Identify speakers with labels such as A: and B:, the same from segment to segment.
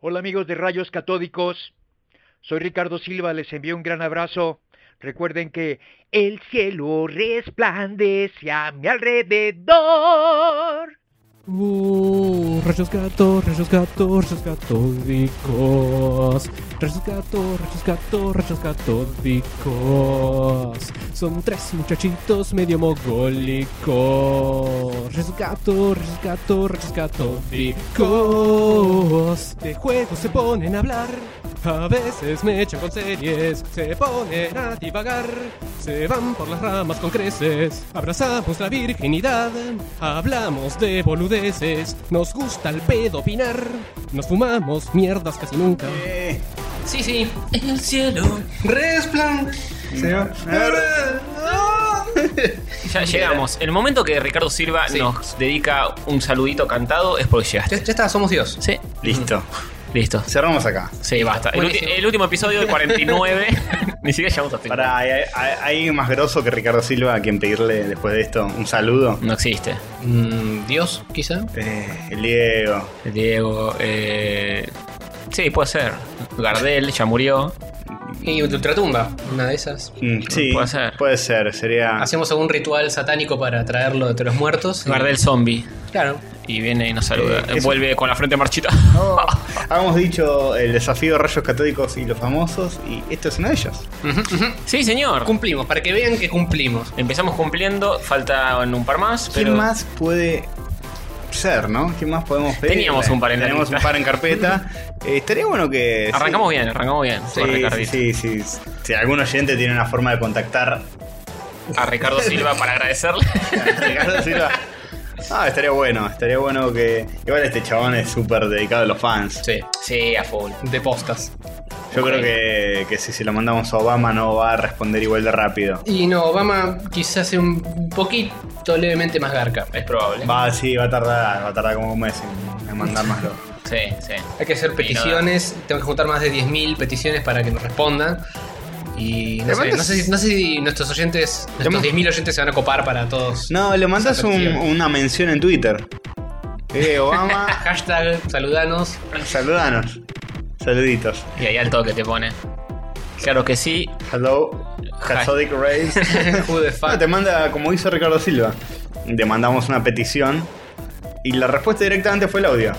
A: Hola amigos de Rayos Catódicos, soy Ricardo Silva, les envío un gran abrazo. Recuerden que el cielo resplandece a mi alrededor.
B: Uh, rayos gato, rayos gato, rayos católicos. Rayos gato, rayos gato, rayos católicos. Son tres muchachitos medio mogólicos. Rayos gato, rayos gato, rayos católicos. De juegos se ponen a hablar. A veces me echan con series, se ponen a divagar, se van por las ramas con creces, abrazamos la virginidad, hablamos de boludeces, nos gusta el pedo opinar, nos fumamos mierdas casi nunca.
C: Sí, sí. En el cielo.
D: Resplan. Se va.
C: Ya llegamos. El momento que Ricardo Silva
D: Sí.
C: nos dedica un saludito cantado es porque llegaste.
D: Ya, ya está, somos Dios.
C: Sí.
E: Listo.
C: Listo.
E: Cerramos acá.
C: Sí, basta. El,
D: Buenísimo.
C: ulti- el último episodio del 49. Ni siquiera llegamos a 50.
E: Para, ¿hay, hay, hay más grosso que Ricardo Silva a quien pedirle después de esto un saludo?
C: No existe.
D: Mm, Dios, quizá.
E: Eh, el Diego.
C: Diego, eh. Sí, puede ser. Gardel ya murió.
D: Y Ultratumba, una de esas.
E: Mm, sí,
C: Puede ser.
E: Puede ser, sería.
D: Hacemos algún ritual satánico para traerlo de entre los muertos. y-
C: Gardel zombie.
D: Claro.
C: Y viene y nos saluda.
E: Eh, eso-
C: Vuelve con la frente marchita.
E: No, habíamos dicho el desafío de rayos católicos y los famosos, y esto es uno de ellos.
D: Ujú, ujú.
C: Sí, señor.
D: Cumplimos, para que vean que cumplimos.
C: Empezamos cumpliendo. Faltan un par más.
E: ¿Quién
C: pero-
E: más puede ser, no? ¿Quién más podemos pedir?
C: Teníamos un par en la
E: Tenemos
C: lista.
E: un par en carpeta. Eh, estaría bueno que.
C: Arrancamos bien, arrancamos bien.
E: Sí,
C: con
E: sí,
C: Ricardito.
E: sí, sí, sí. Si algún oyente tiene una forma de contactar
C: A Ricardo Silva para agradecerle.
E: Ricardo Silva. Ah, estaría bueno, estaría bueno que. Igual este chabón es súper dedicado a los fans.
D: Sí,
C: sí, a full.
D: de postas.
E: Yo
C: Ok.
E: creo que, que si se lo mandamos a Obama no va a responder igual de rápido.
D: Y no, Obama quizás sea un poquito levemente más garca.
C: Es probable.
E: Va, sí, va a tardar, va a tardar como un mes en, en mandárnoslo.
C: Sí, sí.
D: Hay que hacer peticiones, tengo que juntar más de 10.000 peticiones para que nos respondan. Y no sé,
E: Además-
D: no sé si, no sé si nuestros oyentes, nuestros
E: Además-
D: 10.000 oyentes se van a copar para todos.
E: No, le mandas un- una mención en Twitter. Eh, Obama,
D: Hashtag, saludanos.
E: saludanos. Saluditos.
C: Y ahí al toque te pone. Claro que sí.
E: Hello, Catholic Race.
D: Who the
E: Ah,
D: fuck.
E: te manda, como hizo Ricardo Silva, te mandamos una petición y la respuesta directamente fue el audio.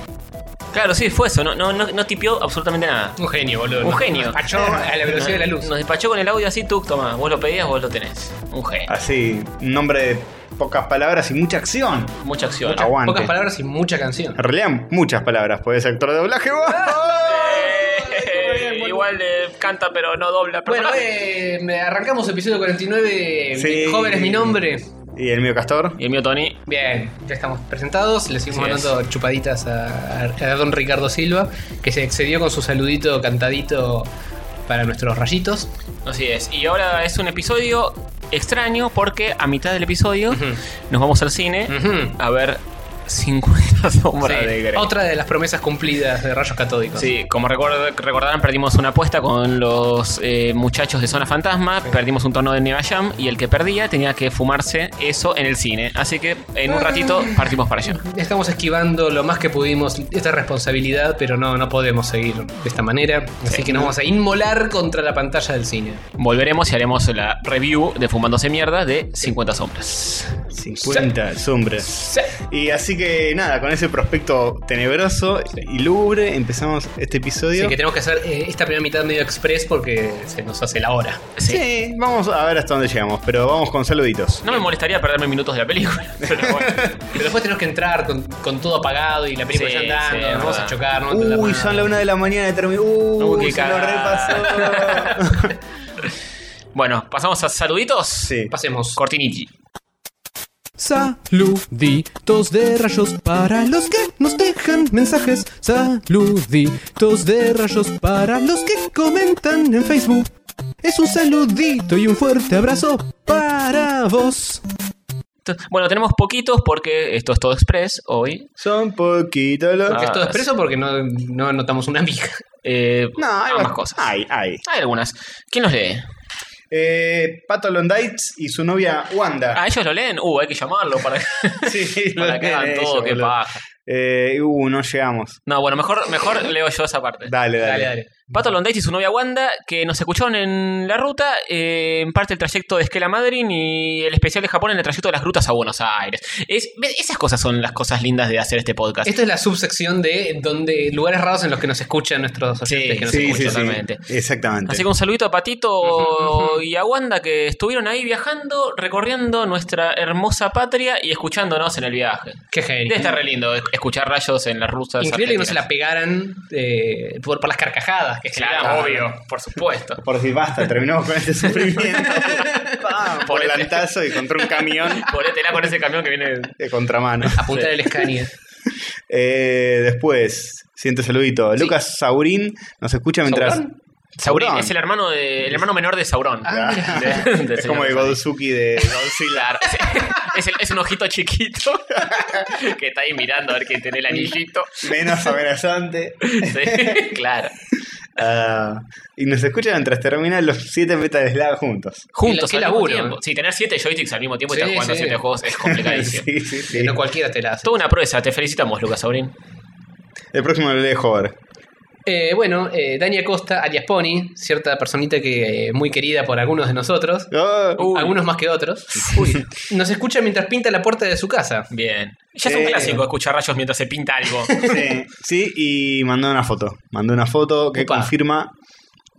C: Claro, sí, fue eso. No, no, no, no tipió absolutamente nada.
D: Un genio, boludo.
C: Un
D: Nos-
C: genio.
D: nos despachó a la velocidad de la luz.
C: Nos despachó con el audio así, tú, toma. Vos lo pedías, vos lo tenés. Un genio.
E: Así, un nombre de pocas palabras y mucha acción.
C: Mucha acción.
E: Mucha- aguante.
D: Pocas palabras y mucha canción.
E: En realidad, muchas palabras, porque es actor de doblaje. ¡Oh! ¡guau!
C: Eh, Igual eh, canta, pero no dobla.
D: Bueno,
C: personaje.
D: eh, arrancamos episodio 49.
E: Sí.
D: Joven es mi nombre.
E: Y el mío Castor.
C: Y el mío, Tony.
D: Bien, ya estamos presentados. Le seguimos
C: Así
D: mandando chupaditas a, a don Ricardo Silva, que se excedió con su saludito cantadito para nuestros rayitos.
C: Así es. Y ahora es un episodio extraño porque a mitad del episodio nos vamos al cine
D: Ujú.
C: a ver 50 sombras
D: Sí,
C: de Grey.
D: Otra de las promesas cumplidas de Rayos Catódicos.
C: Sí, como recuerdo- recordarán, perdimos una apuesta con los eh, muchachos de Zona Fantasma, perdimos un torneo de Neva Jam y el que perdía tenía que fumarse eso en el cine. Así que en un ratito partimos para allá.
D: Estamos esquivando lo más que pudimos esta responsabilidad, pero no, no podemos seguir de esta manera. Así que nos vamos a inmolar contra la pantalla del cine.
C: Volveremos y haremos la review de Fumándose Mierda de 50 Sombras.
E: 50 sombras. Y así que nada, con ese prospecto tenebroso y lúgubre empezamos este
D: Así
E: episodio.
D: que tenemos que hacer eh, esta primera mitad medio express porque se nos hace la hora.
C: Sí.
E: Sí, vamos a ver hasta dónde llegamos, pero vamos con saluditos.
C: No me molestaría perderme minutos de la película, pero bueno.
D: Pero después tenemos que entrar con, con todo apagado y la película
C: Sí,
D: ya andando,
C: sí,
D: nos vamos
C: verdad.
D: a chocar, no vamos a
E: Uy,
D: entender
E: son
D: nada.
E: la una de la mañana de terminar. Uy,
C: Uy, qué
E: se lo
C: cagada.
E: repasó.
C: Bueno, pasamos a saluditos.
E: Sí.
D: Pasemos.
C: Cortiniti.
B: Saluditos de rayos para los que nos dejan mensajes. Saluditos de rayos para los que comentan en Facebook. Es un saludito y un fuerte abrazo para vos.
C: T- Bueno, tenemos poquitos porque esto es todo express hoy.
E: Son poquitos los.
D: Porque es todo
C: Ah,
D: expreso porque no, no notamos una miga.
C: Eh,
E: No, hay
C: ambas
E: bast-
C: cosas.
E: Hay, hay.
C: Hay algunas. ¿Quién los lee?
E: Eh, Pato Londaitz y su novia Wanda.
C: ¿A ellos lo leen? Uh, hay que llamarlo para,
E: Sí,
C: Ah, para
E: lo
C: que
E: leen
C: hagan
E: ellos,
C: todo, qué
E: boludo.
C: paja.
E: Eh, uh, no llegamos.
C: No, bueno, mejor, mejor leo yo esa parte.
E: Dale, dale.
D: Dale, dale.
C: Pato Londais y su novia Wanda, que nos escucharon en la ruta, eh, en parte el trayecto de Esquela Madrid y el especial de Japón en el trayecto de las grutas a Buenos Aires. Es- ve, esas cosas son las cosas lindas de hacer este podcast.
D: Esta es la subsección de donde lugares raros en los que nos escuchan nuestros oyentes
C: Sí,
D: que nos
E: sí, sí,
D: escuchan.
E: sí.
C: totalmente.
E: Exactamente.
C: Así que un saludito a Patito
D: Ujú, ujú.
C: y a Wanda que estuvieron ahí viajando, recorriendo nuestra hermosa patria y escuchándonos en el viaje.
D: Qué
C: Debe
D: genio.
C: estar re lindo es- escuchar rayos en las rusas.
D: Increíble que no se la
C: argentinas.
D: pegaran eh, por, por las carcajadas que
C: Claro,
D: generaban.
C: obvio, por supuesto.
E: Por decir, basta, terminamos con este sufrimiento. Pam, por el
C: Ponete.
E: antazo y contra un camión
C: Ponétela con ese camión que viene.
E: de contramano.
C: Ah,
D: Apuntar el Scania.
E: Eh, después, siguiente saludito. Lucas Saurín nos escucha mientras.
D: ¿Saurón?
C: Sauron.
E: Saurón.
C: Es el hermano, de, el hermano menor de Sauron.
E: Ah,
C: De- de
E: es como el
C: señor
E: Godzuki de Godzilla.
C: Claro, es, es el- es un ojito chiquito que está ahí mirando a ver quién tiene el anillito.
E: Menos amenazante.
C: Sí, claro.
E: Ah, y nos escucha mientras terminan los 7 Metal Slug juntos.
C: Juntos
D: Qué
C: al mismo
D: laburo,
C: tiempo.
D: eh.
C: Sí, tener siete joysticks al mismo tiempo y
D: Sí,
C: estar jugando
D: sí.
C: siete juegos es complicadísimo.
E: Sí, sí, sí.
D: No cualquiera te la hace.
C: Toda una proeza, te felicitamos, Lucas Saurín.
E: El próximo lo lee Hover.
D: Eh, bueno, eh, Dani Acosta, alias Pony, cierta personita que eh, muy querida por algunos de nosotros,
E: Ah,
C: Uh, Uy.
D: algunos más que otros, nos escucha mientras pinta la puerta de su casa.
C: Bien. Ya es un
E: Sí.
C: clásico escuchar rayos mientras se pinta algo.
E: sí, sí, y mandó una foto. Mandó una foto que
D: Upa.
E: confirma.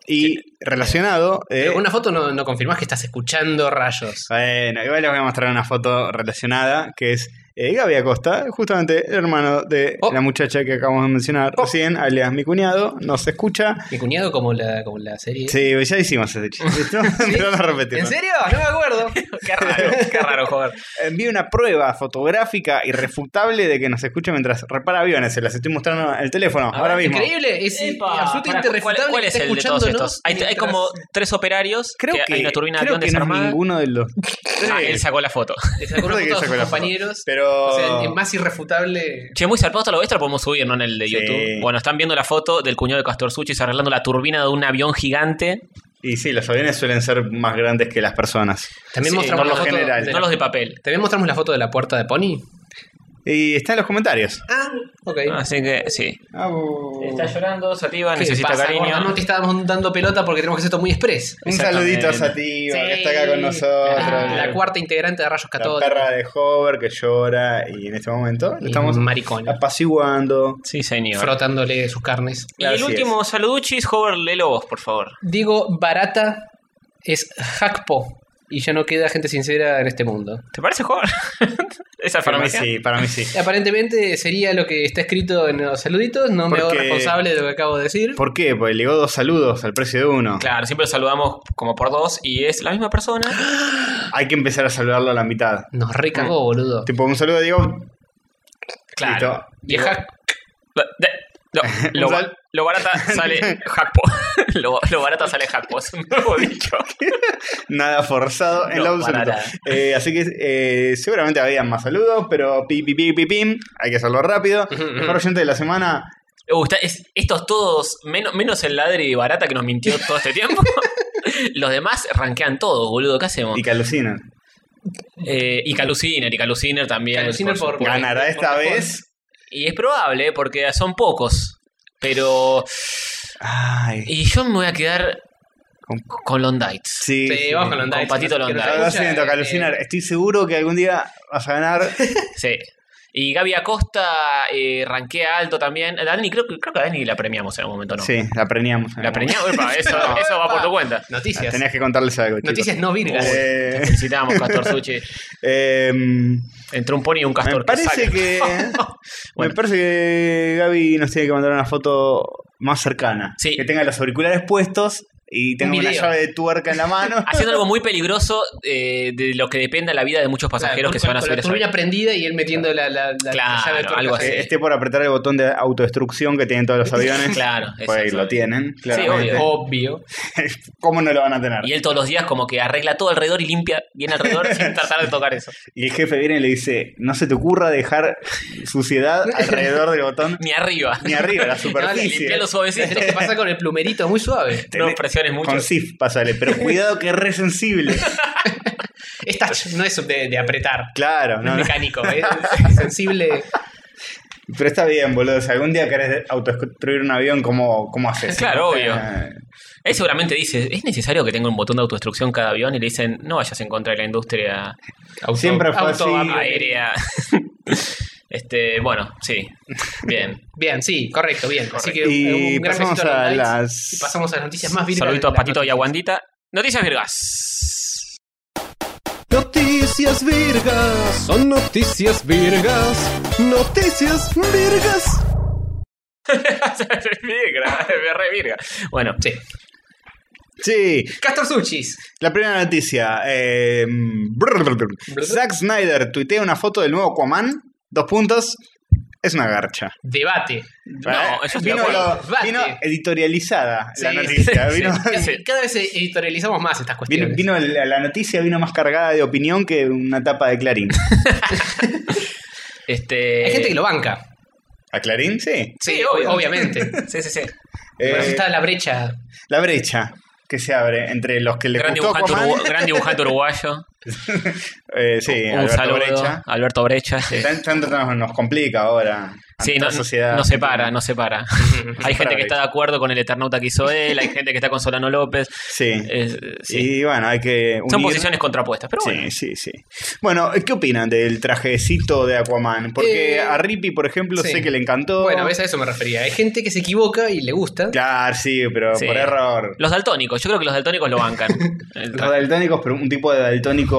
E: Y relacionado. eh,
D: Pero una foto no, no confirmás que estás escuchando rayos.
E: Bueno, igual les voy a mostrar una foto relacionada que es eh, Gaby Acosta, justamente el hermano de
D: Oh.
E: la muchacha que acabamos de mencionar
D: Oh.
E: recién, alias mi cuñado, nos escucha.
D: Mi cuñado como la, como la serie.
E: Sí, ya hicimos ese chiste. ¿no? Empezando a repetirlo.
D: ¿En serio? No me acuerdo.
C: qué raro, qué raro, joder.
E: Envía una prueba fotográfica irrefutable de que nos escucha mientras repara aviones. Se las estoy mostrando en el teléfono ahora mismo.
D: Increíble, es
C: Epa,
D: absolutamente
C: pará, ¿cuál-
D: irrefutable.
C: ¿Cuál
D: que
C: es
D: esté
C: el de todos
D: escuchándonos
C: estos? Hay, hay
D: mientras-
C: como tres operarios. eh,
E: Creo que,
C: hay una turbina de
E: creo
C: avión
E: que no es
C: desarmada.
E: ninguno de los.
C: Ah,
E: Sí,
C: él sacó la foto.
D: Le sacó una
E: Creo que
D: foto a
E: sacó
D: sus
E: la foto.
D: compañeros.
E: Pero.
D: O sea, el más irrefutable.
C: Che, muy zarpado todo lo esto lo podemos subir, ¿no? En el de
E: Sí.
C: YouTube. Bueno, están viendo la foto del cuñado de Castor Suchis arreglando la turbina de un avión gigante.
E: Y sí, los aviones suelen ser más grandes que las personas.
D: También
C: Sí,
D: mostramos
C: por lo
D: la foto
E: general.
D: de
C: No
D: la-
C: los de papel.
D: También mostramos la foto de la puerta de Pony.
E: Y está en los comentarios.
D: Ah, ok.
C: Así que, sí.
E: Uh.
C: Está llorando, Sativa,
D: ¿Qué
C: necesita
D: pasa,
C: Ah, cariño.
D: gorda? No te estábamos dando pelota porque tenemos que hacer esto muy express.
E: Un
C: Exactamente. Ah,
E: saludito a Sativa, que está acá con
D: La,
E: nosotros. eh.
D: la cuarta integrante de Rayos
E: La
D: Catódicos.
E: perra de Hover que llora y en este momento lo
D: Y
E: estamos
D: maricón.
E: apaciguando.
C: Sí, señor.
D: Frotándole sus carnes.
C: y el
E: Así
C: último saluduchis, Hover, léelo vos, por favor.
D: Digo, barata es hackpo. Y ya no queda gente sincera en este mundo.
C: ¿Te parece, Hover? Esa
E: Para mí
C: farmacia.
E: sí, para mí sí.
D: Aparentemente sería lo que está escrito en los saluditos. No me hago
E: Porque-
D: responsable de lo que acabo de decir.
E: ¿Por qué? Porque le llegó dos saludos al precio de uno.
C: Claro, siempre lo saludamos como por dos y es la misma persona.
E: Hay que empezar a saludarlo a la mitad.
D: Nos recagó, boludo.
E: Tipo, un saludo a Diego.
C: Claro.
D: Y el hack-
C: Lo, de- lo- lo
E: Un
C: ba-
E: sal-
C: lo barata sale hackpo. lo, lo barata sale hackpo, es un nuevo dicho.
E: Nada forzado en
C: No,
E: lo absoluto.
C: para nada.
E: Eh, así que eh, seguramente habían más saludos, pero pi, pi, pi, pi, pim. Hay que hacerlo rápido. Mejor oyente de la semana.
C: Uh, está- es- estos todos, menos, menos el ladri barata que nos mintió todo este tiempo. Los demás rankean todos, boludo. ¿Qué hacemos?
E: Y que alucinan.
C: Eh, y Caluciner, y Caluciner también.
D: Caluciner por-
C: supuesto.
E: ¿Ganará
D: por
E: esta
D: favor.
E: vez?
C: Y es probable, porque son pocos. Pero.
E: Ay,
C: Y yo me voy a quedar
E: Con-
C: con Londites.
E: sí.
D: Sí,
E: sí.
D: vamos con
C: Con
D: Londites.
C: Patito
D: Que nos
C: Londites.
E: Lo
D: escucha,
E: siento,
D: eh,
E: Calucinar. Estoy seguro que algún día vas a ganar.
C: Sí. Y Gaby Acosta eh, rankea alto también. A Dani, creo, que- creo que a Dani la premiamos en algún momento, ¿no?
E: Sí, la preñamos.
C: La premiamos, epa, eso, eso va por tu cuenta.
D: Noticias.
E: Tenías que contarles algo, chicos.
D: Noticias no virgas.
E: Eh,
C: Te felicitamos, Castor Suchi.
E: eh, me
C: Entre un pony y un castor. que
E: parece
C: sale.
E: que.
C: Bueno.
E: Me parece que Gaby nos tiene que mandar una foto más cercana.
C: Sí.
E: Que tenga los auriculares puestos y tenga una
D: video.
E: llave de tuerca en la mano.
C: Haciendo algo muy peligroso eh, de lo que dependa la vida de muchos pasajeros
D: Claro,
C: que
D: con-
C: se van a
D: con
C: subir a
D: La
C: esa
D: turbina prendida y él metiendo la, la, la- la
C: Claro,
D: llave de tuerca.
C: algo así.
E: Eh, Esté por apretar el botón de autodestrucción que tienen todos los aviones.
C: Claro,
E: Pues
C: exacto.
E: lo tienen.
C: obvio.
E: claramente.
D: Obvio.
E: ¿Cómo no lo van a tener?
C: Y él todos los días como que arregla todo alrededor y limpia bien alrededor sin tratar de tocar eso.
E: Y el jefe viene y le dice: No se te ocurra dejar suciedad alrededor del botón
C: Ni arriba.
E: ni arriba, la
C: Limpia
E: superficie.
C: los
D: Tenés
C: suavecitos.
D: que pasar con el plumerito muy suave.
C: No presiones mucho.
E: Con SIF, pásale. Pero cuidado que es re sensible.
D: Es Ah. touch, no es de, de apretar. ¿eh?
E: Claro, no,
D: No
E: no.
D: es mecánico, es sensible.
E: Pero está bien, boludo. Si algún día querés autodestruir un avión, ¿cómo, cómo haces?
C: Claro,
E: Eh,
C: obvio. Él seguramente dice, ¿es necesario que tenga un botón de autodestrucción cada avión? Y le dicen, no vayas en contra de la industria
D: Auto-
E: Siempre fue
D: auto-
E: así.
C: aérea. este, bueno, sí. Bien.
D: Bien, sí, correcto, bien. Así que
E: Y
D: un gran
E: pasamos
D: besito
E: a
D: los likes
E: las-
D: Y pasamos a las noticias más virales.
C: Saluditos a
D: Las
C: Patito y
D: noticias.
C: a Guandita. Noticias Virgas.
B: Noticias virgas, son noticias virgas, noticias virgas.
C: Virga, re virga. Bueno,
D: Sí.
E: Sí,
D: Castor Suchis.
E: la primera noticia. eh, brr, brr, brr. Zack Snyder tuitea una foto del nuevo Aquaman. Dos puntos. Es una garcha.
D: Debate.
E: ¿Eh?
C: yo estoy de
E: vino,
C: acuerdo.
E: lo- vino
D: Debate.
E: editorializada la
D: Sí,
E: noticia.
C: sí,
E: vino,
C: sí.
D: Cada vez- Cada vez editorializamos más estas
E: vino-
D: cuestiones.
E: vino la, la noticia vino más cargada de opinión que una tapa de Clarín.
C: este.
D: Hay gente que lo banca.
E: ¿A Clarín? Sí.
D: Sí,
C: Sí,
D: ob-
C: obviamente.
D: obviamente.
C: Sí, sí, sí.
E: Eh,
D: Por eso está la brecha.
E: La brecha que se abre entre los que le
C: Gran
E: gustó
C: dibujante,
E: Aquaman.
C: urugu- gran dibujante uruguayo.
E: Eh, sí,
C: Un
E: Alberto
C: saludo.
E: Brecha.
C: Alberto Brecha. sí.
E: Tan- Tanto nos, nos complica ahora.
C: Sí,
E: ante
C: no,
E: la sociedad.
C: no se para, no se para. hay gente que está de acuerdo con el Eternauta que hizo él, hay gente que está con Solano López.
E: Sí.
C: Es- Eh, sí.
E: Y bueno, hay que.
C: Son
E: unir-
C: posiciones contrapuestas, pero bueno.
E: Sí, sí, sí. Bueno, ¿qué opinan del trajecito de Aquaman? Porque
D: Eh,
E: a Rippy, por ejemplo,
D: sí.
E: sé que le encantó.
D: Bueno, ¿ves? a eso me refería. Hay gente que se equivoca y le gusta.
E: Claro, sí, pero
C: Sí.
E: por error.
C: Los daltónicos, yo creo que los daltónicos lo bancan. El
E: Los
C: tra-
E: daltónicos, pero un tipo de daltónico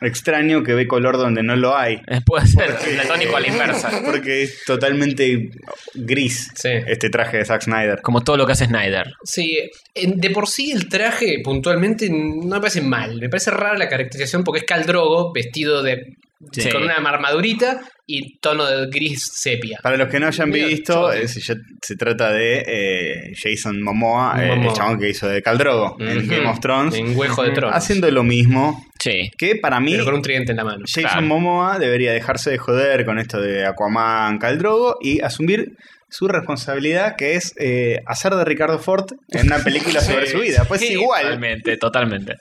E: extraño que ve color donde no lo hay.
C: Eh, Puede ser, el
E: Porque-
C: daltónico a la inversa.
E: Porque es totalmente gris
D: Sí.
E: este traje de Zack Snyder.
C: Como todo lo que hace Snyder.
D: Sí, en- de por sí el traje puntualmente no me parece mal. Me parece rara la caracterización porque es Caldrogo vestido de
C: Sí.
D: con una armadurita y tono de gris sepia.
E: Para los que no hayan
D: Mira,
E: visto,
D: yo-
E: eh, se, se trata de eh, Jason Momoa, eh, el
D: Momoa.
E: chabón que hizo de Caldrogo en
D: Ujú.
E: Game of Thrones,
D: En huejo de trono.
E: haciendo lo mismo.
C: Sí.
E: Que para mí,
D: Pero con un tridente en la mano.
E: Jason
C: Claro.
E: Momoa debería dejarse de joder con esto de Aquaman, Caldrogo y asumir su responsabilidad que es eh, hacer de Ricardo Ford en una película sobre su vida. Pues
C: Sí,
E: igual,
C: Totalmente, totalmente.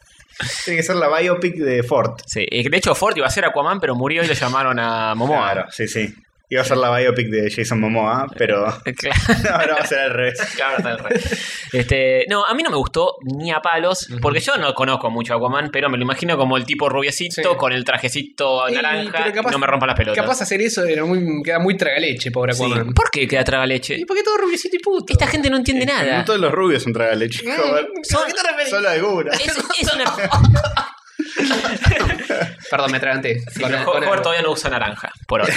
E: tiene que ser la biopic de Ford.
C: Sí. y De hecho, Ford iba a ser Aquaman, pero murió y lo llamaron a Momoa.
E: Claro, sí, sí. Iba a ser la biopic de Jason Momoa, pero
C: Claro.
E: ahora va a ser al revés.
C: Claro, está el rey. Este, no, a mí no me gustó ni a palos, porque yo no conozco mucho a Aquaman, pero me lo imagino como el tipo rubiecito
D: Sí.
C: con el trajecito
D: Sí,
C: naranja,
D: pero capaz-
C: no me rompa las pelotas.
D: Capaz hacer eso era muy, queda muy tragaleche, pobre
E: Sí.
D: Aquaman.
C: ¿Por qué queda traga leche?
D: ¿Y por qué todo rubiecito y puto?
C: Esta gente no entiende
E: No
C: nada. Eh,
E: todos los rubios son tragaleche. joder.
D: ¿A qué te referís?
E: Solo algunas.
C: Es, es una...
D: Perdón, me atraganté.
C: Sí,
D: Con-
C: pero
D: con-
C: Howard todavía no usa naranja, por ahora.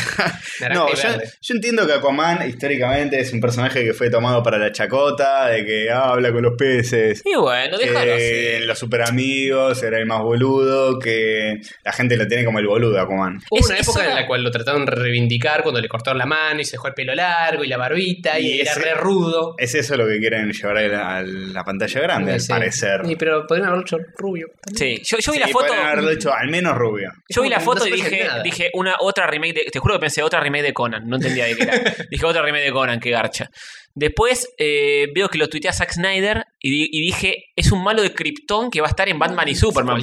D: naranja
E: No,
D: y
E: yo,
D: verde.
E: yo entiendo que Aquaman históricamente es un personaje que fue tomado para la chacota, de que ah, habla con los peces.
C: Y bueno, déjalo
E: que
D: Eh,
C: así.
E: en los super amigos era el más boludo, que la gente lo tiene como el boludo Aquaman.
D: Hubo
C: Es-
D: una
C: es
D: época en
C: una-
D: la cual lo trataron de reivindicar cuando le cortaron la mano y se dejó el pelo largo y la barbita y,
E: Y
D: era
E: ese-
D: re rudo.
E: Es eso lo que quieren llevar a la, a la pantalla grande, al
D: Sí.
E: parecer.
D: Sí, pero podrían haberlo hecho rubio.
C: Sí, yo, yo vi
E: Sí,
C: la foto.
E: podrían haberlo hecho al menos rubio.
C: Yo vi la
D: No
C: foto y
D: se parece
C: dije,
D: nada.
C: dije una otra remake de, te juro que pensé otra remake de Conan, no entendía de qué era. dije otra remake de Conan, qué garcha. Después eh, veo que lo tuitea Zack Snyder y, di- y dije, es un malo de Krypton que va a estar en Batman y Superman.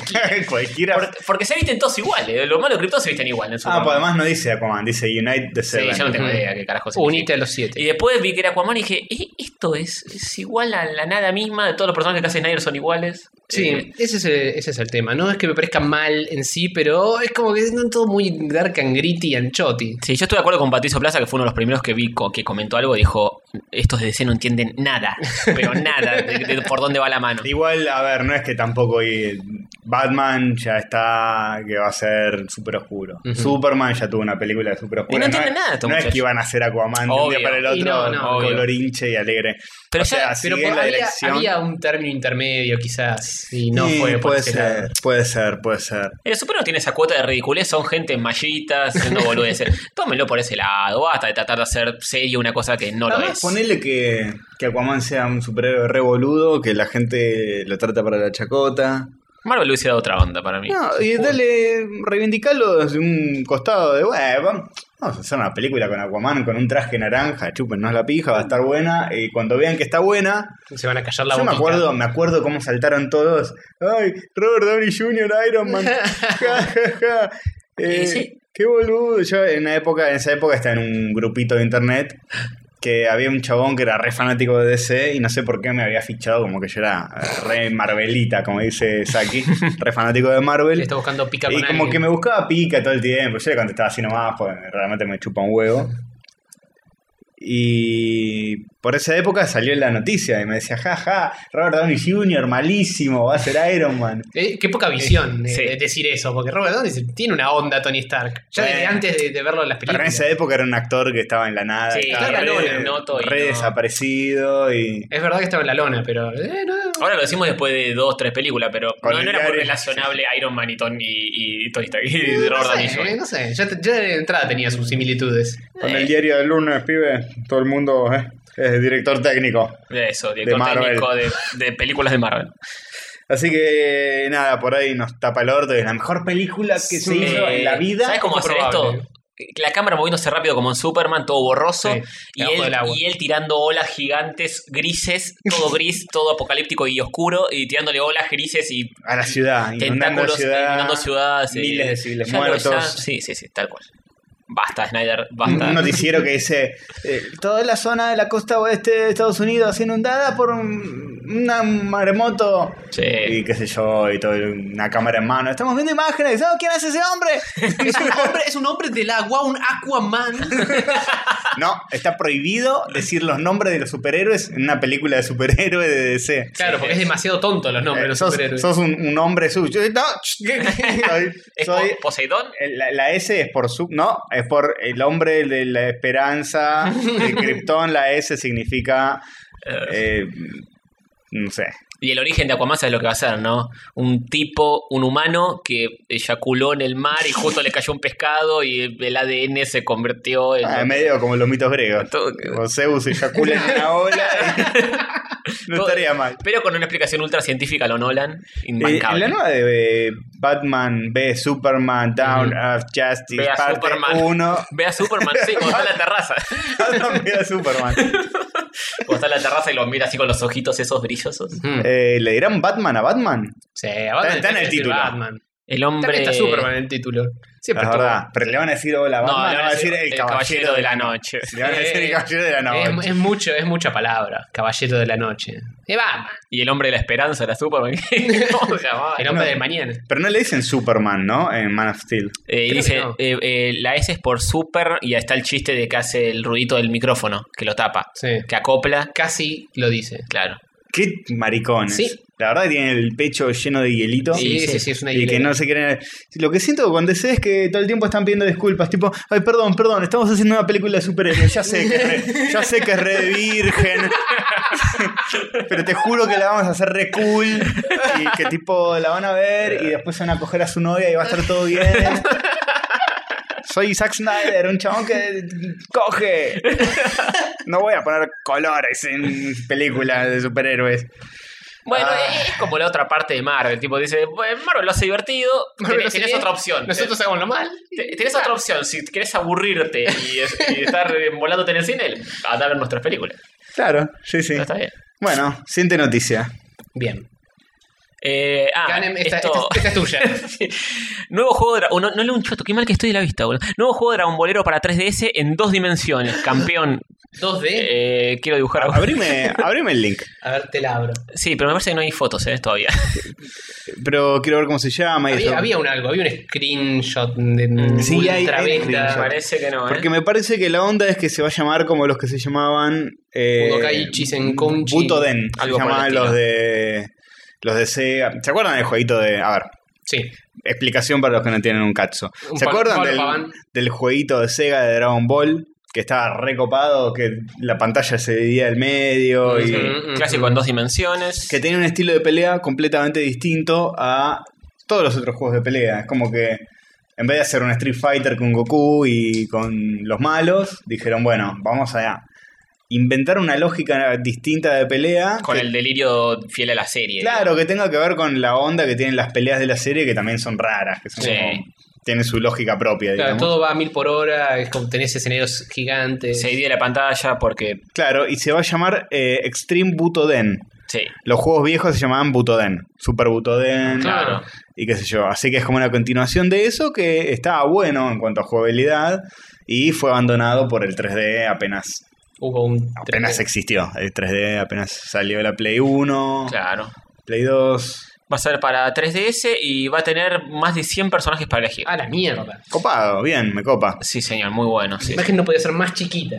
E: Cualquiera.
C: Por- porque se visten todos iguales, eh, los malos de Krypton se visten igual en
E: Ah,
C: Superman.
E: pues además no dice Aquaman, dice Unite the
C: sí,
E: Seven.
C: yo no tengo
D: Ujú.
C: idea qué carajo significa.
D: Unite a los siete.
C: Y después vi que era Aquaman y dije, "Eh, esto es, es igual a la nada misma, de todos los personajes que hace Snyder son iguales.
D: Sí,
C: Eh,
D: ese, es el, ese es el tema. No es que me parezca mal en sí, pero es como que es todo muy dark and gritty y anchotti.
C: Sí, yo estoy de acuerdo con Patricio Plaza, que fue uno de los primeros que vi co- que comentó algo. Dijo: Estos de DC no entienden nada, pero nada, de, de por dónde va la mano.
E: Igual, a ver, no es que tampoco eh, Batman ya está que va a ser súper oscuro.
D: Ujú.
E: Superman ya tuvo una película de súper oscura.
C: Y no entiende
E: es-
C: nada estos
E: No es
C: muchachos.
E: que iban a ser Aquaman de un
C: Obvio.
E: día para el
D: Y
E: otro
D: no, no,
C: obvio.
E: colorinche y alegre.
C: Pero
E: o
C: ya-
E: sea,
D: Pero
E: sigue
D: por-
E: la
D: había,
E: dirección.
D: había un término intermedio quizás y no
E: Sí,
D: fue por
E: puede
D: ese
E: ser,
D: lado.
E: puede ser, puede ser.
C: El Super no tiene esa cuota de ridiculez, son gente en mallitas, haciendo boludeces. Tómenlo por ese lado, basta de tratar de hacer serio una cosa que no lo
E: Además,
C: es.
E: ponele que, que Aquaman sea un superhéroe revoludo, que la gente lo trata para la chacota.
C: Marvel lo hubiese dado otra onda para mí.
E: No, y dale, reivindicarlo desde un costado de, "Bueno, vam- vamos a hacer una película con Aquaman con un traje naranja, chúpenos la pija, va a estar buena. Y cuando vean que está buena,
D: Se van a callar la
E: yo
D: boca.
E: me acuerdo, me acuerdo cómo saltaron todos. Ay, Robert Downey Jr., Iron Man. Ja, ja, ja. Eh,
C: Y sí.
E: Qué boludo. Yo en, una época, en esa época estaba en un grupito de internet que había un chabón que era re fanático de DC y no sé por qué me había fichado como que yo era eh, re Marvelita, como dice Saki, re fanático de Marvel.
D: Le está buscando pica con
E: Y como
D: alguien.
E: que me buscaba pica todo el tiempo. Yo le contestaba así nomás, porque realmente me chupa un huevo. Y por esa época salió la noticia y me decía, jaja, Robert Downey Jr., malísimo, va a ser Iron Man.
D: Eh, qué poca visión de,
C: Sí.
D: de decir eso, porque Robert Downey se- tiene una onda Tony Stark. Ya desde
E: Bueno.
D: antes de, de verlo en las
E: Pero en
D: películas.
E: esa época era un actor que estaba en la nada,
C: Sí,
E: estaba
D: estaba en la
E: re,
D: lona,
C: no todo y
E: re
C: no.
E: desaparecido y
D: Es verdad que estaba en la lona, pero. eh, no, no.
C: Ahora lo decimos después de dos, tres películas, pero
E: Con
C: no,
E: el
C: no era muy
E: diario.
C: relacionable Iron Man y, Tony, y, y Tony Stark y Robert Downey
D: no sé, eh,
C: Jr.
D: no sé. Ya, te- ya de entrada tenía sus similitudes.
E: con
C: Eh.
E: el diario del lunes, pibe, todo el mundo eh, es director técnico.
C: Eso, director
E: Marvel.
C: técnico de, de películas de Marvel.
E: Así que nada, por ahí nos tapa el orto. Es la mejor película que se
D: Sí.
E: hizo en la vida.
C: Eh, ¿Sabes cómo
D: poco
C: hacer
D: probable.
C: esto? La cámara moviéndose rápido como en Superman, todo borroso.
D: Sí,
C: y,
D: debajo
C: él,
D: del agua.
C: y él tirando olas gigantes, grises, todo gris, todo apocalíptico y oscuro, y tirándole olas grises y
E: A la ciudad, inundando la
C: tentáculos eh,
E: ciudad.
C: inundando ciudades. eh,
E: miles de civiles
C: ya lo-
E: muertos.
C: ya- sí, sí, sí, tal cual. Basta, Snyder, basta.
E: Un noticiero que dice: eh, Toda la zona de la costa oeste de Estados Unidos inundada por un, una- un maremoto.
C: Sí.
E: Y qué sé yo, y todo, una cámara en mano. Estamos viendo imágenes. ¿sabes quién es ese hombre?
D: Es un hombre, Ah, es un hombre del agua, un Aquaman.
E: No, está prohibido decir los nombres de los superhéroes en una película de superhéroes de DC.
D: Claro, porque es demasiado tonto los nombres,
E: Eh,
D: de los
E: sos,
D: superhéroes.
E: sos un, un hombre suyo. No, soy,
C: ¿Es
E: soy-
C: Po- Poseidón?
E: eh, la, la S es por sub, no, es por el hombre de la esperanza de Krypton. La S significa, eh, no sé,
C: Y el origen de Aquaman es lo que va a ser, ¿no? Un tipo, un humano que eyaculó en el mar y justo le cayó un pescado y el ADN se convirtió en...
E: ah, medio como los mitos griegos.
C: Eh, Todo-
E: O Zeus eyacula en una ola. y- no
C: todo-
E: estaría mal.
C: Pero con una explicación ultra científica, lo Nolan,
E: Eh, en
C: imbancable.
E: la nueva de eh, Batman B, Superman, Down
C: Ujú.
E: Earth, Justice,
C: Ve a
E: parte
C: Superman.
E: 1.
C: Ve a Superman, sí, cuando está en la terraza.
E: Batman B a Ah, Superman.
C: Cuando está en la terraza y lo mira así con los ojitos esos brillosos.
D: Mm.
E: Eh, ¿Le dirán Batman a Batman?
D: Sí, Batman
E: está en el
D: es
E: título.
D: Batman.
C: El
D: También
C: hombre...
D: está Superman en el título.
E: Es
D: Siempre estuvo.
E: verdad. Pero le van a decir hola
C: No,
E: Batman,
C: le
E: le van a decir el, caballero,
C: de la noche.
E: Le van a decir el caballero de la
D: Eh, Es-
E: noche.
D: Es, mucho, es mucha palabra. Caballero de la noche. Eh, Batman.
C: Y el hombre de la esperanza era Superman. Eh, ¿Cómo se llamaba?
D: El hombre del mañana.
E: Pero no le dicen Superman, ¿no? En Man of Steel.
C: Eh, y
D: Creo
C: dice,
D: que no.
C: eh, eh, la S es por super y ahí está el chiste de que hace el ruidito del micrófono, que lo tapa,
D: Sí.
C: que acopla,
D: Casi lo dice.
C: claro.
E: Qué maricones.
D: Sí.
E: La verdad que tienen el pecho lleno de hielito.
D: Sí, sí, sí, es una
E: Y que no se quieren. Lo que siento con DC es que todo el tiempo están pidiendo disculpas. Tipo, ay, perdón, perdón, estamos haciendo una película de superhéroes. Ya sé que es re, ya sé que es re virgen. Pero te juro que la vamos a hacer re cool. Y que tipo, la van a ver y después se van a coger a su novia y va a estar todo bien. Soy Zack Snyder, un chabón que coge. No voy a poner colores en películas de superhéroes.
C: Bueno,
E: Ah.
C: eh, es como la otra parte de Marvel, tipo dice, bueno, Marvel lo hace divertido,
D: Marvel
C: tenés,
D: lo hace
C: tenés
D: bien,
C: otra opción. Eh.
D: Nosotros hagamos lo mal.
C: Te- Tenés otra opción, si querés aburrirte y, es- y estar eh, volándote en el cine, a ver nuestras películas.
E: Claro, sí, sí.
C: Pero está bien.
E: Bueno, siguiente noticia.
D: Bien.
C: Eh, ah,
D: Ganem, esta,
C: esto-
D: esta- esta es tuya.
C: Nuevo juego de Dra- oh, no, no leo un choto, qué mal que estoy de la vista, boludo. Nuevo juego de Dragon Bolero para 3DS en dos dimensiones. Campeón,
D: 2D.
C: eh, quiero dibujar algo.
E: Abrime, abrime el link.
D: A ver, te la abro.
C: Sí, pero me parece que no hay fotos eh, todavía.
E: Pero quiero ver cómo se llama y eso.
D: Había, había un algo, había un screenshot de
E: Sí,
D: ultra
E: hay- hay
D: beta.
E: screenshot.
C: parece que no. ¿eh?
E: Porque me parece que la onda es que se va a llamar como los que se llamaban. Eh,
D: Budokai Chisenkonchi.
E: Butoden. Se
C: Algo por el
E: llamaban
C: estilo.
E: los de. Los de Sega. ¿Se acuerdan del jueguito de.? A ver,
D: Sí.
E: explicación para los que no tienen un cacho.
D: Un
E: ¿Se
D: palo-
E: acuerdan
D: palo
E: del,
D: paván.
E: del jueguito de Sega de Dragon Ball? Que estaba recopado, que la pantalla se dividía al medio y.
D: Ujú.
C: Mm, Clásico en dos dimensiones.
E: que tenía un estilo de pelea completamente distinto a todos los otros juegos de pelea. Es como que en vez de hacer un Street Fighter con Goku y con los malos, dijeron, bueno, vamos a inventar una lógica distinta de pelea.
C: Con
E: que-
C: el delirio fiel a la serie.
E: Claro, que tenga que ver con la onda que tienen las peleas de la serie, que también son raras, que son
C: Sí.
E: como- tienen su lógica propia,
D: Claro,
E: digamos.
D: todo va a mil por hora, es como tenés escenarios gigantes.
C: Se divide la pantalla porque
E: Claro, y se va a llamar eh, Extreme Butoden.
C: Sí.
E: Los juegos viejos se llamaban Butoden, Super Butoden
C: Claro.
E: y qué sé yo. Así que es como una continuación de eso que estaba bueno en cuanto a jugabilidad y fue abandonado por el 3D apenas
D: Hubo un.
E: apenas existió. El 3D apenas salió la Play 1,
C: Claro.
E: Play 2.
C: Va a ser para 3DS y va a tener más de 100 personajes para elegir.
D: A la mierda.
E: Copado, bien, me copa.
C: Sí, señor, muy bueno.
D: La
C: sí.
D: imagen no podía ser más chiquita.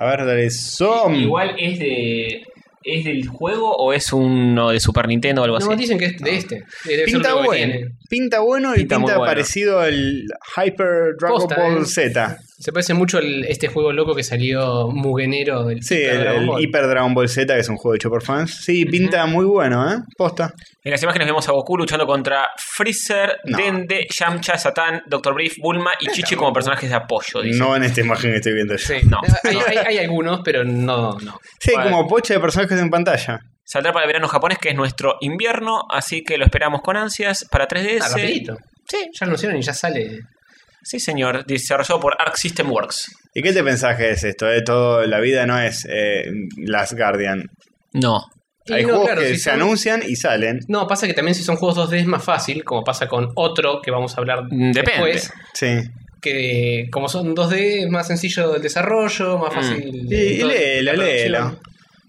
E: A ver, dale zoom.
C: Igual es de. ¿Es del juego o es uno de Super Nintendo o algo
D: No,
C: así?
D: dicen que es de este. Debe ser
E: Pinta
D: lo que
E: bueno,
D: tiene.
E: pinta bueno y
C: Pinta
E: pinta,
C: muy bueno.
E: parecido al Hyper Dragon
D: Posta,
E: Ball
D: eh.
E: Z.
D: Se parece mucho a este juego loco que salió Mugenero del
E: Sí,
D: Super
E: el,
D: Dragon
E: el
D: Ball.
E: Hyper Dragon Ball Z, que es un juego hecho por fans. Sí, pinta muy bueno, ¿eh? Posta.
C: En las imágenes vemos a Goku luchando contra Freezer,
E: No.
C: Dende, Yamcha, Satán, Dr. Brief, Bulma y Chichi como personajes de apoyo. dice.
E: No en esta imagen que estoy viendo yo.
D: Sí.
C: No.
D: Hay, hay- hay algunos, pero no, no.
E: Sí,
C: Bueno.
E: como pocha de personajes en pantalla.
C: Saldrá para el verano japonés, que es nuestro invierno, así que lo esperamos con ansias para 3DS.
D: Ah, rapidito.
C: Sí,
D: Ya lo anunciaron y ya sale.
C: sí, señor. Desarrollado por Arc System Works.
E: ¿Y qué te pensás que es esto? eh? Todo, la vida no es eh, Last Guardian.
C: No.
D: Y
E: Hay
D: no,
E: juegos
D: claro,
E: que
D: si
E: se
D: son-
E: anuncian y salen.
D: No, pasa que también si son juegos 2D es más fácil, como pasa con otro que vamos a hablar
C: Mm, depende.
D: después.
E: Sí.
D: Que como son 2D es más sencillo el desarrollo, más
C: Mm.
D: fácil.
E: Y-
D: eh,
E: y
D: todo-
E: léelo,
D: la producción.
E: léelo.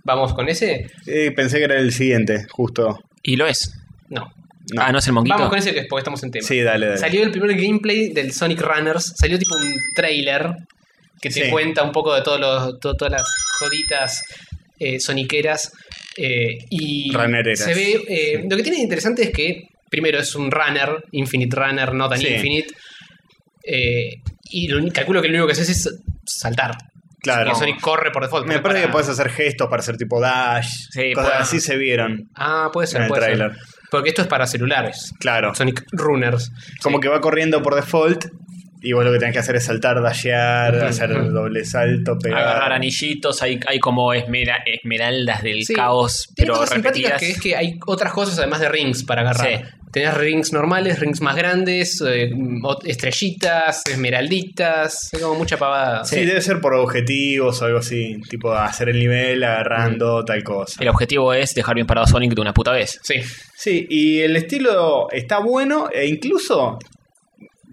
D: ¿Vamos con ese?
E: Eh, pensé que era el siguiente, justo.
C: Y lo es.
D: No.
E: No.
C: Ah, no es el monguito.
D: Vamos con ese que después estamos en tema.
E: Sí, dale, dale.
D: Salió el primer gameplay del Sonic Runners. Salió tipo un trailer que te
E: Sí.
D: cuenta un poco de todos los, to- todas las joditas eh, soniqueras. eh, y
E: Runnereras.
D: se ve. eh, Lo que tiene de interesante es que, primero, es un runner, Infinite Runner, no tan
E: Sí.
D: Infinite. eh, y lo, uni- calculo que lo único que haces es saltar.
E: Claro.
D: Que Sonic corre por default.
E: Me
D: porque
E: parece
D: para-
E: que puedes hacer gestos para hacer tipo dash.
C: Sí,
E: cosas
C: puedo.
E: así se vieron.
D: Ah, puede
E: En
D: ser,
E: el
D: puede ser.
E: tráiler.
D: Porque esto es para celulares.
E: Claro.
D: Sonic Runners.
E: Como que va corriendo por default. Y vos lo que tenés que hacer es saltar, dashear, hacer el doble salto, pegar.
C: Agarrar anillitos, hay, hay como esmera- esmeraldas del
D: Sí.
C: caos,
D: Tiene
C: pero
D: cosas simpáticas
C: repetidas.
D: que es que hay otras cosas además de rings para agarrar.
C: Sí.
D: Tenés rings normales, rings más grandes, eh, ot- estrellitas, esmeralditas, es como mucha pavada.
E: Sí, debe ser por objetivos o algo así. Tipo hacer el nivel agarrando tal cosa.
C: El objetivo es dejar bien parado a Sonic de una puta vez.
D: Sí.
E: Sí, y el estilo está bueno e incluso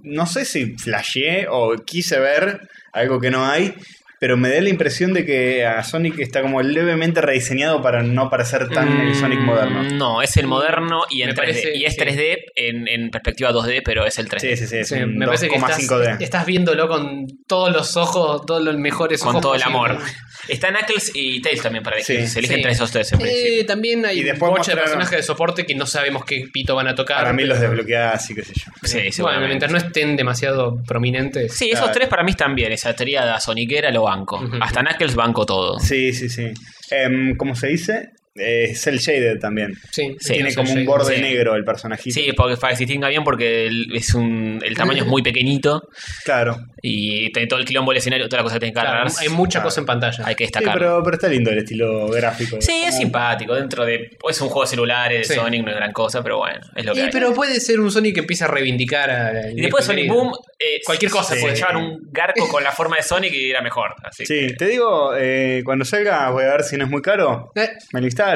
E: no sé si flasheé o quise ver algo que no hay, pero me da la impresión de que a Sonic está como levemente rediseñado para no parecer tan el
C: Mm,
E: Sonic moderno.
C: No, es el moderno y, en
D: Me
C: 3D.
D: parece,
C: y es
D: sí.
C: 3D en, en perspectiva 2D, pero es el 3D.
E: Sí, sí, sí, es
D: Sí,
E: un
D: me parece que estás,
E: 2,5D.
D: estás viéndolo con todos los ojos, todos los mejores
C: Con
D: ojos
C: todo el
D: posibles.
C: amor. Están Knuckles y Tails también para elegir.
E: Sí.
C: Se eligen
D: Sí.
C: entre esos tres en principio.
D: Eh, también hay
E: Y después
D: muchos
E: mostraron-
D: personajes de soporte que no sabemos qué pito van a tocar.
E: Para mí los
D: pero-
E: desbloqueás, así que sé yo.
C: Sí,
D: Bueno,
C: seguramente.
D: mientras no estén demasiado prominentes.
C: Sí, esos
E: Claro.
C: tres para mí están bien. Esa triada soniquera lo banco.
D: Ujú.
C: Hasta Knuckles banco todo.
E: Sí, sí, sí. Em, ¿Cómo se dice? Es el Shaded también.
D: Sí,
C: Sí,
E: Tiene
D: no
E: como
D: sé,
E: un
D: sí.
E: borde
C: sí.
E: negro el personajito.
C: Sí, porque para que se distinga bien porque el, es un, el tamaño es muy pequeñito
E: Claro.
C: y tiene todo el quilombo del escenario, toda la cosa que tiene que
D: Claro,
C: agarrar.
D: hay mucha
E: Claro.
D: cosa en pantalla.
C: Hay que
E: Sí,
C: destacar. Sí,
E: pero, pero está lindo el estilo gráfico.
C: es
E: Como-
C: simpático. Dentro de. pues, Es un juego de celulares, de
D: Sí.
C: Sonic, no es gran cosa, pero bueno, es lo que
D: Y,
C: hay.
D: pero puede ser un Sonic que empieza a reivindicar a.
C: y después Sonic Boom, eh,
D: Cualquier cosa
C: se
E: puede
C: llevan
E: ser.
C: un garco con la forma de Sonic y era mejor. Así
E: Sí,
C: que-
E: te digo, eh, cuando salga voy a ver si no es muy caro.
D: Eh,
E: Me lo instalo. y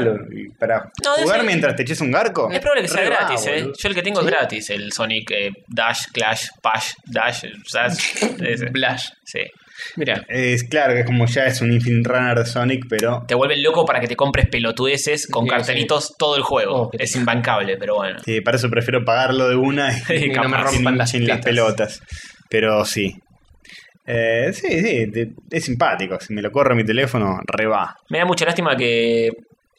E: para
C: No, debe
E: jugar
C: ser-
E: mientras te eches un garco.
C: Es probable que sea
E: Re va,
C: gratis, ¿eh?
E: boludo.
C: Yo el que tengo es gratis, el Sonic eh, Dash, Clash, Pash, Dash, Sash, ese.
D: Blash.
C: Sí.
D: Mira.
E: Es claro que como ya es un Infinite Runner de Sonic, pero
C: Te vuelven loco para que te compres pelotudeces con
D: Sí,
C: cartelitos todo el juego.
D: Oh, qué
C: es imbancable, pero bueno.
E: sí, eh, para eso prefiero pagarlo de una y,
C: Y
D: Y no me
C: capaz
E: sin-
D: rompan las,
E: sin las
D: tetas.
E: pelotas. Pero sí. Eh, sí, sí, te- es simpático. Si me lo corre mi teléfono, re va.
C: Me da mucha lástima que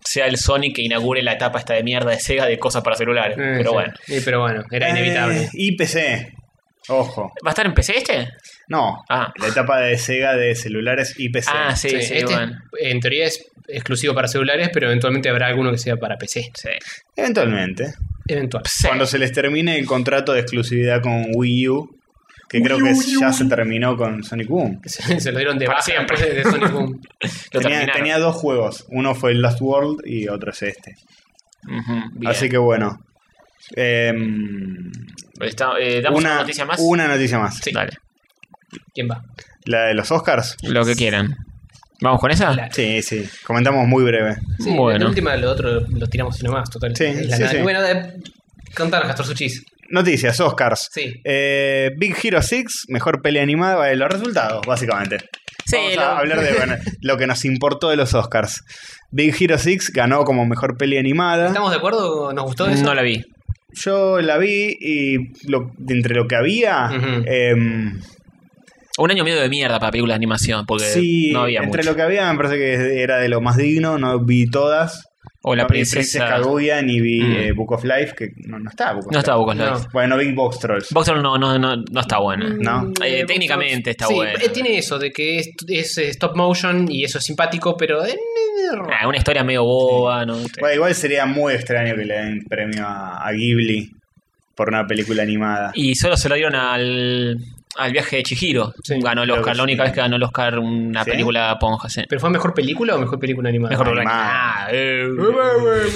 C: sea el Sonic que inaugure la etapa esta de mierda de Sega de cosas para celulares.
D: Eh,
C: pero
D: sí.
C: bueno.
D: Eh, pero bueno, era inevitable.
E: Eh, y PC. Ojo.
C: ¿Va a estar en PC este?
E: No.
C: Ah.
E: La etapa de Sega de celulares y PC.
C: Ah, sí, sí,
D: Sí, este
C: bueno.
D: es- en teoría es exclusivo para celulares, pero eventualmente habrá alguno que sea para PC.
C: Sí.
E: Eventualmente.
D: Eventual.
C: Sí.
E: cuando se les termine el contrato de exclusividad con Wii U, que creo que ya se terminó con Sonic Boom.
D: Se, se lo dieron de
C: Para
D: baja
C: siempre.
D: después de Sonic Boom.
C: Lo
E: Tenía,
C: terminaron.
E: tenía dos juegos, uno fue el Last World y otro es este.
C: Ujú, bien.
E: Así que bueno. Em,
C: Está- eh, ¿Damos una, noticia más?
E: una noticia más.
C: Dale.
D: ¿Quién va?
E: La de los Oscars.
C: Lo que quieran. ¿Vamos con esa?
D: La-
E: Sí, sí. Comentamos muy breve.
D: Sí,
C: Bueno.
D: La última, lo otro lo tiramos y nomás, total.
E: Sí,
D: es la
E: sí,
D: nada.
E: sí.
D: Bueno, de, contanos, Castor Suchis.
E: Noticias, Oscars.
D: Sí.
E: Eh, Big Hero 6, mejor pelea animada de los resultados, básicamente.
C: Sí,
E: Vamos
C: lo-
E: a hablar de bueno, lo que nos importó de los Oscars. Big Hero 6 ganó como mejor pelea animada.
D: ¿Estamos de acuerdo? ¿Nos gustó eso?
C: No la vi.
E: Yo la vi y lo- de entre lo que había,
D: Ujú.
E: em,
C: Un año medio de mierda para películas de animación, porque
E: sí,
C: no había
E: entre
C: mucho.
E: lo que había me parece que era de lo más digno, no vi todas.
C: O Pues la
E: no vi
C: princesa.
E: Princess Kaguya ni vi
C: Mm.
E: eh, Book of Life, que no, no estaba Book
C: no
E: of Life.
C: está Book of
D: No.
C: Life.
E: Bueno, vi Box Trolls.
C: Boxer no, no, no, no está buena.
E: ¿no?
C: Eh, técnicamente está
D: Mm, sí,
C: bueno.
D: eh, tiene eso, de que es, es, eh, stop motion y eso es simpático, pero. eh,
C: Ah, una historia medio boba, ¿no?
E: Bueno, igual sería muy extraño que le den premio a, a Ghibli por una película animada.
C: Y solo se lo dieron al, al viaje de Chihiro.
D: Sí,
C: ganó el
E: creo
C: Oscar,
E: que
C: la única
E: sí.
C: vez que ganó el Oscar una
E: ¿Sí?
C: película ponja, sí.
D: ¿Pero fue mejor película o mejor película animada?
C: Mejor película.
E: animada.
C: Ah, eh.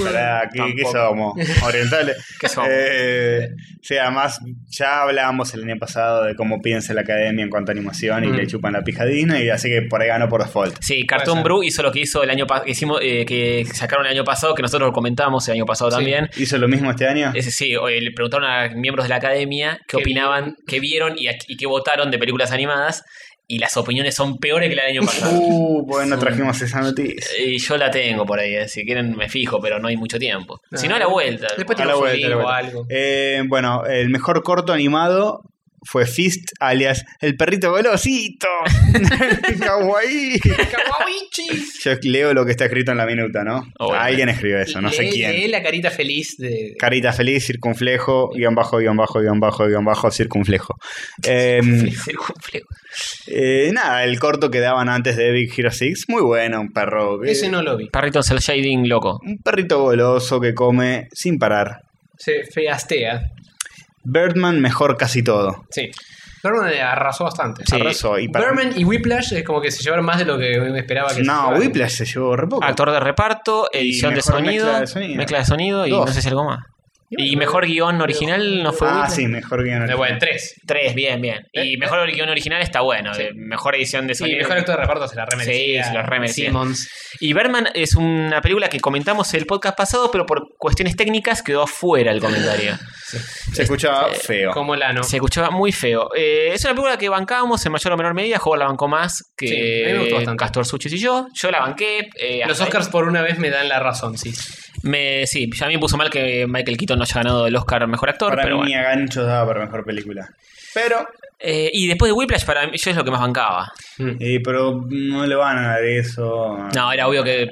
E: Pará, ¿qué, qué
C: Tampoco.
E: somos? ¿Orientales?
C: ¿Qué somos?
E: Eh, sí, además, ya hablábamos el año pasado de cómo piensa la academia en cuanto a animación y
D: Mm.
E: le chupan la pijadina, y así que por ahí ganó por default.
C: Sí, Cartoon
D: ser.
C: Brew hizo lo que hizo el año pa- que hicimos eh, que sacaron el año pasado, que nosotros lo comentamos el año pasado
D: Sí.
C: también.
E: ¿Hizo lo mismo este año?
C: Ese sí, hoy le preguntaron a miembros de la academia qué
D: ¿Qué
C: opinaban, qué vieron y, a- y qué votaron de películas animadas. Y las opiniones son peores que el año pasado.
E: Uh, bueno, trajimos esa noticia.
C: Y yo la tengo por ahí, eh, si quieren me fijo, pero no hay mucho tiempo.
D: Ah.
C: si no, a la vuelta.
D: Después
E: A la
D: tiramos un
E: vuelta, a la
D: link o
E: vuelta.
D: algo.
E: Eh, bueno, el mejor corto animado fue Fist, alias El Perrito Golosito. Kawaii.
D: ¡Kawaichis!
E: Yo leo lo que está escrito en la minuta, ¿no?
C: Obviamente.
E: Alguien escribió eso, no sé
D: Lee-
E: quién.
D: lee la carita feliz de.
E: Carita feliz, circunflejo, guión bajo, guión bajo, guión bajo, guión bajo, circunflejo. Em,
C: El complejo.
E: eh, nada, el corto que daban antes de Big Hero 6, muy bueno, un perro. eh,
D: Ese no lo vi.
C: Parrito es el shading loco.
E: Un perrito goloso que come sin parar.
D: Se feastea.
E: Birdman mejor casi todo.
D: Sí. Berman arrasó bastante.
C: Sí.
E: Arrasó, y para-
D: Berman y Whiplash es como que se llevaron más de lo que me esperaba
C: Ah,
D: que se
E: No,
D: llevaran.
E: Whiplash se llevó re poco.
C: Actor de reparto,
E: Y
C: edición de
E: mejor
C: sonido,
E: mezcla
C: mezcla
E: de sonido.
C: de sonido y
E: Dos.
C: no sé si algo más. Y mejor guión original no fue.
E: ah,
C: Whiplash?
E: sí, mejor guión.
D: Eh, Bueno, tres.
C: Tres, bien, bien. Y mejor guión original está bueno. eh, Mejor edición de
D: Sí,
C: sonido.
D: mejor actor de reparto se la remerecía.
C: Sí, se la remerecía.
D: Simmons.
C: Y Berman es una película que comentamos el podcast pasado, pero por cuestiones técnicas quedó afuera el comentario.
E: Se escuchaba
C: este,
E: feo.
D: Como Lano.
C: Se escuchaba muy feo. Eh, es una película que bancábamos en mayor o menor medida. Juego la bancó más que
D: Sí, a mí me gustó bastante.
C: Castor Suchis y yo. Yo la banqué. eh,
D: Los
C: hasta ahí.
D: Oscars por una vez me dan la razón, sí.
C: Me, sí, ya a mí me puso mal que Michael Keaton no haya ganado el Oscar a Mejor Actor,
E: Para
C: pero
E: mí
C: bueno.
E: ni a ganchos daba para mejor película. Pero,
C: Eh, y después de Whiplash, para mí, yo es lo que más bancaba.
E: eh, pero no le van a dar eso.
C: No, era obvio que...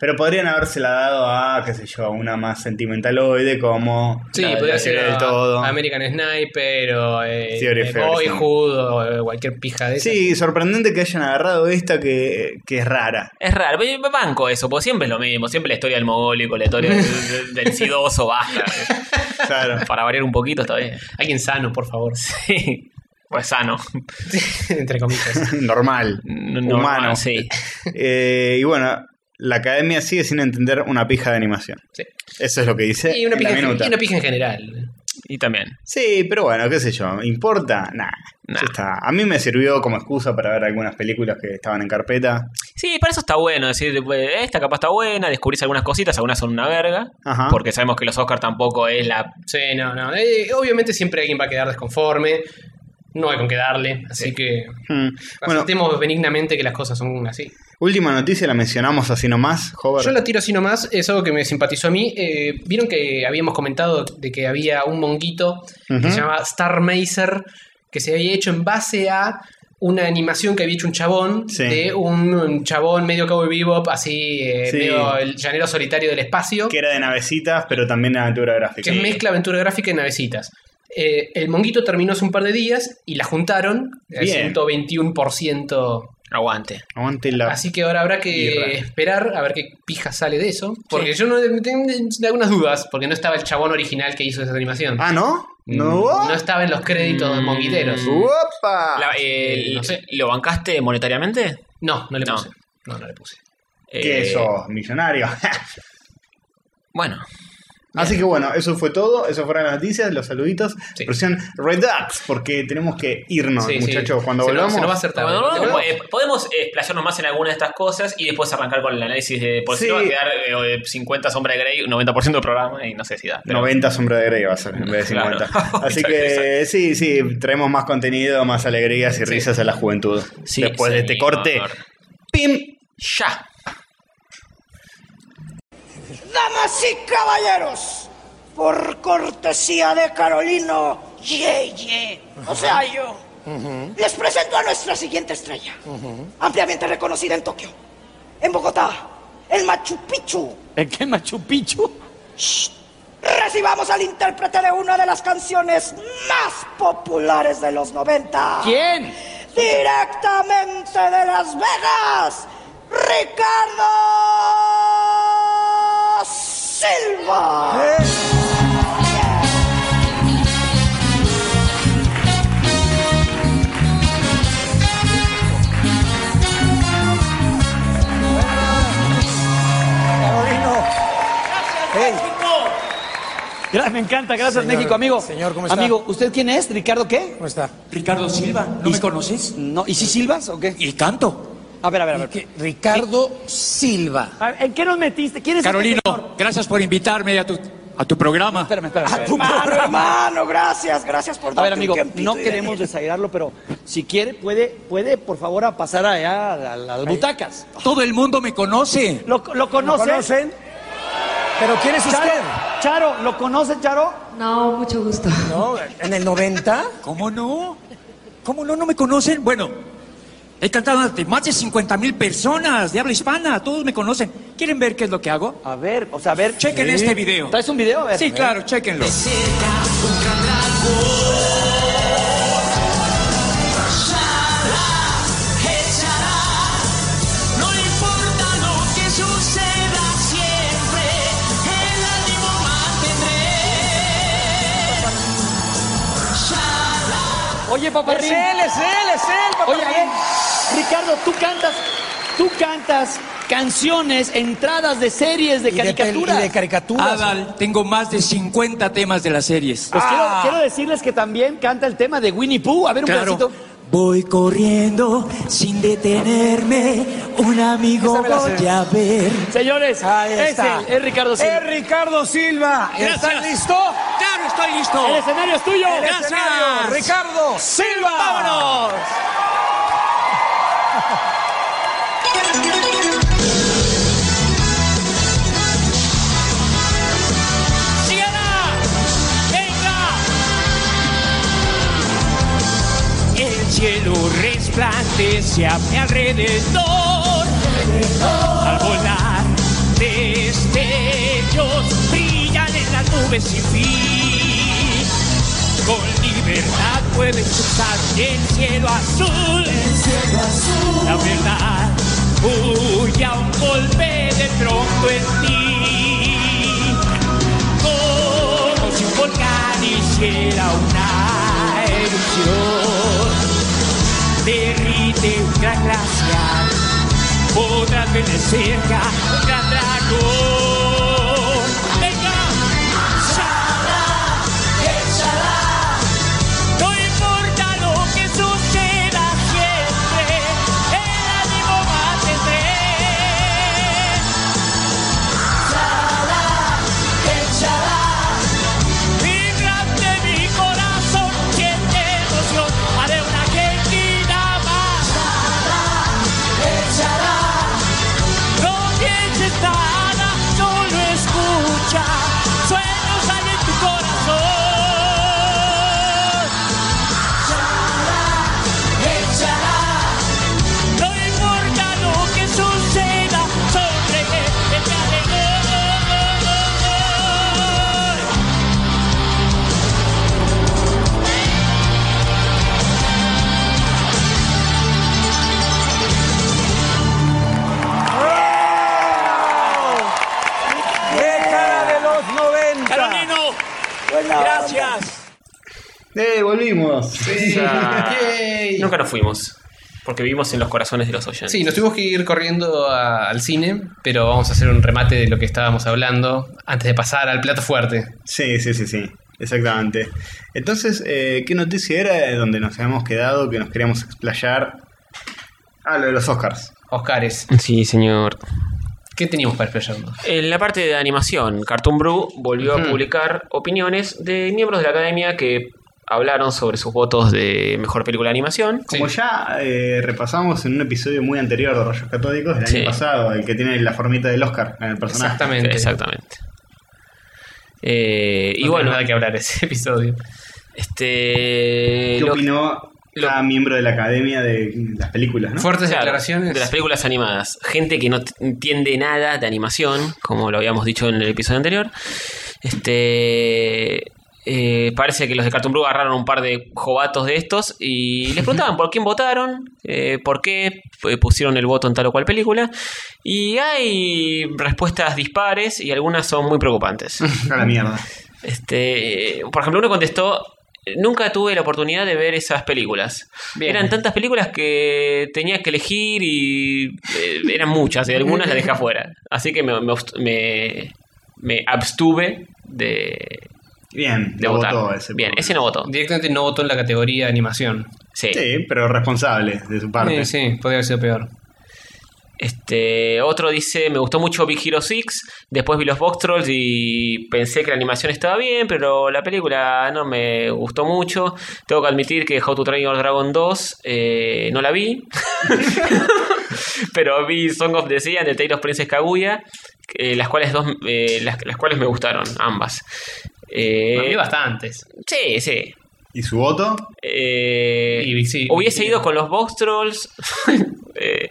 E: Pero podrían habérsela dado a, qué sé yo, a una más sentimentaloide como.
D: Sí,
E: la de
D: podría
E: la
D: ser
E: Serie del
D: a-
E: todo.
D: American Sniper o eh,
E: Theory of
D: eh,
E: Everything.
D: Boyhood o eh, cualquier pija de esas.
E: Sí, sorprendente que hayan agarrado esta que, que es rara.
C: Es raro, pero yo banco eso, porque siempre es lo mismo, siempre la historia del mogólico, la historia del, del- del sidoso, basta.
E: Claro.
C: Para variar un poquito está bien.
D: Alguien sano, por favor.
C: Sí. Pues sano.
D: Entre comillas.
E: Normal.
C: N-
E: Humano.
C: normal, sí.
E: Eh, y bueno, la academia sigue sin entender una pija de animación.
D: Sí.
E: Eso es lo que dice.
D: Y una,
E: en la
D: pija, en-
E: minuta.
D: y una pija en general.
C: Y también.
E: Sí, pero bueno, qué sé yo. ¿Importa? Nah.
C: Nah.
E: Ya está. A mí me sirvió como excusa para ver algunas películas que estaban en carpeta.
C: Sí, para eso está bueno, decir, pues, esta capa está buena, descubrís algunas cositas, algunas son una verga,
E: Ajá.
C: porque sabemos que los Oscar tampoco es la...
D: Sí, no, no. Eh, obviamente siempre alguien va a quedar desconforme. No hay con qué darle. Así que
E: Mm. Bueno,
D: aceptemos benignamente que las cosas son así.
E: última noticia, la mencionamos así nomás, Hover.
D: Yo la tiro así nomás, es algo que me simpatizó a mí. Eh, Vieron que habíamos comentado de que había un monguito que
E: Ujú.
D: se llamaba Star Mazer, que se había hecho en base a una animación que había hecho un chabón,
E: Sí.
D: de un, un chabón medio cowboy bebop, así eh,
E: Sí.
D: medio el llanero solitario del espacio,
E: Que era de navecitas, pero también de aventura gráfica.
D: que mezcla aventura gráfica y navecitas. Eh, el monguito terminó hace un par de días y la juntaron al
E: Bien.
D: 121%.
C: Aguante.
E: Aguante la.
D: Así que ahora habrá que
E: Birra.
D: esperar a ver qué pija sale de eso. Porque yo no tengo algunas dudas, porque no estaba el chabón original que hizo esa animación.
E: Ah, ¿no? ¡Oh! No.
D: Mm,
E: Uh.
D: No estaba en los créditos
C: Mm.
D: monguiteros.
E: ¡Opa!
C: La- eh,
D: no sé.
C: ¿Lo bancaste monetariamente?
D: No, no le
C: No.
D: puse. No, no le puse.
E: ¿Qué
C: Eh,
E: sos? Millonario.
C: Bueno,
E: Así que bueno, eso fue todo. Eso fueron las noticias, los saluditos.
D: Sí.
E: Versión Redux, porque tenemos que irnos,
D: Sí, sí.
E: muchachos. Cuando
D: Se nos-
E: volvamos.
D: se nos va a hacer tarde.
C: Bueno, no,
D: ¿Te acuerdas?
C: eh, podemos explayarnos más en alguna de estas cosas y después arrancar con el análisis de. Por si
E: Sí.
C: no va a quedar eh, 50 sombra de Grey, 90% del programa y no sé si da. pero-
E: 90 sombra de Grey va a ser en vez de
C: Claro.
E: 50. Así que
C: Exacto,
E: sí, sí, traemos más contenido, más alegrías y risas a la juventud.
C: Sí,
E: Después de este
C: señor.
E: corte. ¡Pim!
C: Ya.
F: Damas y caballeros, por cortesía de Carolino Yeye, o sea yo, les presento a nuestra siguiente estrella, ampliamente reconocida en Tokio, en Bogotá, en Machu Picchu.
G: ¿El qué Machu Picchu?
F: Recibamos al intérprete de una de las canciones más populares de los 90.
G: ¿Quién?
F: Directamente de Las Vegas, Ricardo Silva.
G: Carolino. Ey. Gra- Me encanta, gracias
H: Señor,
G: México, amigo.
H: señor, ¿cómo está?
G: Amigo, ¿usted quién es? ¿Ricardo qué?
H: ¿Cómo está?
G: Ricardo Silva,
H: ¿No me conoces?
G: No, ¿y si silbas o qué?
H: Y canto.
G: A ver, a ver, a ver.
H: Que- Ricardo Silva.
G: A ver, ¿En qué nos metiste? ¿Quién es este señor?
H: Carolino, gracias por invitarme a tu, a tu programa.
G: Espérame, espérame.
H: A tu
F: Hermano,
H: programa.
F: hermano, gracias, gracias por
G: A ver,
F: darte un
G: amigo,
F: tiempito
G: no
F: y de
G: queremos
F: venir.
G: desairarlo, pero si quiere, puede, puede por favor, a pasar allá a, a las butacas.
H: Todo el mundo me conoce.
G: ¿Lo, lo conoce?
H: conocen? ¿Pero quién es
G: Charo, Charo, ¿lo conoce, Charo?
I: No, mucho gusto.
H: No, en el 90. ¿Cómo no? ¿Cómo no? ¿No me conocen? Bueno, he cantado ante más de 50 mil personas de habla hispana. Todos me conocen. ¿Quieren ver qué es lo que hago?
G: A ver, o sea, a ver.
H: Chequen
G: Sí.
H: este video.
G: ¿Traes un video? A ver.
H: Sí, claro, chequenlo.
J: No importa lo que suceda siempre, el ánimo mantendré.
G: Oye, paparrín.
H: Es él, es él, es él,
G: Oye, a
H: paparrín.
G: ver, eh, Ricardo, tú cantas, tú cantas canciones, entradas de series, de
H: Y de pel-
G: caricaturas.
H: y de
G: caricaturas.
H: Adal, tengo más de 50 temas de las series.
G: Pues
H: Ah.
G: quiero, quiero decirles que también canta el tema de Winnie Pooh. A ver, un
H: Claro.
G: pedacito.
H: Voy corriendo sin detenerme, un amigo voy a ver.
G: Señores, es él, es Ricardo Silva.
H: Ricardo Silva.
G: ¿Estás
H: listo? Claro, estoy listo.
G: El escenario es tuyo.
H: Gracias. Ricardo Silva.
G: ¡Vámonos!
H: ¡Sígala! ¡Venga! El cielo resplandece a mi alrededor. Al volar destellos brillan en las nubes sin fin. Con libertad puedes usar el cielo azul. La verdad huye a un golpe de pronto en ti como si un volcán hiciera una erupción. Derrite un gran glaciar, podrás ver de cerca un gran dragón. ¡Venga! ¡Shala! ¡Échala! No importa lo que suceda siempre, el ánimo va a tener. Vibrante mi corazón, siente emoción, haré una argentina más. No pienses nada, solo escucha, sueños hay en tu corazón. No importa lo que suceda, este sonríe, vete a reír. Carolino, gracias.
E: ¡Eh, volvimos!
C: Ya.
E: Yay.
C: Nunca nos fuimos. Porque vivimos en los corazones de los oyentes.
D: Sí, nos tuvimos que ir corriendo a- al cine, pero vamos a hacer un remate de lo que estábamos hablando antes de pasar al plato fuerte.
E: Sí, sí, sí, sí. Exactamente. Entonces, eh, ¿qué noticia era de donde nos habíamos quedado, que nos queríamos explayar? Ah, lo de los Oscars.
D: Oscares,
C: Sí, señor.
D: ¿qué teníamos para explayarnos?
C: En la parte de animación, Cartoon Brew volvió a
D: Ujú.
C: publicar opiniones de miembros de la academia que hablaron sobre sus votos de mejor película de animación.
E: Como
D: Sí.
E: ya eh, repasamos en un episodio muy anterior de Rayos Catódicos del
C: Sí.
E: año pasado, el que tiene la formita del Oscar en el personaje.
D: Exactamente.
C: Exactamente. Eh, y
D: No
C: bueno,
D: tenemos nada que hablar ese episodio.
C: este.
E: ¿Qué
C: lo-
E: opinó cada miembro de la academia de las películas, no?
D: Fuertes
C: Claro,
D: declaraciones.
C: De las películas animadas. Gente que no t- entiende nada de animación, como lo habíamos dicho en el episodio anterior. Este. eh, parece que los de Cartoon Brew agarraron un par de jovatos de estos y les preguntaban por quién votaron, eh, por qué eh, pusieron el voto en tal o cual película. Y hay respuestas dispares y algunas son muy preocupantes.
E: A la mierda.
C: Este, por ejemplo, uno contestó, nunca tuve la oportunidad de ver esas películas.
D: Bien.
C: Eran tantas películas que tenía que elegir y eh, eran muchas y algunas las dejé afuera. Así que me, me obst- me- me abstuve de,
E: Bien,
C: de
E: lo
C: votar.
E: votó ese.
C: Bien,
E: pobre.
C: ese no votó.
D: Directamente no votó en la categoría animación.
C: Sí.
E: Sí, pero responsable de su parte.
D: Eh, sí, podría haber sido peor.
C: Este, otro dice, me gustó mucho Big Hero 6, después vi los Box Trolls y pensé que la animación estaba bien, pero la película no me gustó mucho. Tengo que admitir que How to Train Your Dragon 2 eh, no la vi, pero vi Song of the Sea and The Tale of Princess Kaguya, eh, las, cuales dos, eh, las, las cuales me gustaron, ambas. Eh,
D: Había bastantes.
C: sí, sí.
E: ¿Y su voto?
C: Eh,
D: Y sí,
C: hubiese
D: sí.
C: ido con los Box Trolls, eh,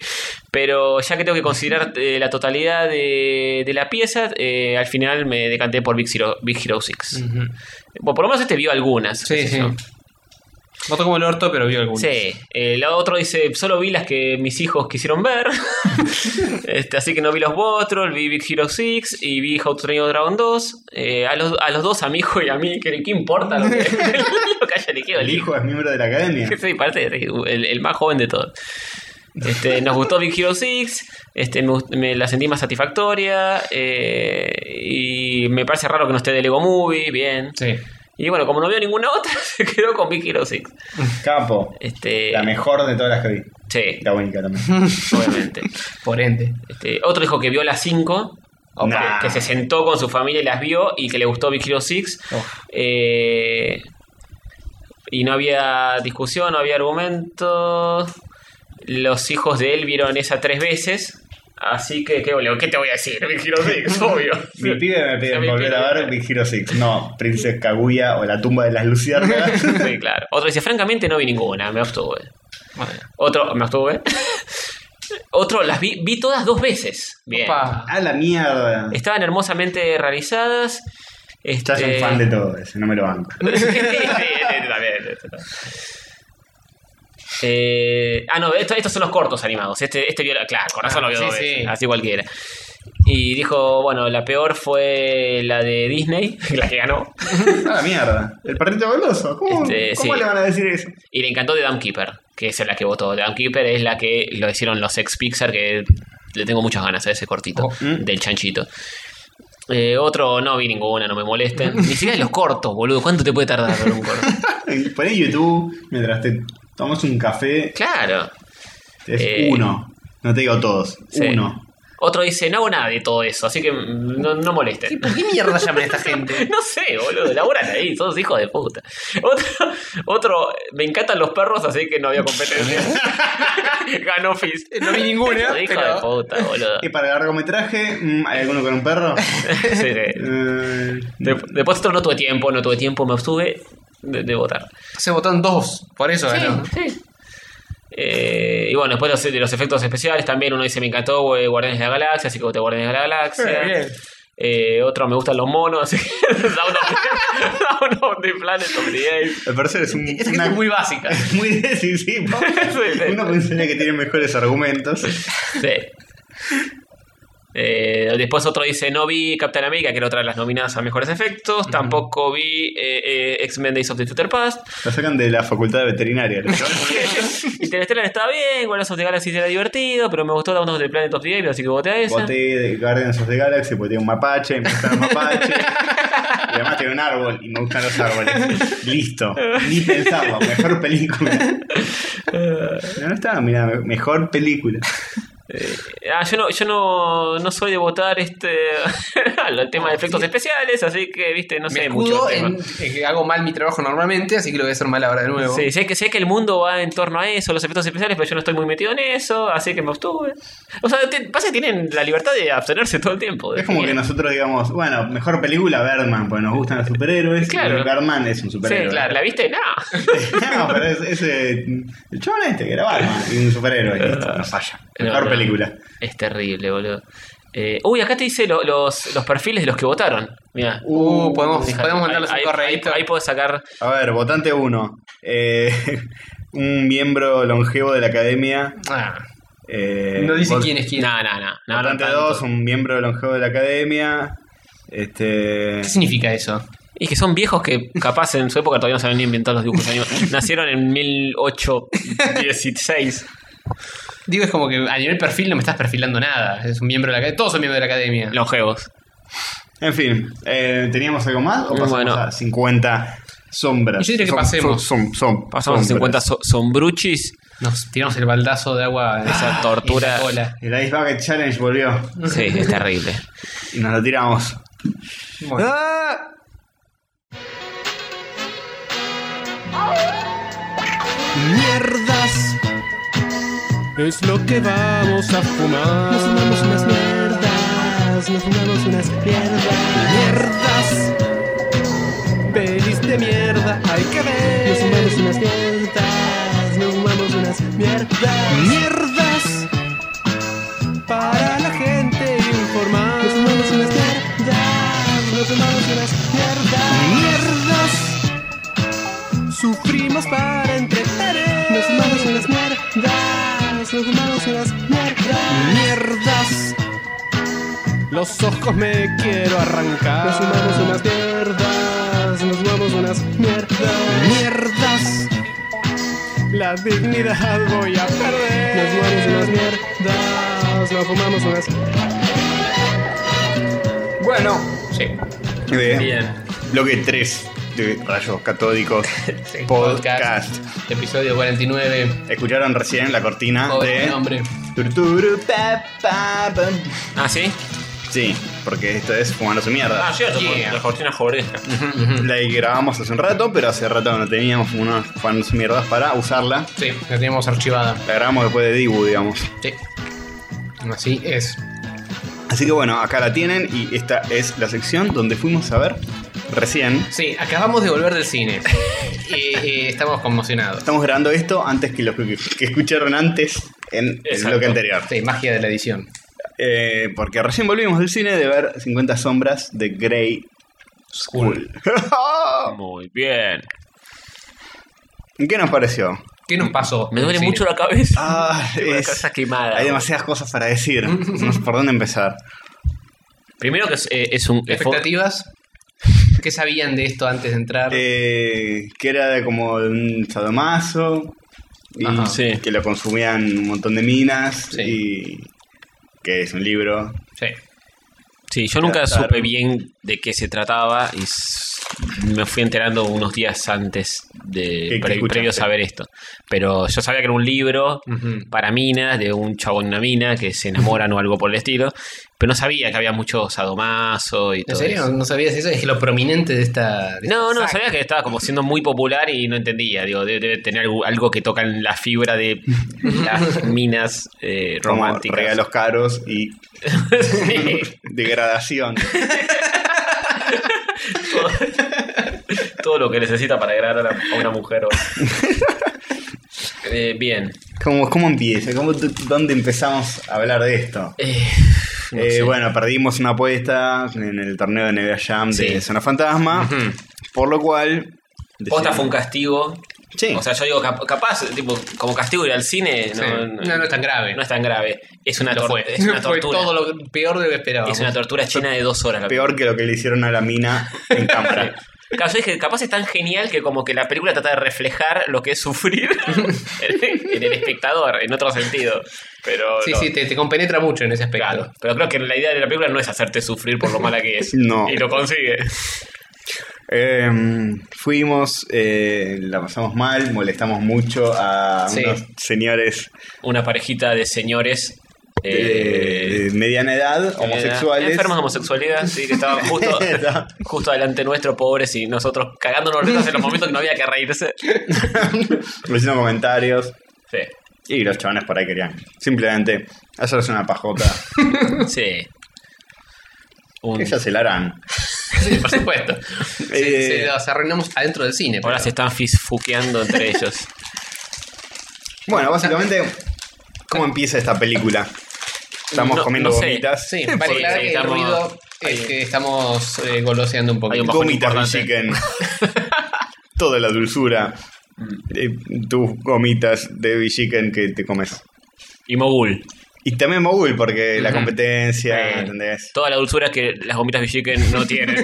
C: pero ya que tengo que considerar eh, la totalidad de, de la pieza, eh, al final me decanté por Big, Zero- Big Hero 6.
D: Ujú.
C: Bueno, por lo menos este vio algunas. qué
D: Mm. Sí,
C: sé
D: sí.
C: yo.
D: Votó como el orto, pero vio algunos.
C: Sí, el otro dice, solo vi las que mis hijos quisieron ver. Este, así que no vi los Botrol, vi Big Hero 6 y vi How to Train Your Dragon 2. Eh, a, los, a los dos, a mi hijo y a mí, ¿qué, qué importa lo que, lo que haya elegido
E: El
C: el hijo?
E: hijo es miembro de la academia.
C: Sí, parece el, el más joven de todos. Este, nos gustó Big Hero 6, este, me, gust- me la sentí más satisfactoria eh, y me parece raro que no esté de Lego Movie, bien.
D: Sí.
C: Y bueno, como no veo ninguna otra, se quedó con Big Hero 6.
E: Capo.
C: Este,
E: La mejor de todas las que vi.
C: Sí,
E: La única también.
C: obviamente.
D: Por ende.
C: Este, otro dijo que vio las 5,
E: Nah.
C: que, que se sentó con su familia y las vio y que le gustó Big Hero 6. Eh, y no había discusión, no había argumento. Los hijos de él vieron esa tres veces. Así que, ¿qué, boludo? ¿Qué te voy a decir? Big Hero 6, obvio.
E: Mi pibe me
C: Sí,
E: pide
C: mi
E: volver
C: pibe
E: a ver
C: me-
E: Big Hero 6. No, Princess Kaguya o La tumba de las luciérnagas.
C: Sí, claro. Otro dice, francamente no vi ninguna, me abstuve.
D: Bueno.
C: Otro, me abstuve. Otro, las vi, vi todas dos veces. Bien.
D: Opa.
E: a la mierda.
C: Estaban hermosamente realizadas.
E: Ya soy
C: Este-
E: fan de todo ese, no me lo banco.
C: Sí, sí, sí, también, sí, también. Eh, ah, no, esto- estos son los cortos animados. Este, este vio, la- claro, con razón lo vio
D: Ah, sí,
C: dos veces,
D: sí.
C: así cualquiera. Y dijo, bueno, la peor fue la de Disney, la que ganó.
E: A la mierda. El perrito goloso. ¿Cómo,
C: Este,
E: cómo
C: sí.
E: le van a decir eso?
C: Y le encantó The Dumb Keeper, que es la que votó. The Dumb Keeper es la que lo hicieron los ex Pixar, que le tengo muchas ganas a ese cortito
D: Oh.
C: del chanchito. Eh, otro, no vi ninguna, no me moleste. Ni siquiera los cortos, boludo. ¿Cuánto te puede tardar ver un corto?
E: Poné YouTube mientras te tomas un café.
C: Claro.
E: Es
C: Eh,
E: uno. No te digo todos.
C: Sí.
E: Uno.
C: Otro dice, no hago nada de todo eso, así que mm, no, no molesten.
D: ¿Por qué mierda llaman a esta gente?
C: No sé, boludo, laburan ahí, todos hijos de puta. Otro, otro, me encantan los perros, así que no había competencia. Ganó Fizz.
D: No vi ninguna,
C: Todos hijos
D: pero-
C: de puta, boludo.
E: Y para el largometraje, mm, ¿hay alguno con un perro?
C: Sí, sí.
E: Eh,
C: De- después otro no tuve tiempo, no tuve tiempo, me abstuve de, de votar.
D: Se votaron dos, por eso ganó.
C: Eh, y bueno, después los- de los efectos especiales también uno dice me encantó eh, Guardianes de la Galaxia, así que voté Guardianes de la Galaxia.
D: Eh, bien.
C: Eh, otro me gustan los monos, así que Down of, Down of the Planet of the Apes.
E: al parecer es un,
D: Es gente
E: una-
D: muy básica.
E: muy decisivo.
C: Sí, sí.
E: Uno pensaría que tiene mejores argumentos.
C: Sí. Eh, después otro dice, no vi Captain America, que era otra de las nominadas a mejores efectos. Tampoco vi eh, eh, X-Men Days of the Future Past.
E: Lo sacan de la facultad de veterinaria.
C: Interstellar estaba bien, Guardians of the Galaxy era divertido, pero me gustó Dawn of the Planet of the Apes, así que voté a esa.
E: Boté de Guardians of the Galaxy porque tiene un mapache, me gustan los mapaches. Y además tiene un árbol y me gustan los árboles. Listo. Ni pensaba, mejor película. No, no estaba, mira, mejor película.
C: Eh, ah, yo no, yo no, no soy de votar este al tema de efectos especiales, así que viste, no
D: Me
C: sé mucho.
D: escudo
C: del tema.
D: en en que hago mal mi trabajo normalmente, así que lo voy a hacer mal ahora de nuevo.
C: Sí, sé que sé que el mundo va en torno a eso, los efectos especiales, pero yo no estoy muy metido en eso, así que me obtuve. O sea, te- pasa que tienen la libertad de abstenerse todo el tiempo. de
E: Es como que nosotros digamos, bueno, mejor película Birdman, porque nos gustan los superhéroes.
C: Claro.
E: Pero Birdman es un
C: Sí,
E: superhéroe.
C: claro, ¿la viste? No.
E: No, pero es, es, eh, el chabón este que era Batman y un superhéroe. y listo, no falla. Mejor
C: No, no.
E: película.
C: Es terrible, boludo. Eh, uy, acá te dice lo- los, los perfiles de los que votaron. Mira.
D: Uh, podemos, podemos mandarles un
C: ahí, ahí,
D: correíto.
C: ahí puedo sacar.
E: A ver, votante 1. un miembro longevo de la academia.
D: Ah,
E: eh,
D: no dice
E: vot-
D: quién es quién.
C: No, no, no. no, no
E: Votante
C: tanto.
E: 2, un miembro longevo de la academia. Este.
D: ¿Qué significa eso?
C: Y que son viejos que capaz en su época todavía no se habían inventado los dibujos animados. Nacieron en 1816.
D: Digo, es como que a nivel perfil no me estás perfilando nada. Es un miembro de la academia. Todos son miembros de la academia.
C: Longevos.
E: En fin, eh, ¿teníamos algo más o pasamos
C: Bueno.
E: a 50 sombras?
D: Yo diría que
E: Som-
D: pasemos.
E: som- som-
C: Pasamos a
E: sombras.
C: 50 so- sombruchis.
D: Nos tiramos el baldazo de agua.
C: Esa
D: en
C: tortura.
D: la cola.
E: El Ice Bucket Challenge volvió
C: Sí, es terrible.
E: y nos lo tiramos.
D: Bueno.
E: ¡Ah!
B: Mierdas. Es lo que vamos a fumar. Nos fumamos unas mierdas. Nos fumamos unas mierdas. Mierdas. Pelis de mierda, hay que ver. Nos fumamos unas mierdas. Nos fumamos unas mierdas. Mierdas. Para la gente informar. Nos fumamos unas mierdas. Nos fumamos unas mierdas. Mierdas. Sufrimos para entretener. Nos fumamos unas mierdas. Nos fumamos unas mierdas. Mierdas. Los ojos me quiero arrancar. Nos fumamos unas mierdas. Nos fumamos unas mierdas. Mierdas. La dignidad voy a perder. Nos fumamos unas mierdas. Nos fumamos unas
E: Bueno,
D: Sí.
E: bien.
C: Bien.
E: Eh, bloque 3 de Rayos Catódicos
D: Sí,
E: Podcast.
D: Episodio 49.
E: Escucharon recién la cortina
D: Pobre
E: de.
D: nombre.
E: Turuturu, pa, pa, pam.
C: ¿Ah, sí?
E: Sí, porque esto es fumándose mierda.
C: cierto,
D: por- por
C: Jorgina Jorgesca.
E: La que grabamos hace un rato, pero hace rato no teníamos unos fumándose mierdas para usarla.
D: Sí, la tenemos archivada.
E: La grabamos después de Dibu, digamos.
D: Sí. Así es.
E: Así que bueno, acá la tienen y esta es la sección donde fuimos a ver recién.
D: Sí, acabamos de volver del cine. y, y estamos conmocionados.
E: Estamos grabando esto antes que los que, que escucharon antes en el
C: Exacto.
E: bloque anterior.
D: Sí, magia de la edición.
E: Eh, porque recién volvimos del cine de ver 50 sombras de Grey School.
C: Muy bien.
E: ¿Qué nos pareció?
D: ¿Qué nos pasó?
C: Me duele
D: Sí.
C: mucho la cabeza.
E: Ah,
C: Tengo la
E: es-
C: cabeza quemada.
E: Hay demasiadas cosas para decir. No sé por dónde empezar.
C: Primero que es, eh, es un... es fo-
D: ¿Expectativas? ¿Qué sabían de esto antes de entrar?
E: Eh, que era de como un sadomaso. Y
D: Ajá.
C: Sí.
E: que lo consumían un montón de minas.
D: Sí.
E: Y que es un libro.
D: Sí.
C: Sí, yo nunca
E: Claro.
C: supe bien de qué se trataba y s- me fui enterando unos días antes
E: ¿Qué-
C: de
E: qué
C: pre-
E: escuchaste? Mm.
C: previo a saber esto. Pero yo sabía que era un libro
D: Ujú.
C: para minas de un chabón y una mina que se enamoran o algo por el estilo, pero no sabía que había mucho sadomaso y
D: ¿En
C: todo
D: serio?
C: eso.
D: ¿No sabías eso? Es lo prominente de esta. de
C: No, no,
D: esta saga.
C: sabía que estaba como siendo muy popular y no entendía. Digo, debe, debe tener algo, algo que toca en la fibra de las minas eh,
E: como
C: románticas.
E: regalos caros y
C: Sí.
E: degradación.
C: todo lo que necesita para agradar a, la- a una mujer. hoy. Eh, bien.
E: ¿Cómo, ¿Cómo empieza? ¿Cómo, t- ¿Dónde empezamos a hablar de esto?
C: Eh, no
E: Eh,
C: sé.
E: Bueno, perdimos una apuesta en el torneo de NBA Jam de
C: Sí.
D: Hmm,
E: Zona Fantasma. Por lo cual.
C: Posta
E: decidimos-
C: fue un castigo
E: Sí.
C: O sea, yo digo, cap- capaz, tipo, como castigo ir al cine.
D: Sí.
C: No,
D: No, no es tan grave.
C: No es tan grave. Es una,
D: Lo
C: tor-
D: fue.
C: es una
D: Fue
C: tortura.
D: todo lo peor de lo que esperábamos.
C: Es una tortura china de dos horas. la
E: Peor que lo que le hicieron a la mina en cámara.
C: Claro, yo dije, capaz es tan genial que como que la película trata de reflejar lo que es sufrir en en el espectador, en otro sentido. Pero
D: Sí,
C: no.
D: sí, te, te compenetra mucho en ese aspecto.
C: Claro, pero creo que la idea de la película no es hacerte sufrir por lo mala que es.
E: No.
C: Y lo consigue.
E: Eh, fuimos, eh, la pasamos mal, molestamos mucho a
D: Sí.
E: unos señores
C: Una parejita de señores. eh,
E: de, de mediana edad, homosexuales.
C: Enfermos de homosexualidad, sí, que estaban justo,
E: Está.
C: justo delante nuestro, pobres, y nosotros cagándonos los dedos en los momentos que no había que reírse.
E: me hicieron comentarios.
C: Sí.
E: Y los chavales por ahí querían simplemente hacerse una pajota.
C: Sí. Un-
E: Ellas se la harán.
D: Sí, por supuesto. Sí,
E: Eh,
D: se los arruinamos adentro del cine.
C: Ahora
D: pero-
C: se están fisfuqueando entre ellos.
E: Bueno, básicamente, ¿cómo empieza esta película? Estamos
C: No-
E: comiendo
C: no sé.
E: gomitas.
D: Sí, para
C: Sí,
D: aclarar que el
C: estamos-
D: ruido es que estamos eh, goloseando un
C: Hay un
D: poquito.
C: bajón
E: Gomitas de
C: importante.
E: chicken. Toda la dulzura. Eh, tus gomitas de Bichiken que te comes.
C: Y Mogul.
E: Y también Mogul, porque la
C: Ujú.
E: competencia,
C: Eh,
E: ¿entendés?
C: Toda la dulzura que las gomitas de Chicken no tienen.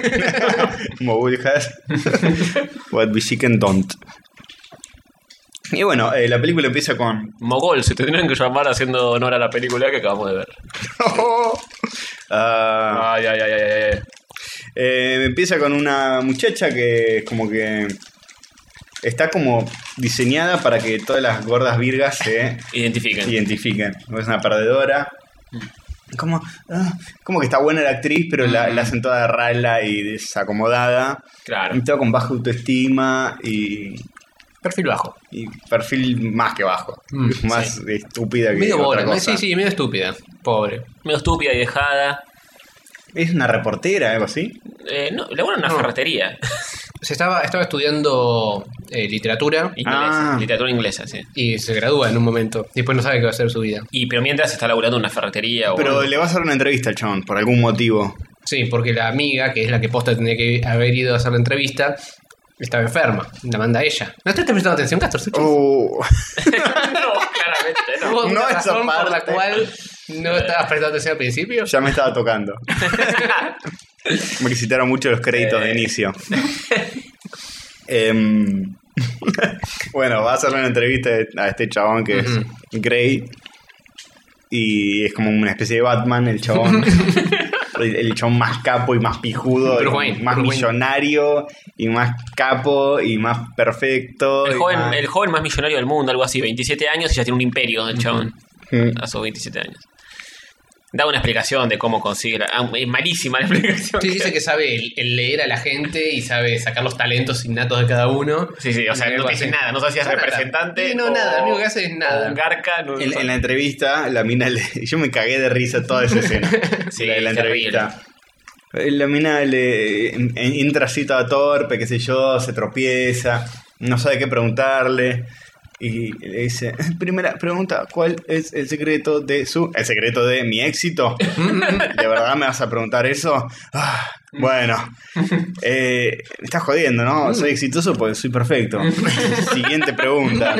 E: Mogul has what Bichiken don't. Y bueno, eh, la película empieza con
C: Mogol, se tendrían que llamar haciendo honor a la película que acabamos de ver.
E: Oh, Ah,
C: Ay, ay, ay, ay, ay, ay.
E: eh, empieza con una muchacha que como que está como diseñada para que todas las gordas virgas se
C: Identifiquen.
E: identifiquen. Es una perdedora. Como, ah, como que está buena la actriz, pero la, la hacen toda rala y desacomodada.
C: Claro.
E: Y todo con baja autoestima y,
D: Perfil bajo.
E: y perfil más que bajo. más estúpida que
D: Mm, Medio
E: otra
D: bola. me-
E: cosa.
D: Sí, sí, medio estúpida. Pobre.
C: Medio estúpida y dejada.
E: Es una reportera, algo así.
C: Eh, no, labura en una
D: No.
C: ferretería.
D: Se estaba, estaba estudiando eh, literatura
C: Inglesa,
E: Ah.
C: Literatura inglesa, sí.
D: y se gradúa en un momento. Después no sabe qué va a hacer su vida.
C: Y pero mientras está laburando en una ferretería o
E: Pero
C: algo.
E: le va a hacer una entrevista al chabón, por algún motivo.
D: Sí, porque la amiga, que es la que posta tendría que haber ido a hacer la entrevista, estaba enferma. La manda ella. ¿No estás prestando atención, Castor? ¿Sí?
E: Oh.
C: No, claramente no.
D: Hubo una
E: no, esa
D: razón por la
E: parte.
D: cual no estabas prestando atención al principio.
E: Ya me estaba tocando. me quisitaron mucho los créditos de inicio. Em, bueno, va a hacerle una entrevista a este chabón que es Grey. Y es como una especie de Batman, el chabón. el, el chabón más capo y más pijudo.
D: Bruce
E: y
D: Wayne,
E: más
D: Bruce Wayne.
E: millonario y más capo y más perfecto.
C: El
E: y
C: joven,
E: más-
D: ah.
C: el joven más millonario del mundo, algo así, 27 años y ya tiene un imperio el chabón.
E: Mm.
C: A sus 27 años. Da una explicación de cómo consigue la. ah, Es malísima la explicación.
D: Sí, dice que sabe el, el leer a la gente y sabe sacar los talentos innatos de cada uno.
C: Sí, sí, o sea, no
D: Algo
C: te
D: así.
C: dice nada, no sé si es
D: No, nada.
C: representante.
D: Sí, no,
C: o-
D: nada, lo único que hace es nada.
C: o Un garca, no,
E: En,
C: no-
E: en la entrevista, la mina le, Yo me cagué de risa toda esa escena.
C: Sí,
E: la, de la
C: es
E: entrevista. Eh, La mina le en- entra así toda torpe, qué sé yo, se tropieza, no sabe qué preguntarle. Y le dice, primera pregunta, ¿cuál es el secreto de su... ¿El secreto de mi éxito? ¿De verdad me vas a preguntar eso? Ah, bueno, eh, me estás jodiendo,
C: Mm.
E: ¿no? Soy exitoso porque soy perfecto. Siguiente pregunta.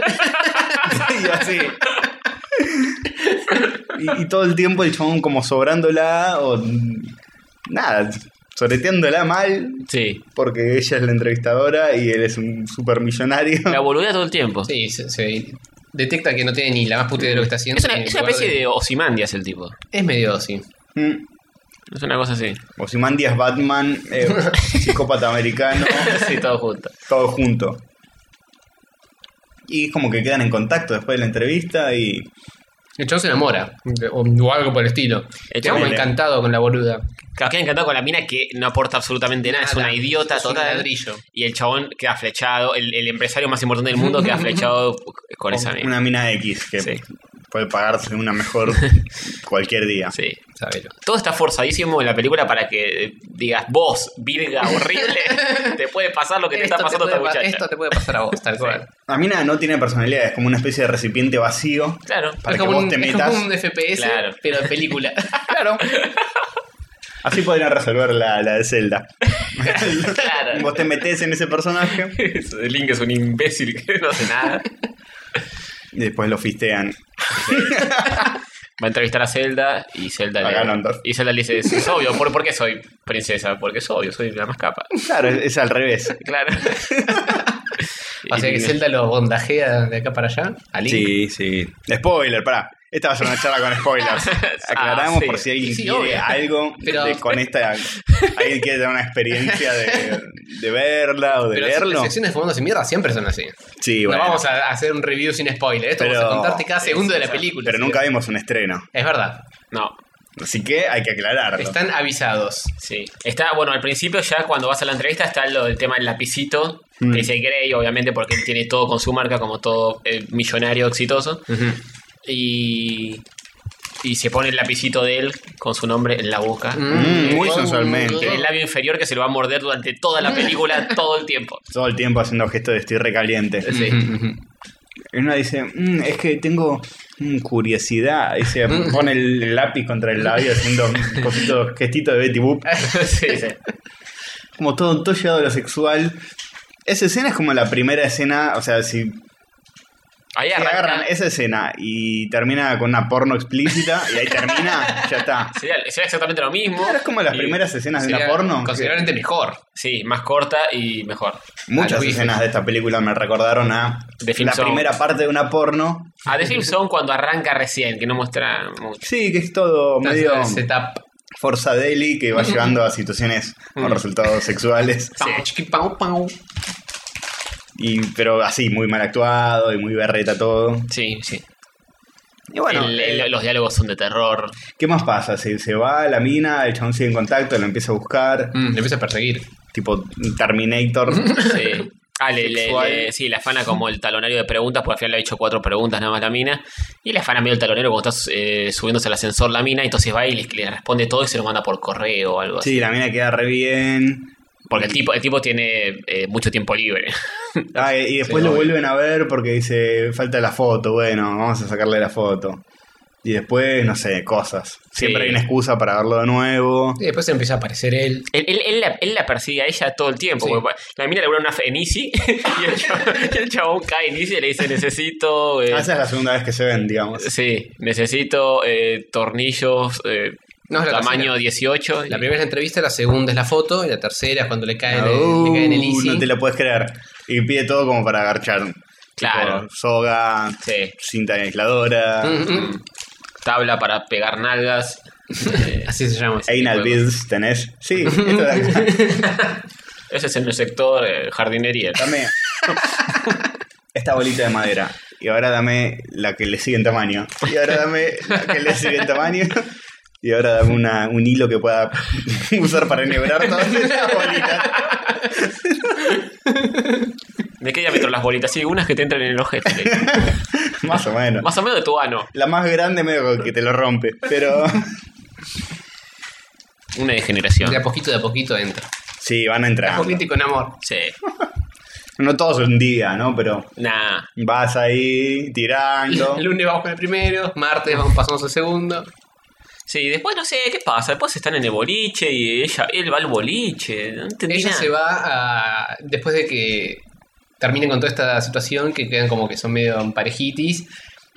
E: y así. Y, y todo el tiempo el chabón como sobrándola o nada, soreteándola mal
C: Sí,
E: porque ella es la entrevistadora y él es un supermillonario.
C: la boludea todo el tiempo.
D: Sí, se, se detecta que no tiene ni la más puta idea de lo que está haciendo.
C: Es una,
D: y en
C: es una
D: lugar
C: especie de Osimandias el tipo.
D: Es medio así.
E: Mm.
C: Es una cosa así.
E: Ozymandias es Batman, eh, psicópata americano,
C: Sí, todo junto.
E: todo junto. Y es como que quedan en contacto después de la entrevista y
D: El chabón se enamora, o, o algo por el estilo.
C: El
D: Quedamos
C: chabón-
D: encantado con la boluda.
C: Claro, queda encantado con la mina que no aporta absolutamente nada, es
D: Nada,
C: una idiota
D: es un
C: total.
D: ladrillo.
C: Y el chabón queda flechado, el, el empresario más importante del mundo queda flechado con esa mina.
E: una mina X que
C: Sí.
E: puede pagarse una mejor cualquier día.
C: Sí.
D: Sabelo.
C: Todo está forzadísimo en la película para que eh, digas, vos, virga horrible, te puede pasar lo que te está pasando a
D: puede
C: esta
D: pa-
C: muchacha.
D: esto te puede pasar a vos, tal cual.
E: La mina no tiene personalidad, es como una especie de recipiente vacío.
C: Claro.
E: Para
D: es
E: que
D: como
E: vos
D: un,
E: te
D: es
E: metas.
D: como un FPS,
C: Claro.
D: pero en película.
E: Claro. Así podrían resolver la, la de Zelda.
C: Claro.
E: Vos te metes en ese personaje
C: Eso de Link es un imbécil que no hace nada.
E: y después lo fistean.
C: Va a entrevistar a Zelda y Zelda
E: A Ganondorf.
C: le, y Zelda le dice, es obvio, ¿por, por qué soy princesa? Porque es obvio, soy la más capa.
E: Claro, es, es al revés.
C: Claro.
D: O sea que Zelda lo bondajea de acá para allá. A Link.
E: Sí, sí. Spoiler, pará. Esta va a ser una charla con spoilers. Aclaramos
C: Ah, sí.
E: por si alguien
D: Sí,
E: quiere
D: obvio.
E: algo
D: Pero-
E: de- con esta. Alguien quiere tener una experiencia de, de verla o de
D: Pero
E: leerlo.
D: las secciones de segundos y mierda siempre son así.
E: Sí, bueno.
D: No vamos a hacer un review sin spoiler. Esto
E: Pero-
D: vamos a contarte cada
E: sí,
D: segundo de la
E: sí,
D: película.
E: Pero
D: así
E: nunca
D: que-
E: vimos un estreno.
D: Es verdad.
C: No,
E: Así que hay que aclararlo.
D: Están avisados.
C: Sí. Está, bueno, al principio ya cuando vas a la entrevista está lo del tema del lapicito, que dice Grey, obviamente, porque él tiene todo con su marca, como todo eh, millonario exitoso. Y. Y se pone el lapicito de él con su nombre en la boca.
E: Mm, muy sensualmente.
C: En el labio inferior que se lo va a morder durante toda la película, todo el tiempo.
E: Todo el tiempo haciendo gestos de estoy recaliente.
C: Sí.
E: Y una dice, "Mm, es que tengo mm, curiosidad. Y se pone el lápiz contra el labio haciendo un poquito gestito de Betty Boop.
C: Sí, sí.
E: Como todo, todo llegado a lo sexual. Esa escena es como la primera escena, o sea, si
C: Ahí
E: si
C: arranca-
E: agarran esa escena y termina con una porno explícita y ahí termina, ya está.
C: Sería, sería exactamente lo mismo.
E: Claro, es como las
C: Y-
E: primeras escenas de
D: Sería
E: una porno.
D: Considerablemente mejor.
C: Sí, más corta y mejor.
E: Muchas
D: a lo
E: escenas de esta película me recordaron a
C: De Film
E: la
C: Zone.
E: primera parte de una porno.
C: A The Film Zone cuando arranca recién, que no muestra mucho.
E: Sí, que es todo medio
D: Medio setup.
E: forzadeli que va llevando a situaciones con resultados sexuales.
D: Pau, chiqui, pau, pau.
E: Y, pero así, muy mal actuado y muy berreta todo.
C: Sí, sí.
E: Y bueno, eh,
C: El- el- los diálogos son de terror.
E: ¿qué más pasa? Se, se va a la mina, el chabón sigue en contacto, lo empieza a buscar.
D: Mm, le empieza a perseguir.
E: Tipo Terminator.
C: Sí. Ah, le- le-
E: Sexual.
C: le- sí, le afana como el talonario de preguntas, porque al final le ha hecho cuatro preguntas nada más la mina. Y le afana medio el talonero cuando estás eh, subiéndose al ascensor la mina, entonces va y le, le responde todo y se lo manda por correo o algo así.
E: sí, la mina queda re bien.
C: Porque el tipo, el tipo tiene eh, mucho tiempo libre.
E: Ah, y y después lo vuelven a ver porque dice, falta la foto, bueno, vamos a sacarle la foto. Y después, no sé, cosas. Siempre
C: Sí.
E: hay una excusa para verlo de nuevo.
D: Y después empieza a aparecer él.
C: Él, él- él la, él la persigue a ella todo el tiempo.
D: Sí.
C: porque La mina le una fe en Easy y el chabón, y el chabón cae en Easy y le dice: Necesito. eh,
E: Ah, Esa es la segunda vez que se ven, digamos.
C: sí, necesito eh, tornillos eh,
D: No, es la
C: tamaño
D: tercera.
C: 18.
D: La primera es la entrevista, la segunda es la foto, y la tercera es cuando le caen,
E: Uh,
D: el, le caen el Easy.
E: no te lo puedes creer. Y pide todo como para agarchar.
C: Claro.
E: Tipo, soga,
C: Sí.
E: cinta aisladora,
D: Mm, mm.
C: tabla para pegar nalgas. Eh,
D: Así se llama.
E: anal beads, tenés. Sí, esto de acá.
C: ese es en el sector eh, jardinería.
E: Dame esta bolita de madera. Y ahora dame la que le sigue en tamaño. Y ahora dame la que le sigue en tamaño. Y ahora dame una, un hilo que pueda usar para enhebrar todas estas bolitas.
C: ¿De qué diámetro las bolitas? Sí, unas que te entran en el ojete.
E: Más o menos.
C: Más o menos de tu ano.
E: La más grande medio que te lo rompe. Pero
C: Una degeneración.
D: De a poquito, de a poquito entra.
E: sí, van a entrar.
D: Poquito y con amor.
C: Sí.
E: No todos un día, ¿no? Pero
C: Nah.
E: vas ahí tirando.
D: Lunes vamos con el primero, martes vamos pasamos al segundo.
C: Sí, después no sé qué pasa. Después están en el boliche y ella, él va al boliche. No entendí
D: Ella
C: nada.
D: se va a. Después de que terminen con toda esta situación, que quedan como que son medio en parejitis,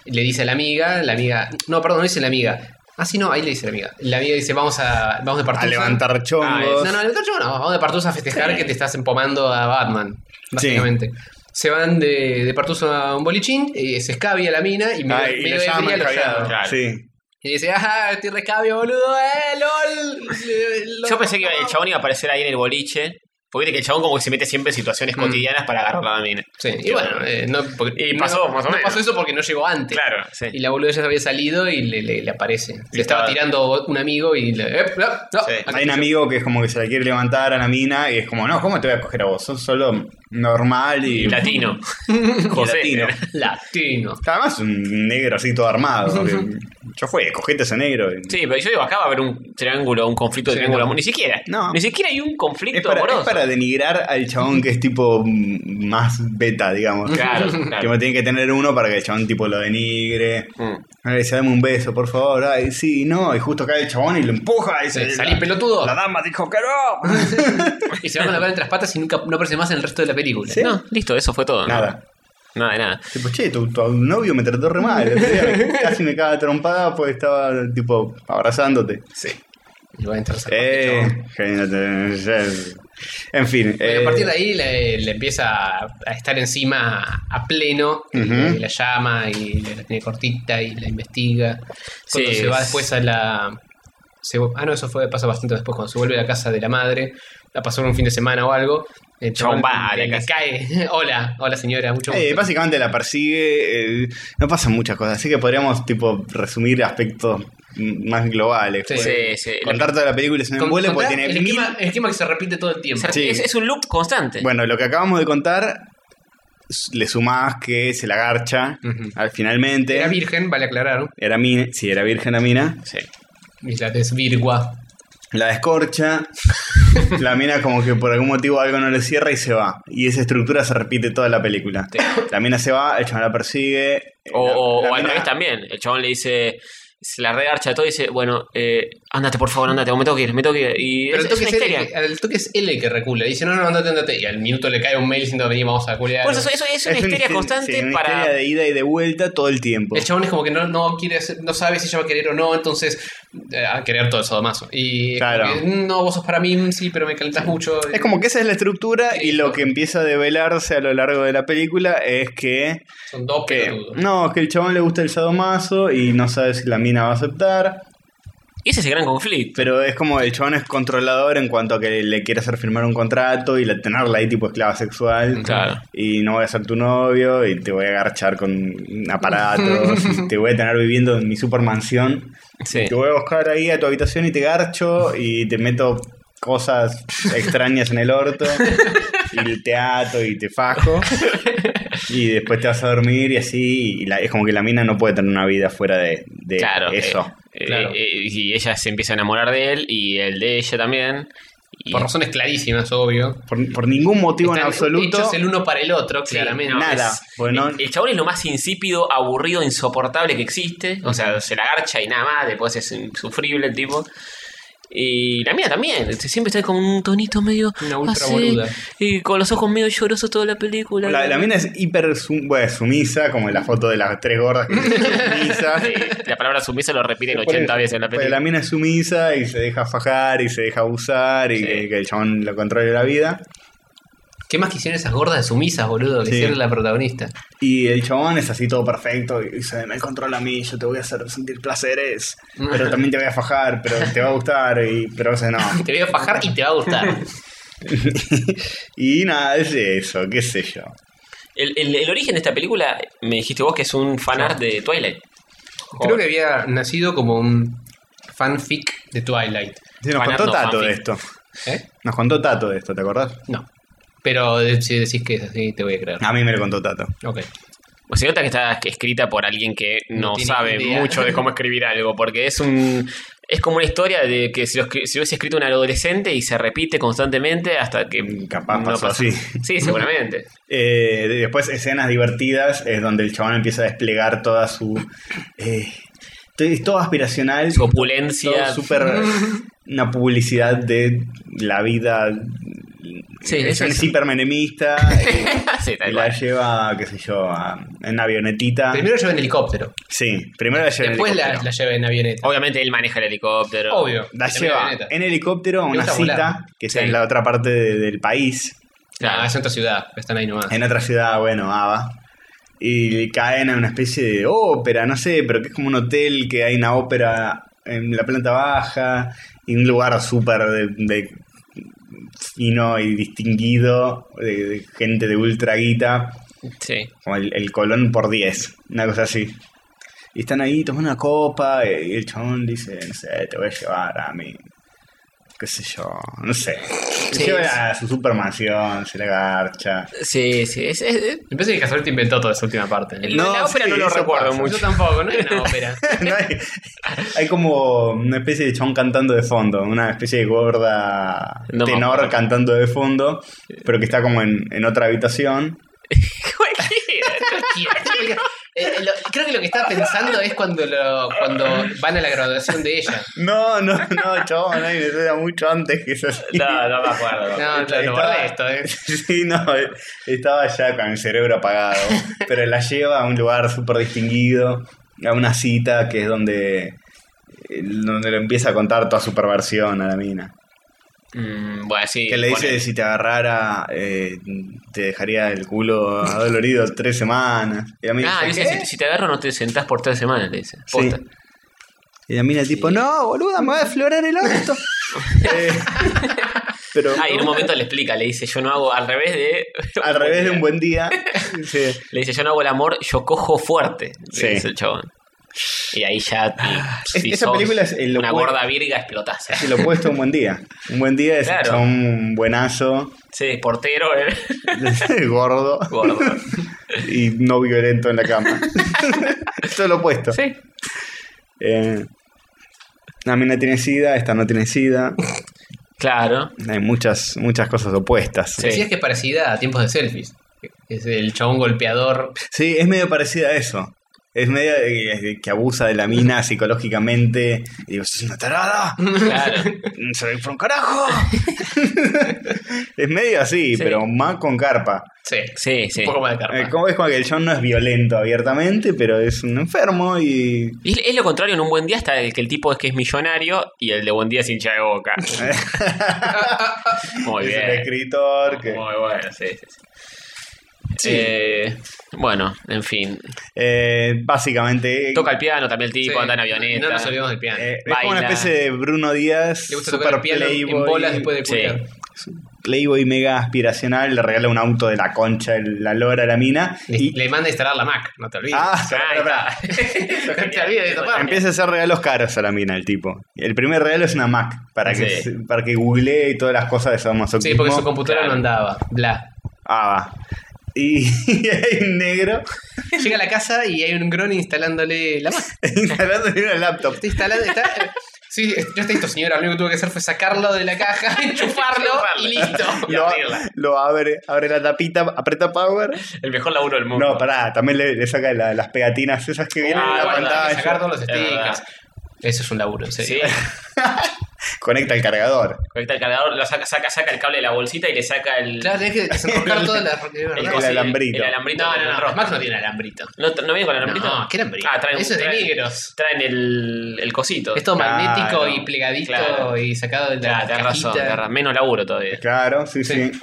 D: le dice a la amiga, la amiga. No, perdón, no dice la amiga. Ah, sí, no, ahí le dice la amiga. La amiga dice, vamos a. Vamos de partusa. Ah,
E: A levantar chongos.
D: No, no, a levantar chongos no, vamos de partusa a festejar que te estás empomando a Batman, básicamente. Se van de, de partusa a un bolichín, eh, se escabia la mina y medio,
E: Ah, y
D: medio
E: lo
D: ebria
E: llaman,
D: lo
E: caviado.
D: llama.
C: Claro.
E: Sí.
D: Y dice, ah, estoy rescabio, boludo, eh, lol.
C: Yo pensé que el chabón iba a aparecer ahí en el boliche. Porque viste que el chabón como que se mete siempre en situaciones
E: Mm.
C: cotidianas para agarrar la mina.
D: Sí, y bueno, eh, no, porque-
C: Y pasó, más o
D: no
C: menos.
D: pasó eso porque no llegó antes.
C: Claro, sí.
D: Y la boluda ya se había salido y le, le- le aparece.
C: Y
D: Le estaba
C: estaba-
D: tirando un amigo y le. "Ep, no,
C: Sí.
D: no, acá
E: Hay un
D: estoy
E: amigo que es como que se la quiere levantar a la mina y es como, no, ¿cómo te voy a coger a vos? Sos solo normal y.
C: Latino. José.
E: latino.
D: Latino.
E: Además, un negro así todo armado. que- Yo fue, cogete ese negro. y-
C: Sí, pero yo digo, acá va a haber un triángulo, un conflicto de
D: Sí,
C: triángulo
D: no.
C: amoroso. Ni siquiera.
E: No.
C: Ni siquiera hay un conflicto
E: Es para,
C: amoroso.
E: es para denigrar al chabón que es tipo mm, más beta, digamos.
C: Claro,
E: Que
C: claro.
E: uno tiene que tener uno para que el chabón tipo lo denigre.
C: Mm.
E: Ay, se dame un beso, por favor. Ay, sí, no. Y justo cae el chabón y lo empuja. Y se,
D: Salí pelotudo.
E: La dama dijo que no.
D: Y se va con la cola entre las patas y nunca no aparece más en el resto de la película.
E: Sí.
D: No.
C: Listo, eso fue todo. ¿no?
E: Nada.
C: Nada de nada.
E: Tipo, che, tu, tu novio me trató re mal. el otro día Casi me caga trompada porque estaba tipo abrazándote.
D: Sí. Y va a entrar
E: Eh, genial, eh, En fin.
D: Pero
E: eh,
D: a partir de ahí le, le empieza a estar encima a pleno, y
E: Ujú.
D: la llama y la tiene cortita y la investiga. Cuando
C: Sí,
D: se va
C: es-
D: después a la... se- ah, no, eso fue, pasa bastante después, cuando se vuelve a la casa de la madre, a pasar un fin de semana o algo, eh, el
C: Chabón
D: chabón
C: va a la
D: le, le
C: casa.
D: cae. hola, hola señora, mucho
E: eh,
D: gusto.
E: básicamente la persigue. eh, no pasan muchas cosas, así que podríamos tipo resumir aspectos mm, más globales.
D: Sí,
E: porque
C: sí, sí.
E: Contar toda la película es un
D: Con-
E: embole
D: contá
E: porque tiene
D: el,
E: mil-
D: esquema, el esquema que se repite todo el tiempo.
E: Sí.
C: Es, es un loop constante.
E: Bueno, lo que acabamos de contar, s- le sumás que se la garcha
D: Ujú.
E: al finalmente.
D: Era virgen, vale aclarar, ¿no?
E: Era mina, sí, era virgen la mina.
C: Sí.
D: y la desvirgua.
E: La descorcha. la mina como que por algún motivo algo no le cierra y se va. Y esa estructura se repite toda la película. La mina se va, el chaval la persigue. eh,
C: O,
E: la-
C: o-
E: la
C: o al
E: mina-
C: revés también. El chabón le dice. Se la regarcha todo y dice, bueno, eh, ándate por favor, ándate, me tengo que ir, me tengo que ir. Y es,
D: Pero el
C: es
D: toque,
C: una
D: es él,
C: histeria.
D: el, toque es él el que recula. Dice, no, no, andate, andate. Y al minuto le cae un mail diciendo, vení, vamos a culiar.
C: Por eso, eso- eso es una histeria
E: hister-
C: constante
E: sí, una
C: para.
E: histeria de ida y de vuelta todo el tiempo.
D: El chabón es como que no, no quiere hacer- no sabe si ella va a querer o no, entonces eh, a querer todo el sodomaso. Y es
E: Claro.
D: como que, "Mm, no, vos sos para mí, mm, sí, pero me calentás mucho.
E: Es como que esa es la estructura y lo que empieza a develarse a lo largo de la película es que...
D: Son dos
E: que-
D: pelotudos.
E: no, es que el chabón le gusta el sadomaso y no sabe si la mina va a aceptar.
C: Y ese es el gran conflicto.
E: Pero es como el chabón es controlador en cuanto a que le quiere hacer firmar un contrato y la- tenerla ahí tipo esclava sexual.
C: Mm, Claro.
E: Y no voy a ser tu novio y te voy a agarchar con aparatos y te voy a tener viviendo en mi supermansión.
C: Sí.
E: Te voy a buscar ahí a tu habitación y te garcho y te meto cosas extrañas en el orto y te ato y te fajo y después te vas a dormir y así y la- es como que la mina no puede tener una vida fuera de, de
C: Claro.
E: eso.
C: eh, eh,
D: Claro.
C: eh, y ella se empieza a enamorar de él y él de ella también. Y-
D: Por razones clarísimas, obvio.
E: Por, por ningún motivo en
D: Están
E: absoluto. eh,
D: hechos el uno para el otro,
C: Sí,
D: claramente.
C: no,
E: nada.
C: es-
E: porque no-
C: El chabón es lo más insípido, aburrido, insoportable que existe. O sea, se la garcha y nada más, después es insufrible el tipo. Y la mía también, este, siempre está con un tonito medio.
D: Una ultra
C: así,
D: boluda.
C: Y con los ojos medio llorosos toda la película.
E: la, la mina es hiper sum- bueno, sumisa, como en la foto de las tres gordas que dicen sumisas.
C: Sí, la palabra sumisa lo repiten
E: Por
C: 80
E: eso,
C: veces en la
E: porque
C: película.
E: mina es sumisa y se deja fajar y se deja abusar y
C: Sí.
E: que, que el chabón lo controle la vida.
D: ¿Qué más quisieron esas gordas de sumisas, boludo? Que
E: Sí.
D: hicieron la protagonista.
E: Y el chabón es así todo perfecto y dice, me controla a mí, yo te voy a hacer sentir placeres, pero también te voy a fajar, pero te va a gustar, y, pero a veces no.
D: Te voy a fajar y te va a gustar.
E: y nada, es eso, qué sé yo.
C: El, el- el origen de esta película, me dijiste vos que es un fanart de Twilight.
D: Creo que había nacido como un fanfic de Twilight.
E: Sí, nos
C: Fanart,
E: contó
C: no,
E: Tato de
C: fanfic.
E: esto.
D: ¿Eh?
E: Nos contó Tato de esto, ¿te acordás?
D: No. Pero de- si decís que es así, te voy a creer.
E: A mí me lo contó Tato.
C: O
D: Ok.
C: sea, Pues nota que está escrita por alguien que no,
D: No tiene
C: sabe
D: idea.
C: mucho de cómo escribir algo, porque es un es como una historia de que si lo escri- si lo hubiese escrito un adolescente y se repite constantemente hasta que
E: Mm, capaz pasó así.
C: Sí, seguramente.
E: Eh, de- después escenas divertidas es donde el chabón empieza a desplegar toda su... eh, to- es todo aspiracional.
C: Su opulencia.
E: todo súper... una publicidad de la vida...
C: Sí,
E: el
C: es
E: chabón es
C: eso.
E: hipermenemista. eh,
C: Sí, tal
E: y la
C: cual.
E: lleva, qué sé yo, a- en una avionetita.
D: Primero lleva en helicóptero.
E: sí, primero la lleva Ah. en
D: Después la,
E: helicóptero.
D: la lleva en avioneta.
C: Obviamente él maneja el helicóptero.
D: Obvio.
E: La
D: en
E: lleva
D: avioneta.
E: en helicóptero a una
D: gusta
E: cita
D: volar.
E: que está
C: Sí.
E: en la otra parte de- del país.
C: Claro.
D: Ah, es en otra ciudad. Están ahí nomás.
E: en otra ciudad, bueno, Ava. Y caen a una especie de ópera, no sé, pero que es como un hotel que hay una ópera en la planta baja y un lugar súper de, de fino y distinguido, de, de gente de ultra guita,
C: Sí.
E: como el, el Colón por 10, una cosa así. Y están ahí, toman una copa y el chabón dice, no sé, te voy a llevar a mi, qué sé yo, no sé. Se lleva a su supermansión, se la garcha.
C: Sí, sí. es- es-
D: Me parece que Cazador te inventó toda esa última parte.
E: No,
D: la ópera
E: sí,
D: no lo
E: eso
D: recuerdo
E: pasa.
D: mucho. Yo tampoco, no hay una ópera.
E: No hay, hay como una especie de chabón cantando de fondo, una especie de gorda
C: No me
E: tenor
C: acuerdo.
E: cantando de fondo, pero que está como en, en otra habitación.
D: Eh, eh, lo- creo que lo que estaba pensando es cuando, lo- cuando van a la graduación de ella.
E: No, no, no, chabón, ay, me suena mucho antes que eso.
C: No, no me acuerdo.
D: No, no, lo guardé esto, eh.
E: Sí, no, eh, estaba ya con el cerebro apagado, pero la lleva a un lugar súper distinguido, a una cita que es donde, eh, donde le empieza a contar toda su perversión a la mina.
C: Mm, bueno, sí.
E: Que le dice
C: ponele.
E: si te agarrara, eh, te dejaría el culo dolorido tres semanas. Y la mina
C: Ah,
E: dice,
C: dice,
E: "¿Qué?".
C: si, si te agarro no te sentás por tres semanas, le dice.
E: Sí.
C: Posta.
E: Y la mina tipo, no, boluda, me va a aflorar el orto. Eh, pero
C: Ah, y en un momento le explica, le dice, yo no hago al revés de...
E: al revés de un buen día. sí.
C: Le dice, yo no hago el amor, yo cojo fuerte. Le
E: Sí. Ah,
C: dice el chabón. Y ahí ya... y
E: Es- esa
C: sos
E: película es el-
C: Una
E: lo-
C: gorda virga explotás. eh.
E: Sí, lo opuesto a un buen día. Un buen día es
C: Claro.
E: chabón un buenazo,
C: Sí, portero, eh,
E: gordo
C: gordo.
E: y no violento en la cama. Todo lo opuesto.
C: Sí.
E: Eh, la mina tiene sida, esta no tiene sida.
C: Claro.
E: Hay muchas, muchas cosas opuestas.
C: Sí.
D: Decías que es parecida a tiempos de selfies. Es el chabón golpeador.
E: Sí, es medio parecida a eso. Es medio eh, que abusa de la mina psicológicamente. Y digo, sos una tarada.
C: Claro.
E: Se va a ir por un carajo. es medio así,
C: Sí.
E: pero más con carpa.
D: Sí.
C: Sí, sí.
D: Un poco más de carpa.
E: Eh, como es como que el John no es violento abiertamente, pero es un enfermo y.
C: Y es- es lo contrario, en un buen día está el que el tipo es que es millonario y el de buen día es hincha de boca. Muy
E: es un
C: bien.
E: escritor. que-
C: Muy bueno, sí, sí, sí. Eh, bueno, en fin.
E: Eh, básicamente.
C: Toca el piano también el tipo,
D: Sí.
C: anda en avioneta.
D: No nos olvidamos del piano.
E: eh, es como una
C: baila.
E: especie de Bruno Díaz.
D: Le gusta
E: super
D: tocar el piano
E: playboy,
D: en bolas después de
C: Sí.
D: culiar.
E: Playboy mega aspiracional. Le regala un auto de la concha, el- la lora a la mina.
D: Le,
E: Y
D: le manda a instalar la Mac, no te olvides.
E: Ah,
C: Ah, ahí está.
D: no te olvides de toparlo.
E: empieza a hacer regalos caros a la mina, el tipo. El primer regalo es una Mac. Para que,
C: Sí.
E: se- para que googlee y todas las cosas de sadomasoquismo.
D: Sí, porque su computadora
C: Claro.
D: no andaba. Bla.
E: Ah, va. Y, y hay un negro
D: Llega a la casa y hay un grone instalándole la Mac.
E: instalándole una laptop.
D: Está instalando. Está, eh, sí, no está listo, señora. Lo único que tuvo que hacer fue sacarlo de la caja, enchufarlo y listo.
E: lo, lo abre, abre la tapita, aprieta power.
C: El mejor laburo del mundo.
E: No, pará, también le, le saca la- las pegatinas esas que vienen en
D: Ah,
E: la
D: bueno, hay que
E: pantalla.
D: sacar todos los
C: Es verdad.
D: stickers. Eso es un laburo, en
C: Sí,
D: serio.
E: Conecta el cargador.
C: conecta el cargador, lo saca, saca, saca el cable de la bolsita y le saca el.
D: Claro, tenés que desenroscar todas las.
C: el,
E: el
C: cosi-
E: alambrito.
C: El alambrito.
D: No,
C: con el
D: no, no.
C: rock.
D: Las Macs no tienen alambrito.
C: ¿No, t- no viene con el alambrito?
D: No, ¿qué alambrito?
C: Ah, traen,
D: Eso es de
C: traen,
D: negros.
C: Traen el, el cosito.
D: Es todo magnético
E: Claro.
D: y plegadito
C: Claro.
D: y sacado de la
C: Claro, tenés razón,
D: cajita.
C: tenés razón. Menos laburo todavía.
E: Claro, sí, sí,
D: Sí.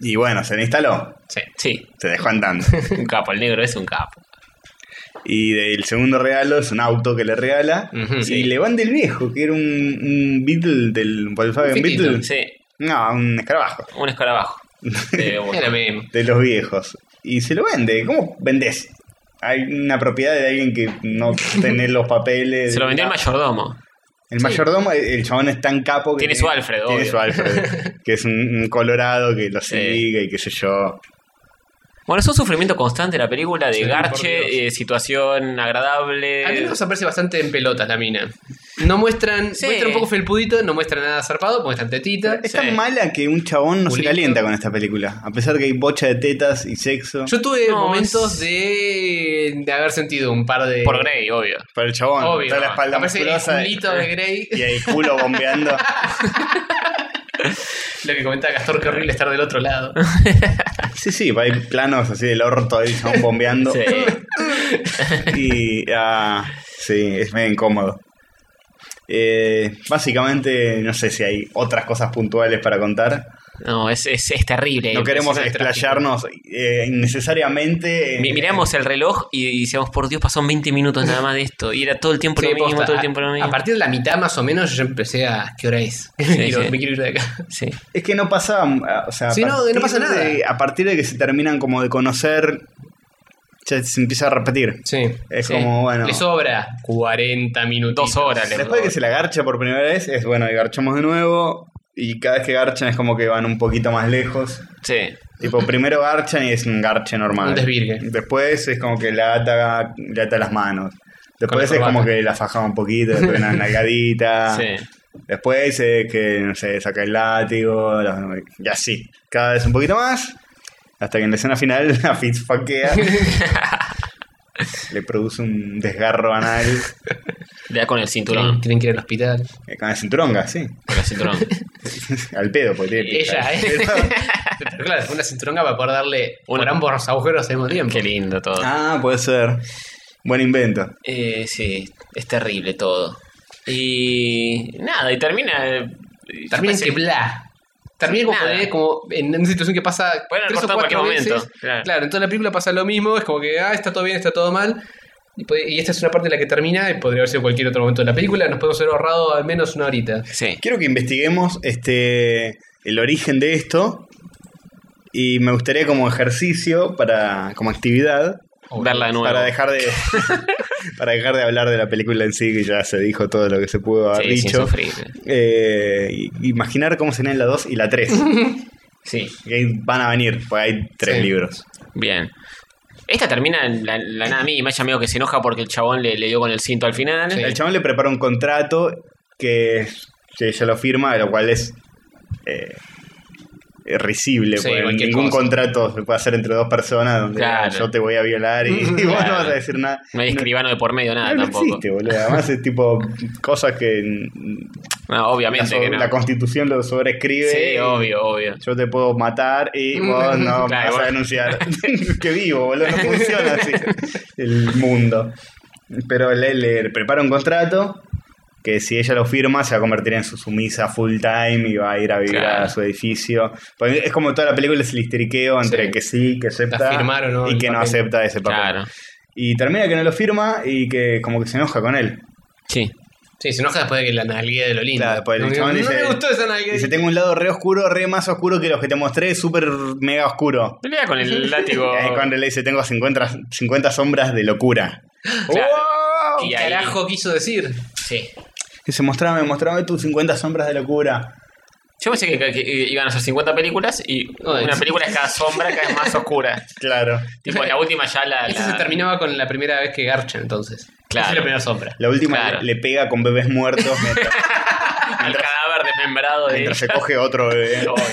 E: Y bueno, se le instaló.
D: Sí.
C: Sí,
E: Se dejó andando.
C: un capo. El negro es un capo.
E: y del segundo regalo es un auto que le regala.
D: Ujú,
E: y
D: sí.
E: le van del viejo, que era un, un Beetle del Volkswagen
D: Un fitito,
E: Beetle.
C: Sí,
E: No, un escarabajo.
C: un escarabajo. De- bueno.
D: Era meme.
E: de los viejos. Y se lo vende. ¿Cómo vendés? Hay una propiedad de alguien que no tiene los papeles.
C: Se lo vendió el
E: No.
C: mayordomo.
E: El mayordomo, el- el chabón es tan capo que.
C: Tiene su Alfred,
E: Tiene
C: obvio.
E: su Alfred. que es un, un colorado que lo
C: Sí.
E: sigue y qué sé yo.
C: Bueno, es un sufrimiento constante la película de
D: Sí, por
C: Garche,
D: Dios.
C: eh, situación
D: A mí
E: Eh,
C: agradable.
D: me aparece bastante en pelotas la mina. No muestran,
C: Sí.
D: muestran un poco felpudito, no muestran nada zarpado, muestran tetita.
E: Es
C: Sí.
E: tan mala que un chabón no se
D: Pulito.
E: calienta con esta película. A pesar que hay bocha de tetas y sexo.
D: Yo tuve
C: No,
D: momentos
C: es-
D: de, de haber sentido un par de.
C: Por Grey, obvio.
E: Pero el chabón
D: Obvio.
E: está la espalda
D: Aparece el
E: musculosa
D: culito de Grey.
E: y el culo bombeando.
D: Lo que comentaba Castor, qué horrible estar del otro lado.
E: sí, sí, hay planos así del orto del chabón bombeando.
C: Sí.
E: Y. ah, sí, es medio incómodo. Eh, básicamente, no sé si hay otras cosas puntuales para contar.
C: No, es, es, es terrible.
E: No queremos
D: de tráfico.
E: explayarnos eh, innecesariamente. eh, en-
C: Mi- Miramos el reloj y decíamos, por Dios, pasaron 20 minutos nada más de esto. Y era todo el tiempo
D: Sí,
C: lo mismo,
D: posta.
C: todo el tiempo lo
D: a,
C: mismo.
D: a partir de la mitad más o menos yo empecé a. ¿Qué hora es? Quiero-
C: sí.
D: Me quiero ir de acá.
C: Sí.
E: Es que no pasa. ah, O sea, a
D: Sí, no,
E: partir
D: no pasa nada.
E: de- a partir de que se terminan como de conocer, ya se empieza a repetir.
D: Sí.
E: Es
C: Sí.
E: como, bueno.
D: Le sobra 40 minutos.
C: Dos horas. le-
E: Después de que se la garcha por primera vez, es bueno, y garchamos de nuevo. Y cada vez que garchan es como que van un poquito más lejos.
C: Sí.
E: Tipo, primero garchan y es un garche normal.
D: Un desvirgue.
E: Después es como que le ata, le ata las manos. Después
D: Con
E: es
D: la
E: como
D: corbata.
E: que la faja un poquito, después una nalgadita.
C: Sí.
E: Después es que, no sé, saca el látigo, la- y así. Cada vez un poquito más, hasta que en la escena final la Fitz faquea. le produce un desgarro anal
C: Le da con el
D: Tienen,
C: cinturón.
D: tienen que ir al hospital.
E: eh, con la cinturonga, sí.
C: Con el cinturón.
E: Al pedo, porque tiene
D: Ella, ¿eh?
E: pija.
D: Pero claro, una cinturonga para poder darle por
C: Una-
D: ambos agujeros al mismo tiempo.
C: Qué lindo todo.
E: ah, puede ser. Buen invento.
C: Eh, sí, es terrible todo. Y nada, y termina... eh,
D: Termina en
C: yo
D: que
C: pensé-
D: bla. Termina como,
C: Nada.
D: eh, como en una situación que pasa
C: Pueden
D: tres o
C: cortar en
D: cuatro
C: cualquier
D: veces.
C: momento, claro.
D: Claro. en toda la película pasa lo mismo, es como que ah, está todo bien, está todo mal. Y, pod- y esta es una parte en la que termina y podría haber sido cualquier otro momento de la película, nos podemos haber ahorrado al menos una horita.
C: Sí.
E: Quiero que investiguemos este el origen de esto. Y me gustaría como ejercicio para. como actividad.
C: Verla de nuevo.
E: Para dejar de. para dejar de hablar de la película en sí, que ya se dijo todo lo que se pudo haber
C: Sí, sin
E: dicho.
C: sufrir.
E: Eh, y- imaginar cómo serían la 2 y la 3.
C: Sí.
E: que ahí van a venir, porque hay tres
D: Sí.
E: libros.
C: Bien. Esta termina en la, la nada mía y Maya medio que se enoja porque el chabón le, le dio con el cinto al final.
D: Sí.
E: El chabón le prepara un contrato que, que ella lo firma, lo cual es eh, eh, risible.
D: Sí,
E: porque
D: cualquier
E: ningún
D: cosa.
E: contrato se puede hacer entre dos personas donde
C: Claro.
E: yo te voy a violar y, y vos
C: Claro.
E: no vas a decir nada.
C: No hay escribano de por medio, nada
E: No, no
C: tampoco.
E: existe, boludo. Además es tipo cosas que
C: No,
E: la,
C: obviamente
E: so-
C: que no.
E: la constitución lo sobrescribe.
C: Sí, obvio, obvio.
E: Yo te puedo matar y
D: Mm.
E: vos
C: Claro,
E: no vas
C: vos-
E: a denunciar. que vivo, boludo, no funciona así el mundo. Pero le, le prepara un contrato que si ella lo firma se va a convertir en su sumisa full time y va a ir a vivir
C: Claro.
E: a su edificio. Porque es como toda la película es el histeriqueo entre
D: Sí.
E: que sí, que acepta
D: firmar o no
E: y
D: el
E: que no
D: papel.
E: acepta ese papel.
C: Claro.
E: Y termina que no lo firma y que como que se enoja con él.
C: Sí.
D: Sí, se enoja después de que la nalguía de lo lindo.
E: Claro, después el
D: no, digo,
E: chabón
D: "No
E: dice-
D: me gustó esa nalguía.
E: Dice, tengo un lado re oscuro, re más oscuro que los que te mostré, súper mega oscuro.
C: Le da con el látigo.
E: Y ahí cuando le dice, tengo 50, 50 sombras de locura.
C: Claro.
E: ¡Wow!
C: Y
D: ¿Qué
C: ahí-
D: carajo quiso decir? Sí.
E: Dice, mostrame, mostrame tus 50 sombras de locura.
C: Yo pensé que, que iban a ser 50 películas y una
D: es-
C: película es cada sombra, cada vez más oscura.
E: Claro.
C: Tipo, la última ya la.
D: Esta
C: la-
D: se terminaba con la primera vez que Garchan, entonces.
C: Claro.
D: Esa es la primera sombra.
E: La última
C: Claro.
E: le, le pega con bebés muertos mientras,
C: Al cadáver desmembrado de
E: mientras se
C: ella.
E: coge otro bebé,
C: Obvio.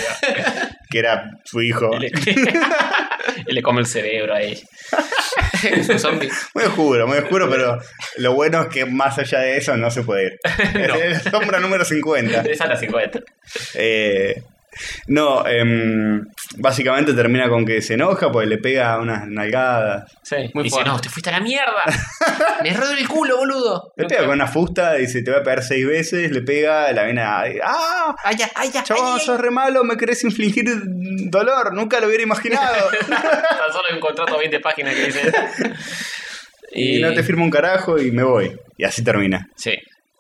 E: que era su hijo.
C: Y le, y le come el cerebro a ella.
D: Es un zombie.
E: Muy oscuro, muy oscuro, pero lo bueno es que más allá de eso no se puede ir.
C: No.
E: Es la sombra número 50.
C: Esa es la 50.
E: Eh, no, em, básicamente termina con que se enoja porque le pega unas nalgadas.
C: Sí.
D: Muy
C: y dice,
D: fuerte.
C: no, te fuiste a la mierda.
D: Me rodeó el culo, boludo.
E: Le pega con una fusta, dice, te voy a pegar seis veces, le pega, la vena. ¡Ah!
D: Ay, ya, ay, ya, ay,
E: Chabón,
D: ay,
E: sos re malo, me querés infligir dolor, nunca lo hubiera imaginado.
C: Tan solo hay un contrato de 20 páginas que dice.
E: y no te firmo un carajo y me voy. Y así termina.
C: Sí.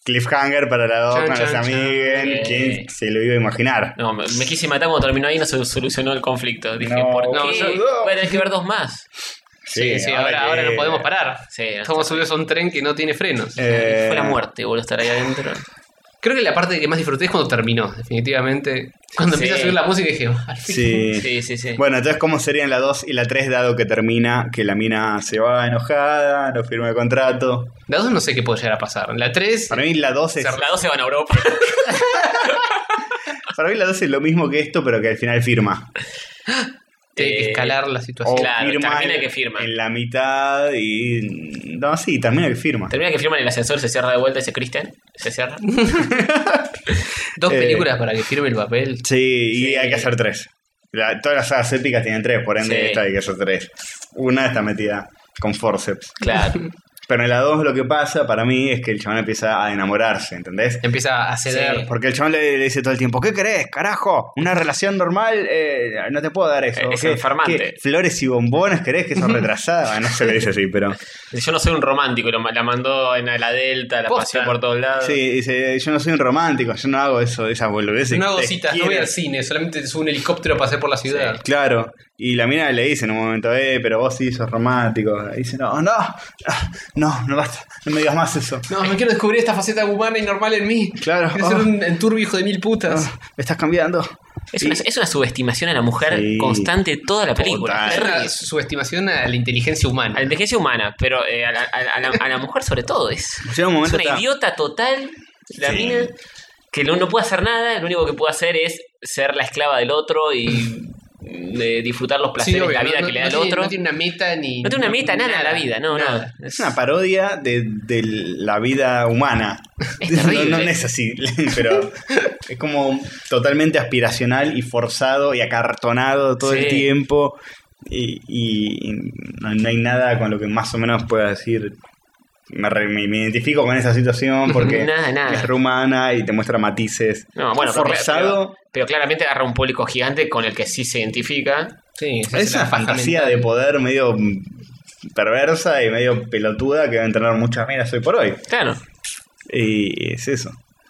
E: Cliffhanger para la dos
D: Chan,
E: no las
D: chan, chan.
E: amiguen.
C: Eh.
E: ¿Quién se lo iba a imaginar?
C: No, me, me quise matar cuando terminó ahí no se solucionó el conflicto. Dije,
E: No,
C: ¿por qué?
D: no, yo-
C: bueno, hay que ver dos más.
D: Sí, eh, sí, ahora,
E: que-
D: ahora no podemos parar.
C: Sí,
D: Estamos subidos a un tren que no tiene frenos.
E: Eh,
C: Fue la muerte, boludo, estar ahí adentro.
D: Creo que la parte que más disfruté es cuando terminó, definitivamente. Cuando
C: Sí.
D: empieza a subir la música dije, al fin.
E: Sí.
C: Sí, sí, sí.
E: Bueno, entonces, ¿cómo serían la 2 y la 3 dado que termina que la mina se va enojada, no firma el contrato?
D: La 2 no sé qué puede llegar a pasar. La 3,
E: Para mí la 2 es,
C: la 12 van a Europa.
E: para mí la 2 es lo mismo que esto, pero que al final firma.
D: tiene que
C: eh,
D: escalar la situación.
E: O
C: Claro, termina que firma.
E: En la mitad y. No, sí, termina que firma.
C: Termina que firman el ascensor, se cierra de vuelta y dice, Cristian, se cierra.
D: Dos
E: eh,
D: películas para que firme el papel.
E: Sí, y hay que hacer tres. La- todas las sagas épicas tienen tres, por ende
C: Sí.
E: esta hay que hacer tres. Una está metida con forceps.
C: Claro.
E: Pero en la dos lo que pasa para mí es que el chabón empieza a enamorarse, ¿entendés?
D: Empieza a ceder.
E: Porque el chabón le, le dice todo el tiempo, ¿qué querés, carajo? Una relación normal, eh, no te puedo dar eso.
C: Eh, es
E: ¿Qué-
C: enfermante.
E: qué, flores y bombones querés que son retrasadas? No se le dice así, pero...
C: Dice, Yo no soy un romántico, y lo ma- la mandó en la Delta, la
D: Posta.
C: paseó por todos lados.
E: Sí, dice, yo no soy un romántico, yo no hago eso, esas boludeces.
D: no hago
E: Te
D: citas, no
E: quiero".
D: voy al cine, solamente subo un helicóptero para hacer por la ciudad.
E: Claro, y la mina le dice en un momento, eh, pero vos sí sos romántico. Y dice, no, no, No, no basta, no me digas más eso.
D: No, no quiero descubrir esta faceta humana y normal en mí.
E: Claro.
D: Quiero ser
E: Ah.
D: un enturbio hijo de mil putas.
E: Ah, me estás cambiando.
C: Es
E: Y-
C: una, es una subestimación a la mujer
E: Sí.
C: constante toda la película.
D: Es una subestimación a la inteligencia
C: A la
D: humana.
C: inteligencia humana, pero eh, a, la, a la- a la- a la mujer sobre todo es.
E: Llega un
C: Es
E: momento
C: una
E: está-
C: idiota total, la mina, que no, no puede hacer nada, lo único que puede hacer es ser la esclava del otro y eh, disfrutar los
D: Sí,
C: placeres de
D: obvio,
C: la vida
D: no-
C: que le
D: no
C: da el
D: tiene-
C: otro.
D: No tiene una meta ni.
C: No tiene una meta, nada en la vida, no,
D: nada.
C: no.
E: Es una parodia de, de la vida humana.
C: terrible.
E: No, no es así, pero es como totalmente aspiracional y forzado y acartonado todo el
C: Sí.
E: tiempo. Y, y no, no hay nada con lo que más o menos pueda decir. Me, re- me- me identifico con esa situación porque
C: Nada, nada.
E: es rumana y te muestra matices.
C: No, bueno, pero-
E: forzado.
C: Pero, pero claramente agarra un público gigante con el que sí se identifica.
D: Sí, se hace
E: es una
D: la
E: fantasía
D: mental.
E: de poder medio mm, perversa y medio pelotuda que deben tener muchas minas hoy por hoy.
C: Claro.
E: Y es eso.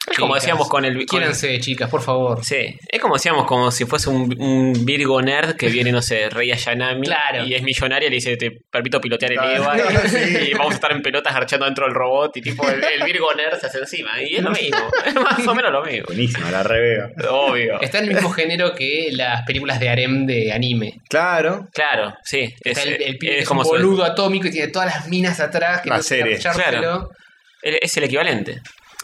C: Es como
D: Chicas,
C: decíamos con el. con el-
D: Quiéranse, chicas, por favor.
C: Sí, es como decíamos, como si fuese un, un Virgo nerd que viene, no sé, Rey Ayanami
D: Claro.
C: y es millonaria y le dice, te permito pilotear el
E: Claro,
C: EVA
E: sí.
C: y vamos a estar en pelotas archando dentro del robot y tipo el, el Virgo nerd se hace encima y es lo mismo, es más o menos lo mismo,
E: Buenísimo, la reveo.
C: obvio.
D: Está en el mismo género que las películas de harem de anime.
E: Claro.
C: Claro, sí, es,
D: Está el, el pibe
C: es
D: que es
C: como
D: un
C: su-
D: boludo atómico y tiene todas las minas atrás que
E: La
D: no sabe
E: serie.
D: arreglárselo.
C: Claro. el- es el equivalente.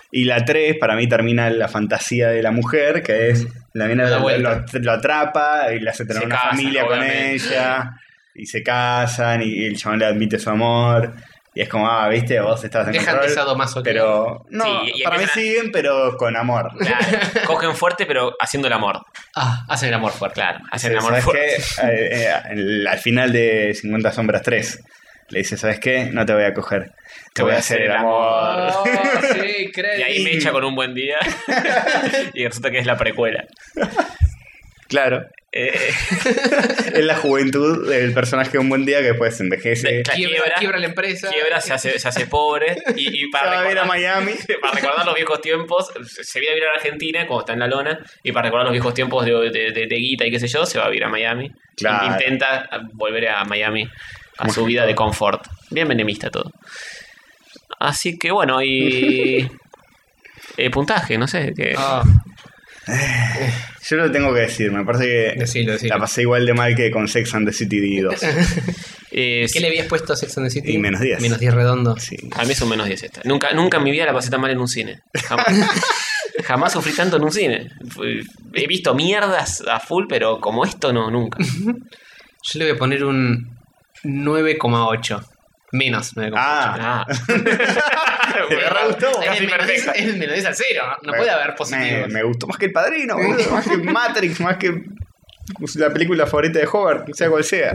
E: Y la 3 para mí termina en la fantasía de la mujer, que es la mina
D: Da
E: lo,
D: vuelta.
E: lo- lo atrapa y le hace tener
C: Se
E: una
C: casan,
E: familia con
C: obviamente.
E: ella. Y se casan y el chabón le admite su amor. Y es como, ah, viste, vos estabas en
D: Dejan de
E: control.
D: ser domasoquistas.
E: Pero no,
C: Sí, y
E: para mí
C: empiezan a-
E: siguen, pero con amor.
C: Claro, cogen fuerte pero haciendo el amor,
D: Ah, hacen el amor fuerte.
C: claro, hacen el amor
E: ¿Sabes
C: fuerte.
E: qué? Eh, eh, el- al final de 50 sombras 3 le dice, ¿sabes qué? No te voy a coger. Te voy a hacer el amor.
D: Oh, sí,
C: Y ahí me echa con un buen día y resulta que es la precuela.
E: Claro.
C: Eh,
E: Es la juventud del personaje de un buen día que después envejece.
C: De-
E: Se
C: claro,
D: Quiebra,
C: Quiebra.
D: quiebra la empresa.
C: quiebra, se hace, se hace pobre y, y para,
E: va a ver a
C: recordar,
E: Miami.
C: para recordar los viejos tiempos, se se viene a vivir a Argentina cuando está en la lona y para recordar los viejos tiempos de, de- de- de guita y qué sé yo, se va a vivir a Miami.
E: Claro.
C: In- Intenta volver a Miami a su vida de confort. Bien menemista todo. Así que bueno, y... eh, puntaje, no sé. Que...
D: Ah,
E: Yo lo tengo que decir, me parece que
D: Decilo, decilo.
E: la pasé igual de mal que con Sex and the City 2.
C: Eh,
D: ¿Qué le habías puesto a Sex and the City?
E: Y menos 10.
D: Menos 10 redondo.
E: Sí.
C: A mí es un menos 10 esta. Nunca, nunca en mi vida la pasé tan mal en un cine. Jamás. Jamás sufrí tanto en un cine. Fui- He visto mierdas a full, pero como esto no, nunca.
D: Yo le voy a poner un 9,8. Menos 9,8.
E: Ah,
C: Ah.
E: ¿te re gustó?
D: Es
C: Casi
D: el menos
C: perfecto.
D: 10 es el menos 10 al cero. No
E: Me-
D: puede haber
E: Me,
D: positivos.
E: me gustó más que El Padrino, boludo, más que Matrix, más que la película favorita de Howard, sea cual sea.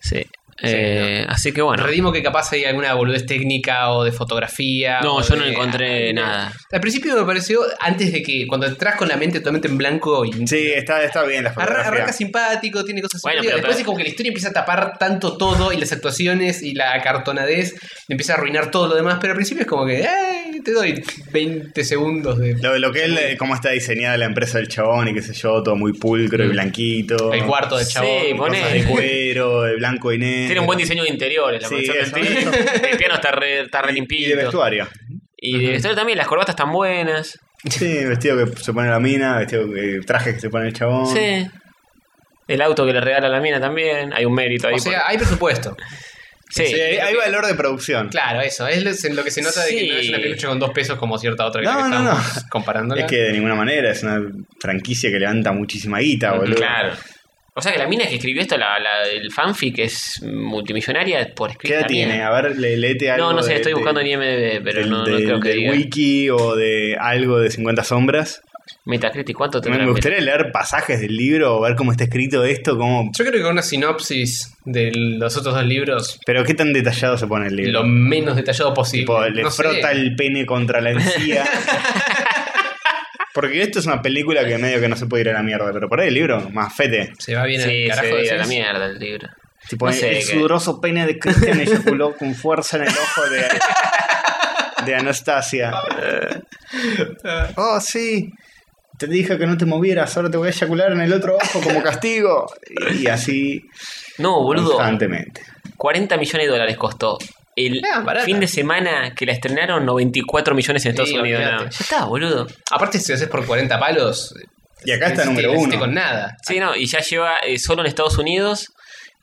C: Sí. Eh, Así que bueno.
D: Redimo que capaz hay alguna boludez técnica o de fotografía.
C: No,
D: o
C: yo no
D: de-
C: encontré
D: Ah,
C: nada.
D: Al principio me pareció, antes de que, cuando entras con la mente totalmente en blanco y
E: Sí, está, está bien la
D: Arra-
E: fotografía.
D: Arranca simpático, tiene cosas
C: Bueno,
D: simpáticas.
C: pero-
D: Después
C: pero-
D: es como que la historia empieza a tapar tanto todo y las actuaciones y la cartonadez empieza a arruinar todo lo demás. Pero al principio es como que "Ay, te doy 20 segundos de.
E: Lo, lo que él, eh, cómo está diseñada la empresa del chabón y qué sé yo, todo muy pulcro
D: Mm.
E: y blanquito.
D: El cuarto del
C: Sí,
D: chabón.
C: poné.
E: Cosas de cuero, de blanco y negro.
C: Tiene un buen diseño de interiores, la
E: Sí,
C: mansión del
E: eso.
C: pi- El piano está re, está re
E: Y de
C: limpito.
E: vestuario.
C: Y de vestuario también, las corbatas están buenas.
E: Sí, vestido que se pone la mina, vestido que, traje que se pone el chabón.
C: Sí. El auto que le regala la mina también. Hay un mérito ahí.
D: O
C: por-
D: sea, hay presupuesto.
C: sí.
E: Sí, hay hay valor de producción.
D: Claro, eso. Es lo que se nota de que
C: Sí.
D: no es una peluche con dos pesos como cierta otra que
E: No,
D: la que
E: no, no.
D: estábamos comparándola.
E: Es que de ninguna manera es una franquicia que levanta muchísima guita, boludo.
C: Claro. O sea que la mina que escribió esto, la, la- el fanfic, es multimillonaria por
E: ¿Qué
C: escrita.
E: edad tiene? A ver, le, leete algo.
C: No, no sé,
E: de-
C: estoy
E: de-
C: buscando en IMDb, pero
E: del-
C: no, no
E: del-
C: creo que
E: del
C: diga.
E: wiki o de algo de 50 sombras.
C: Metacritic, ¿cuánto
E: Me,
C: tendrá?
E: me gustaría leer pasajes del libro o ver cómo está escrito esto, cómo...
D: Yo creo que con una sinopsis de los otros dos libros,
E: Pero qué tan detallado se pone el libro.
D: lo menos detallado posible.
E: Tipo, le
D: No sé.
E: frota el pene contra la encía. Porque esto es una película que medio que no se puede ir a la mierda, pero por ahí el libro, más fete.
D: Se va bien
C: Sí,
D: el carajo.
C: se
D: decís.
C: a la mierda el libro.
E: Tipo,
C: No sé,
E: el
C: que-
E: sudoroso pene de Christian eyaculó con fuerza en el ojo de, de Anastasia. oh, sí. Te dije que no te movieras, ahora te voy a eyacular en el otro ojo como castigo. Y así
C: No, boludo.
E: constantemente.
C: 40 millones de dólares costó
H: el
D: Ah, barata.
H: fin de semana que la estrenaron 94 millones en Estados
D: Sí,
H: Unidos.
D: olvídate.
H: nada. Ya está, boludo.
D: Aparte, si lo haces por 40 palos.
E: Y acá está
D: no
E: número
D: hiciste
E: uno.
D: con nada.
H: Sí, no, y ya lleva, eh, solo en Estados Unidos,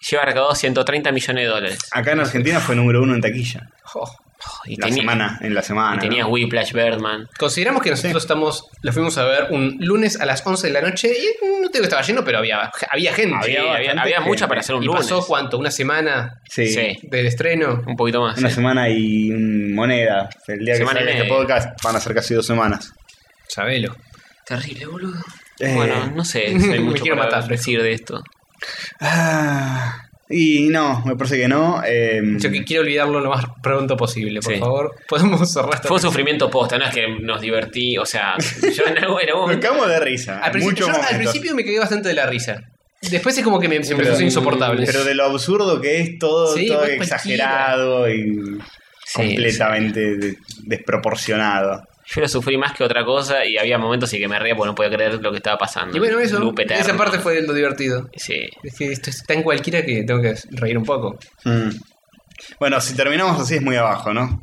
H: lleva recaudado 130 millones de dólares.
E: Acá en Argentina fue número uno en taquilla.
D: Oh.
H: Oh,
E: En
H: y
E: Ah, la
H: tenía-
E: semana, en la
H: y
E: semana.
H: tenía
E: ¿no?
H: Whiplash, Birdman.
D: Consideramos que nosotros estamos, lo fuimos a ver un lunes a las 11 de la noche y no te digo que estaba lleno, pero había, había gente.
H: Había, había,
E: bastante
H: había
E: gente.
H: mucha para hacer un
D: ¿Y
H: lunes.
D: pasó cuánto? ¿Una semana
E: Sí.
H: Sí.
D: del estreno?
H: Un poquito más.
E: Una
H: sí.
E: semana y mm, moneda. El día que
H: Semana y
E: salga este
H: media.
E: podcast van a ser casi dos semanas.
D: Sabelo.
H: Terrible, boludo.
E: Eh.
H: Bueno, no sé, si
D: Me
H: hay mucho
D: quiero
H: para
D: matar.
H: decir de esto.
E: Ah, y no, me parece que no. eh,
D: Yo que quiero olvidarlo lo más pronto posible, por
H: Mm. Sí.
D: favor. Podemos cerrar esta
H: Fue un sufrimiento posta, no es que nos divertí, o sea, yo en algún, en algún-
E: me cago de risa.
D: Al
E: en
D: principio,
E: muchos
D: yo al
E: momentos.
D: principio me quedé bastante de la risa. Después es como que me se empezó a ser insoportable.
E: Pero de lo absurdo que es todo,
D: Sí,
E: todo
D: igual cualquiera.
E: exagerado y
H: Sí,
E: completamente de- desproporcionado.
H: yo lo sufrí más que otra cosa y había momentos en que me reía porque no podía creer lo que estaba pasando.
D: Y bueno, eso.
H: Loop eterno.
D: Esa parte fue lo divertido.
H: Sí.
D: Es que esto está en cualquiera que tengo que reír un poco.
E: Mm. Bueno, si terminamos así es muy abajo, ¿no?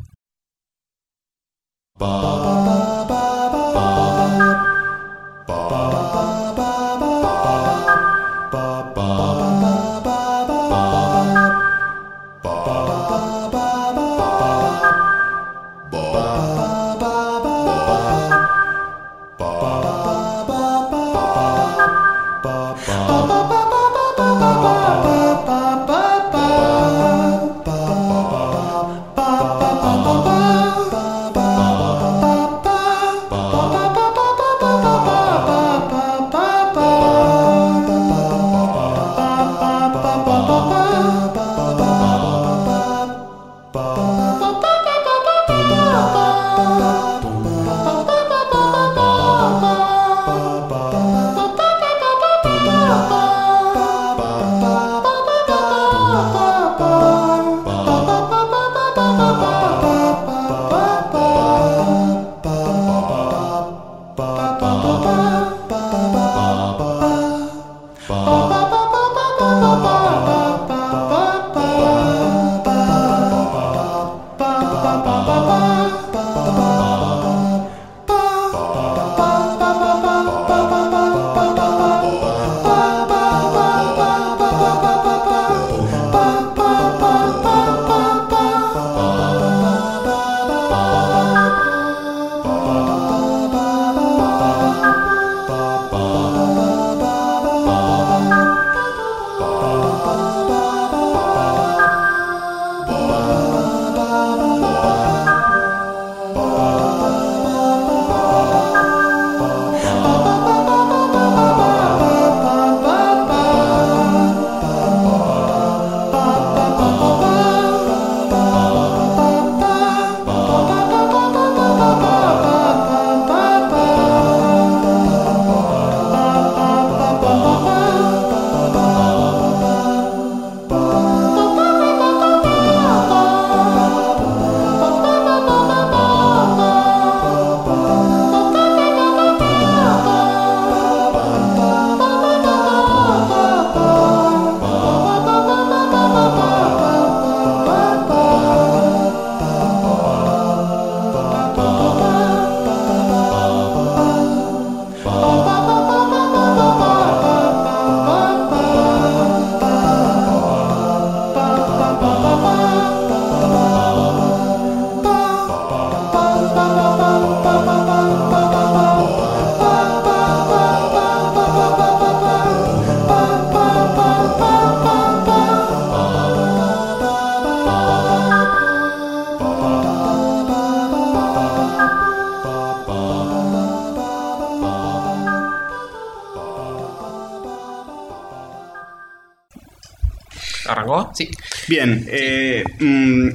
H: ¿Arrancó?
D: Sí.
E: Bien, eh, mm,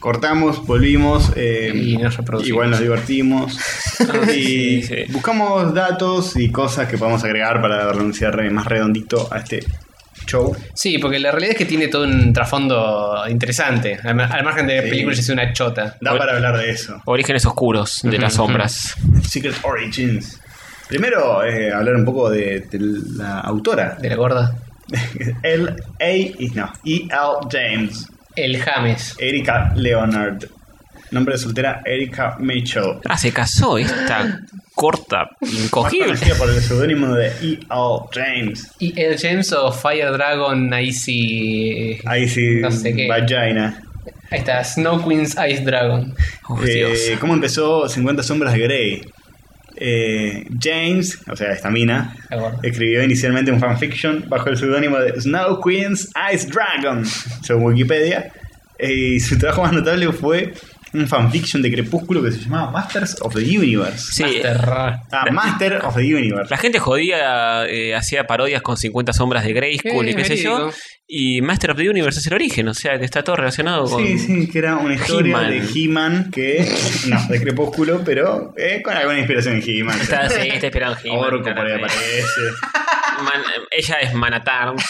E: cortamos, volvimos. eh,
D: Y nos reproducimos. Ah,
E: Igual nos divertimos. y
H: sí, sí.
E: buscamos datos y cosas que podamos agregar para darle un cierre más redondito a este show.
D: Sí, porque la realidad es que tiene todo un trasfondo interesante. Al, ma- al margen de
E: Sí.
D: películas, es una chota.
E: Da para hablar de eso.
H: Orígenes oscuros de las sombras.
E: Secret Origins. Primero, eh, hablar un poco de, de la autora.
D: De la gorda.
E: L.A. y- no, E.L. E James.
D: El James.
E: Erika Leonard. Nombre de soltera Erika Mitchell.
C: Ah, se casó esta corta
E: Más
C: incogible.
E: conocida por el seudónimo de E.L. James.
D: Y el James o Fire Dragon Icy.
E: Ahí sí,
D: No sé qué.
E: vagina.
D: Ahí está, Snow Queen's Ice Dragon.
C: Uf,
E: Eh,
C: Oh, Dios.
E: ¿Cómo empezó 50 sombras de Grey? Eh, James, o sea, esta mina,
D: La gorda.
E: escribió inicialmente un fanfiction bajo el seudónimo de Snow Queen's Ice Dragon, según Wikipedia, eh, y su trabajo más notable fue un fanfiction de Crepúsculo que se llamaba Masters of the Universe.
C: Sí,
D: Master.
E: Ah, Master of the Universe.
C: La gente jodía, eh, hacía parodias con 50 sombras de Grayskull
D: Sí,
C: y qué sé yo.
D: verídico.
C: Y Master of the Universe es el origen, o sea que está todo relacionado con.
E: Sí, sí, que era una historia
C: He-Man.
E: de He-Man que, no, de Crepúsculo, pero eh, con alguna inspiración en He-Man.
C: Está, sí, está esperando He-Man,
E: Orco por ahí
C: claramente.
E: aparece.
C: Man- Ella es Manatarms.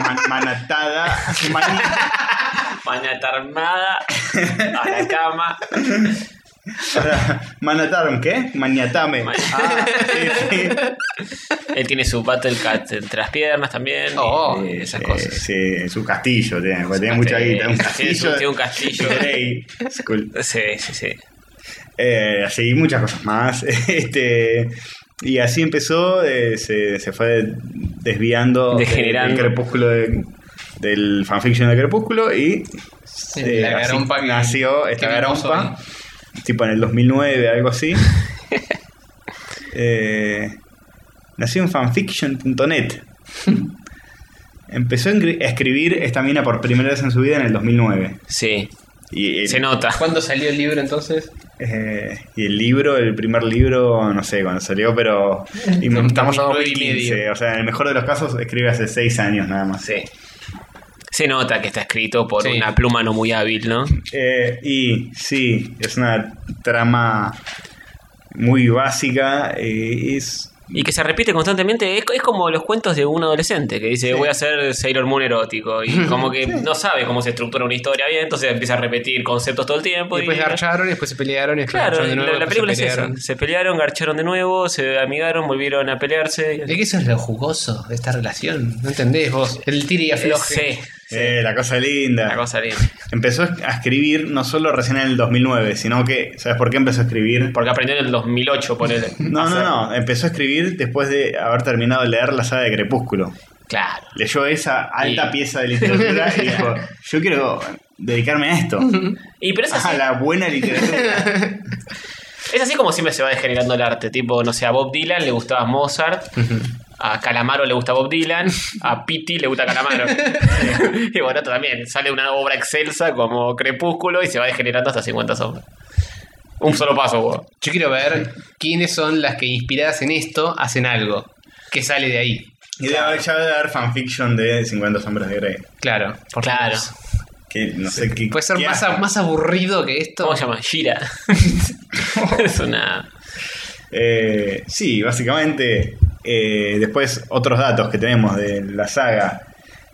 E: Man- manatada. Mani-
C: Manatarmada. A la cama.
E: Ahora, manataron, ¿qué? Maniatame.
C: Man-
E: Ah, sí, sí.
C: Él tiene su Battle Cat entre las piernas también. y,
D: Oh,
C: eh, esas
E: Eh,
C: cosas.
E: sí, su castillo tiene, porque tiene mucha guita. Un
C: Tiene
E: castillo.
C: su- tiene un castillo.
E: de Grey Skull.
C: Sí, sí, sí.
E: Eh, así, muchas cosas más. Este. Y así empezó, eh, se, se fue desviando de-
C: Degenerando.
E: del crepúsculo de- del fanfiction de Crepúsculo y eh,
D: la
E: así
D: garompa que-
E: nació
D: que
E: esta
D: vimos
E: garompa, tipo en el 2009, algo así. Eh, nació en fanfiction.net. Empezó a engri- a escribir esta mina por primera vez en su vida en el 2009.
C: Sí.
E: Y,
C: Se nota.
D: ¿Cuándo salió el libro entonces?
E: eh, y el libro, el primer libro, no sé cuándo salió, pero y
D: Son
E: estamos a
D: 2009 y
E: 2015.
D: medio.
E: O sea, en el mejor de los casos escribe hace 6 años nada más.
C: Sí. Se nota que está escrito por
D: Sí.
C: una pluma no muy hábil, ¿no?
E: Eh, y sí, es una trama muy básica. eh, es,
C: Y que se repite constantemente. Es, es como los cuentos de un adolescente que dice, voy a hacer Sailor Moon erótico. Y como que no sabe cómo se estructura una historia bien, entonces empieza a repetir conceptos todo el tiempo.
D: Y después garcharon, y después se pelearon, y después
C: Pues, Claro,
D: garcharon de nuevo,
C: la, la
D: después
C: película es
D: se
C: esa.
D: pelearon.
C: Se pelearon, garcharon de nuevo, se amigaron, volvieron a pelearse.
D: Es que eso es lo jugoso de esta relación. ¿No entendés vos? El tira y afloje.
C: Sí,
E: eh, la cosa linda.
C: la cosa bien.
E: Empezó a escribir no solo recién en el 2009, sino que, ¿sabes por qué empezó a escribir?
C: Porque aprendió en el 2008, ponele.
E: No, no,
C: Hacer-
E: no. Empezó a escribir después de haber terminado de leer la saga de Crepúsculo.
C: Claro.
E: Leyó esa alta
C: Y-
E: pieza de literatura y dijo: Yo quiero dedicarme a esto,
C: Y pero es así,
E: a la buena literatura.
C: es así como siempre se va degenerando el arte. Tipo, no sé, a Bob Dylan le gustaba Mozart. A Calamaro le gusta Bob Dylan, a Pitti le gusta Calamaro. y bueno, esto también sale una obra excelsa como Crepúsculo y se va degenerando hasta 50 sombras. Un solo paso, vos.
D: Yo quiero ver quiénes son las que inspiradas en esto hacen algo. Que sale de ahí.
E: Y debe haber- ya debe haber fanfiction de 50 Sombras de Grey.
D: Claro. por
C: Claro.
D: Dios.
E: Que no sé qué.
D: Puede ser
E: qué
D: más,
E: hace.
D: a- más aburrido que esto.
C: ¿Cómo se llama? Shira. es una.
E: Eh, sí, básicamente. eh, después, otros datos que tenemos de la saga.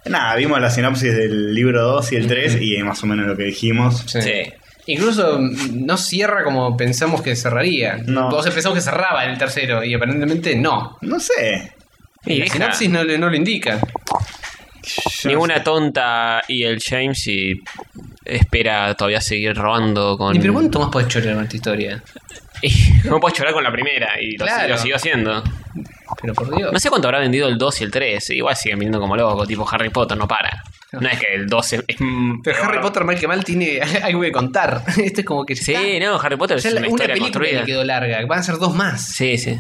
E: Nada, vimos la sinopsis del libro 2 y el 3 y es más o menos lo que dijimos.
D: Sí.
C: Sí.
D: Incluso mm, no cierra como pensamos que cerraría.
E: No.
D: Todos pensamos que cerraba en el tercero y aparentemente no.
E: No sé.
C: Y
D: la
C: deja.
D: sinapsis no, le- no lo indica.
E: Yo no
C: Ninguna
E: sé.
C: tonta y el James y espera todavía seguir robando con.
D: Ni pero ¿cuánto más podés chorear con esta historia?
C: Y no puedes llorar con la primera y lo,
D: Claro.
C: lo siguió haciendo.
D: Pero por Dios.
C: No sé cuánto habrá vendido el 2 y el 3. Igual siguen vendiendo como loco, tipo Harry Potter, no para. No es que el 2 es. es-
D: Pero Harry Potter, mal que mal, tiene algo que contar. Esto es como que.
C: Sí,
D: está.
C: no, Harry Potter es
D: Ya la-
C: una,
D: una,
C: historia
D: película le
C: construida.
D: quedó larga. Van a ser dos más.
C: Sí, sí.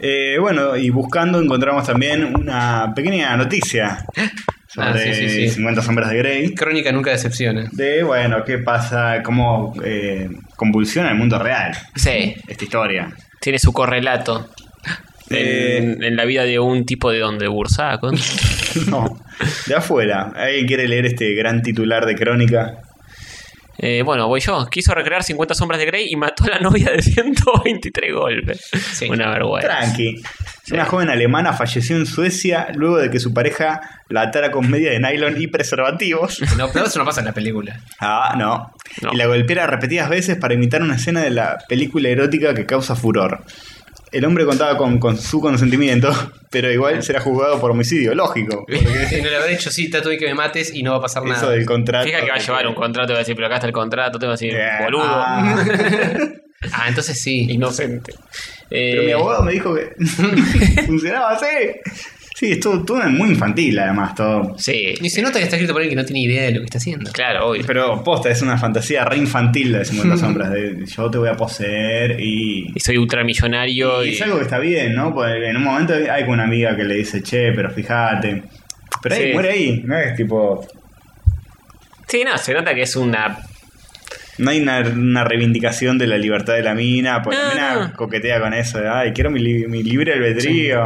E: Eh, bueno, y buscando encontramos también una pequeña noticia sobre
D: Ah, sí, sí, sí.
E: 50 sombras de Grey.
D: Crónica nunca decepciona.
E: De, bueno, qué pasa, cómo eh, convulsiona el mundo real
C: Sí,
E: esta historia.
C: tiene su correlato.
E: Eh.
C: En, en la vida de un tipo de donde Bursaco.
E: No, de afuera. ¿Alguien quiere leer este gran titular de crónica?
C: Eh, bueno, voy yo. Quiso recrear 50 sombras de Grey y mató a la novia de 123 golpes. Una vergüenza.
E: Tranqui. Una joven alemana falleció en Suecia luego de que su pareja la atara con media de nylon y preservativos.
D: No, pero eso no pasa en la película.
E: Ah, no.
C: No.
E: Y la golpeara repetidas veces para imitar una escena de la película erótica que causa furor. El hombre contaba con, con su consentimiento, pero igual será juzgado por homicidio, lógico.
D: no le habrá dicho, sí, tatué que me mates y no va a pasar
E: Eso
D: nada.
E: del contrato.
C: Fija que va a llevar un contrato, va a decir, pero acá está el contrato, te va a decir,
E: Eh,
C: boludo.
E: ah.
D: Ah, entonces sí.
C: Inocente. Eh,
E: Pero mi abogado me dijo que funcionaba así. Sí, estuvo, estuvo muy infantil además todo.
C: Sí,
D: Y se nota que está escrito por alguien que no tiene idea de lo que está haciendo.
C: claro, obvio.
E: Pero posta, es una fantasía re infantil la de 50 sombras. De, yo te voy a poseer y...
C: Y soy ultramillonario
E: Y
C: y.
E: es algo que está bien, ¿no? Porque en un momento hay con una amiga que le dice, che, pero fíjate. Pero ahí
C: Sí.
E: muere ahí, no es tipo.
C: Sí, no, se nota que es una.
E: No hay una, una reivindicación de la libertad de la mina, porque
C: No,
E: la mina
C: no.
E: coquetea con eso de, ay, quiero mi, li- mi libre albedrío.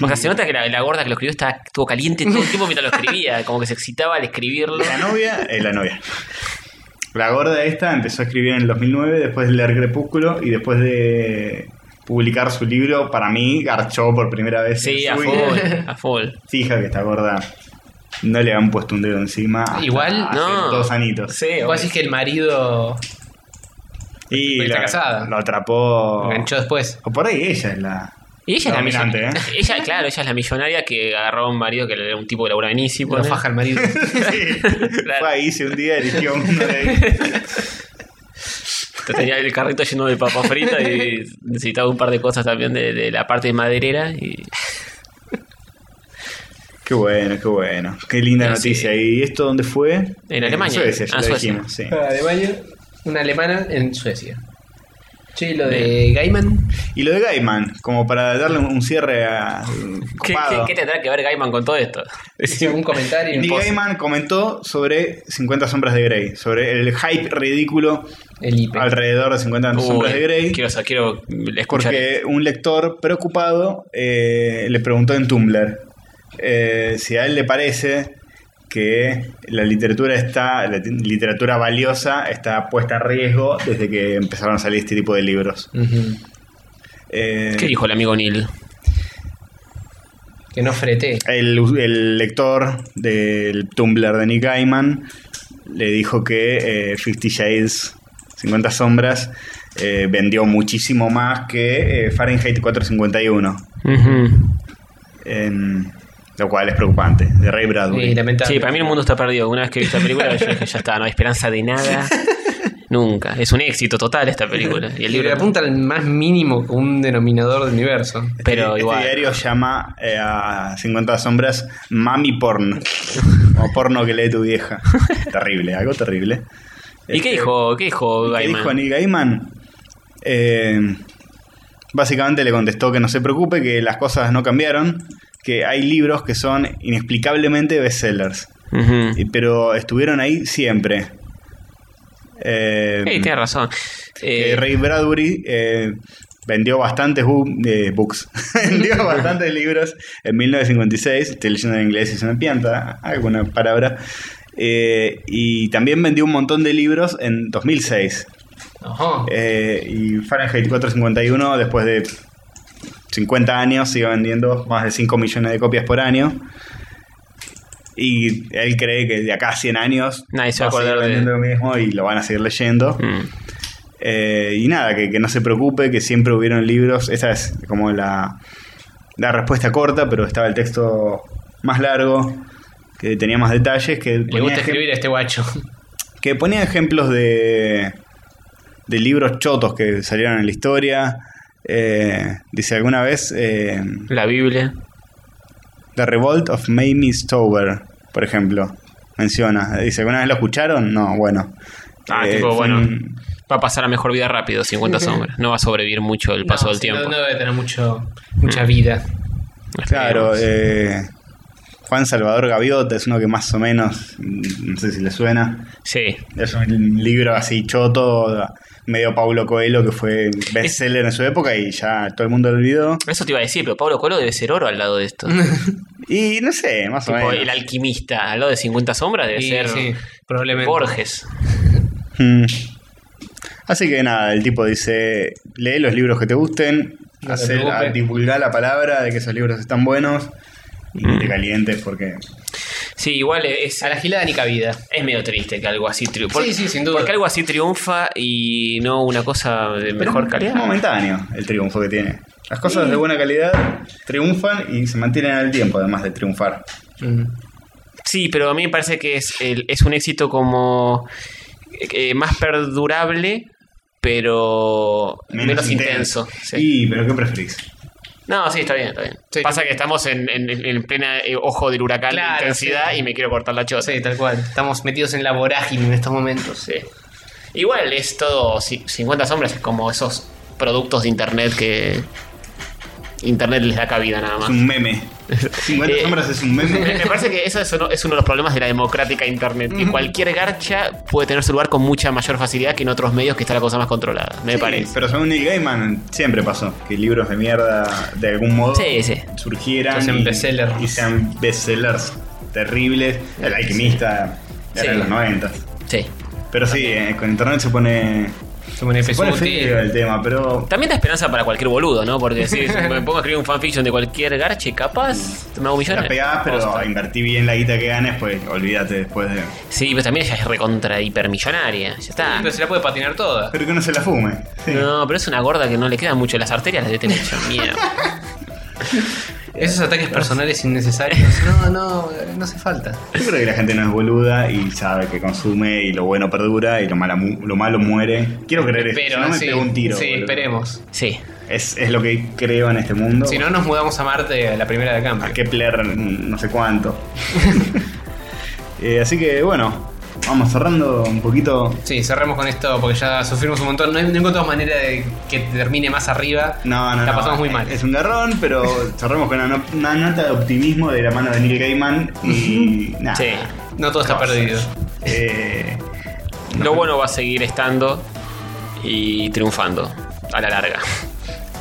C: O sea, se nota que la, la gorda que lo escribió está, estuvo caliente todo el tiempo mientras lo escribía. Como que se excitaba al escribirlo.
E: La novia es la novia. La gorda esta empezó a escribir en el 2009, después de leer Crepúsculo y después de publicar su libro, para mí, garchó por primera vez. en
C: Sí, a
E: su
C: full,
E: vida.
C: a full.
E: Fija que esta gorda no le han puesto un dedo encima. hasta
D: Igual,
E: hace
C: no.
E: Dos anitos.
D: Vos decís que el marido
E: Y
D: Porque
E: la-
D: está casada.
E: lo atrapó.
D: lo enganchó después.
E: O por ahí ella es la.
C: Y ella es la
E: Dominante, ¿eh?
C: millonaria. Ella, claro, ella es la millonaria que agarró a un marido que era un tipo que laburaba en Easy.
D: Lo
C: ponele.
D: faja el marido.
E: Sí.
C: Claro.
E: Fue ahí, se un día eligió uno de ahí.
C: Tenía el carrito lleno de papa frita y necesitaba un par de cosas también de, de la parte maderera. Y...
E: Qué bueno, qué bueno. Qué linda
C: Pero sí.
E: noticia. ¿Y esto dónde fue?
C: Alemania.
E: Suecia, ya
C: Ah,
E: lo
C: Suecia.
E: dijimos, sí.
D: Alemania, una alemana en Suecia. Che, lo de Gaiman.
E: Y lo de Gaiman, como para darle un un cierre a.
C: ¿Qué, qué,
E: copado.
C: qué tendrá que ver Gaiman con todo esto?
D: Hizo algún comentario.
E: Neil
D: Post.
E: Gaiman comentó sobre 50 sombras de Grey, sobre el hype ridículo
D: El IP.
E: alrededor de 50 sombras
C: Uy,
E: de Grey.
C: Quiero, sa- quiero escuchar.
E: Porque un lector preocupado eh, le preguntó en Tumblr eh, si a él le parece que la literatura está, la ti- literatura valiosa está puesta a riesgo desde que empezaron a salir este tipo de libros.
D: Ujú.
E: Eh,
C: ¿Qué dijo el amigo Neil?
D: Que no frete.
E: el, el lector del Tumblr de Nick Gaiman le dijo que eh, Fifty Shades, 50 sombras, eh, vendió muchísimo más que eh, Fahrenheit 451. Em, lo cual es preocupante. De Ray Bradbury.
D: Sí, lamentable.
C: Sí, para mí el mundo está perdido. Una vez que vi esta película, yo dije, ya está, no hay esperanza de nada. Nunca. Es un éxito total esta película. Y el
D: Y le
C: libro.
D: apunta al más mínimo con un denominador del universo.
C: Pero
E: este
C: igual.
E: diario llama eh, a 50 sombras Mami Porn. o porno que lee tu vieja. terrible, algo terrible. Este,
C: ¿Y qué dijo, qué dijo
E: ¿Y ¿Qué
C: Gaiman?
E: dijo Neil Gaiman? Eh, básicamente le contestó que no se preocupe, que las cosas no cambiaron, que hay libros que son inexplicablemente bestsellers,
C: Ujú.
E: y- pero estuvieron ahí siempre. Eh,
C: Ey, tiene razón.
E: que
C: Eh,
E: Ray Bradbury eh, vendió bastantes bu- eh, books, vendió bastantes libros en 1956, estoy leyendo en inglés y se me pianta alguna palabra, Eh, y también vendió un montón de libros en 2006.
D: Ajá.
E: Eh, y Fahrenheit 451, después de 50 años, sigue vendiendo más de 5 millones de copias por año. Y él cree que de acá a 100 años
C: Nadie se va a
E: seguir
C: acordar de-
E: vendiendo lo mismo y lo van a seguir leyendo.
C: mm.
E: Eh, y nada, que, que no se preocupe, que siempre hubieron libros. Esa es como la, la respuesta corta, pero estaba el texto más largo, que tenía más detalles. Que
D: Le
E: ponía
D: gusta
E: ejem-
D: escribir a este guacho.
E: que ponía ejemplos de, de libros chotos que salieron en la historia. Eh, dice alguna vez eh,
C: La Biblia.
E: The Revolt of Mamie Stover, por ejemplo. Menciona. Dice, ¿alguna vez lo escucharon? No, bueno. Eh,
C: Ah, tipo,
E: fue
C: bueno,
E: un-
C: Va a pasar a mejor vida rápido, 50 sombras. No va a sobrevivir mucho el paso
D: No,
C: del
D: sí, no-
C: tiempo.
D: No, debe tener mucho, mucha vida.
E: Claro, eh, Juan Salvador Gaviota es uno que más o menos, mm, no sé si le suena,
C: Sí.
E: es un libro así choto, medio Paulo Coelho, que fue bestseller en su época y ya todo el mundo lo olvidó.
C: Eso te iba a decir, pero Pablo Colo debe ser oro al lado de esto.
E: Y no sé, más o
C: Tipo,
E: menos.
C: el alquimista al lado de 50 sombras debe
D: Sí,
C: ser
D: sí, probablemente.
C: Borges.
E: Mm. Así que nada, el tipo dice, lee los libros que te gusten,
D: No te
E: hacer,
D: preocupes.
C: Mm.
E: divulgar la palabra de que esos libros están buenos y que te calientes porque...
C: Sí, igual es,
D: A la gilada ni cabida.
C: es medio triste que algo así triunfe.
D: Sí, sí, sin duda.
C: Porque algo así triunfa y no una cosa de mejor
E: Pero Es
C: calidad.
E: momentáneo el triunfo que tiene. Las cosas de buena calidad triunfan y se mantienen al tiempo, además de triunfar.
D: Mm.
C: Sí, pero a mí me parece que es, el- es un éxito como eh, más perdurable, pero menos, intenso. sí.
E: Y, pero ¿qué preferís?
C: No, sí, está bien, está bien.
D: Sí.
C: Pasa que estamos en, en, en plena eh, ojo del huracán
D: Claro,
C: de intensidad
D: sí.
C: y me quiero cortar la chota.
D: Sí, tal cual. Estamos metidos en la vorágine en estos momentos.
C: Sí. Igual es todo. ci- 50 sombras es como esos productos de internet que. Internet les da cabida nada
E: Es
D: Mm.
C: más.
E: un meme. 50
C: Eh,
E: sombras es un meme.
C: Me me parece que eso es uno, es uno de los problemas de la democrática internet.
D: Mm.
C: Que cualquier garcha puede tener su lugar con mucha mayor facilidad que en otros medios que está la cosa más controlada. Me
E: Sí,
C: parece.
E: Pero según Neil Gaiman siempre pasó que libros de mierda de algún modo
C: Sí, sí.
E: surgieran
D: Que sean
E: y-
D: bestsellers.
E: y sean bestsellers terribles. El alquimista era
C: Sí.
E: de los 90.
C: Sí.
E: Pero sí, eh, con internet se pone,
D: Se pone
E: se pone eh. feo el tema, pero
C: También da esperanza para cualquier boludo, ¿no? Porque si me pongo a escribir un fanfiction de cualquier garche, capaz
D: Mm.
C: me hago
E: la
C: millonario.
E: pegás, pero invertí bien la guita que ganes, pues olvídate después de...
C: Sí, pero también ella es recontra hipermillonaria. Ya está.
D: Ah, Pero se la puede patinar toda.
E: Pero que no se la fume. Sí.
C: No, pero es una gorda que no le quedan mucho las arterias, las debe tener mucho miedo.
D: Esos ataques personales innecesarios. No, no, eh, no hace falta.
E: Yo creo que la gente no es boluda y sabe que consume y lo bueno perdura y lo, mala mu- lo malo muere. Quiero creer eso, si no me
D: sí,
E: pego un tiro.
D: sí,
E: boludo.
D: esperemos.
C: Sí.
E: Es, es lo que creo en este mundo.
D: Si no, nos mudamos a Marte a la primera de cambio.
E: a Kepler mm, no sé cuánto. Eh, así que bueno, vamos cerrando un poquito.
D: Sí, cerremos con esto porque ya sufrimos un montón. No, no encontramos manera de que termine más arriba.
E: No, no,
D: La
E: no,
D: pasamos muy mal.
E: Es un garrón, pero cerramos con una, no- una nota de optimismo de la mano de Neil Gaiman y nada.
C: Sí.
D: No todo está perdido.
E: Eh,
C: Lo bueno va a seguir estando y triunfando a la larga.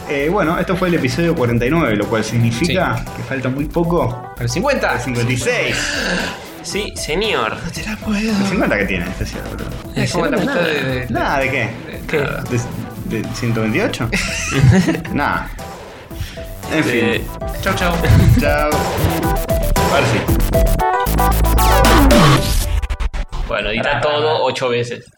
E: eh, bueno, esto fue el episodio 49, lo cual significa que falta muy poco.
D: Pero 50.
E: 56.
C: Sí, señor.
E: El 50 que tiene, este cierto.
D: Es como la mitad de. de-
E: Nada, ¿de qué?
D: ¿Qué?
E: ¿De, de 128? nada. En fin.
C: Eh,
D: Chau, chau.
E: Chao. Ahora sí.
C: bueno, edita todo ocho veces.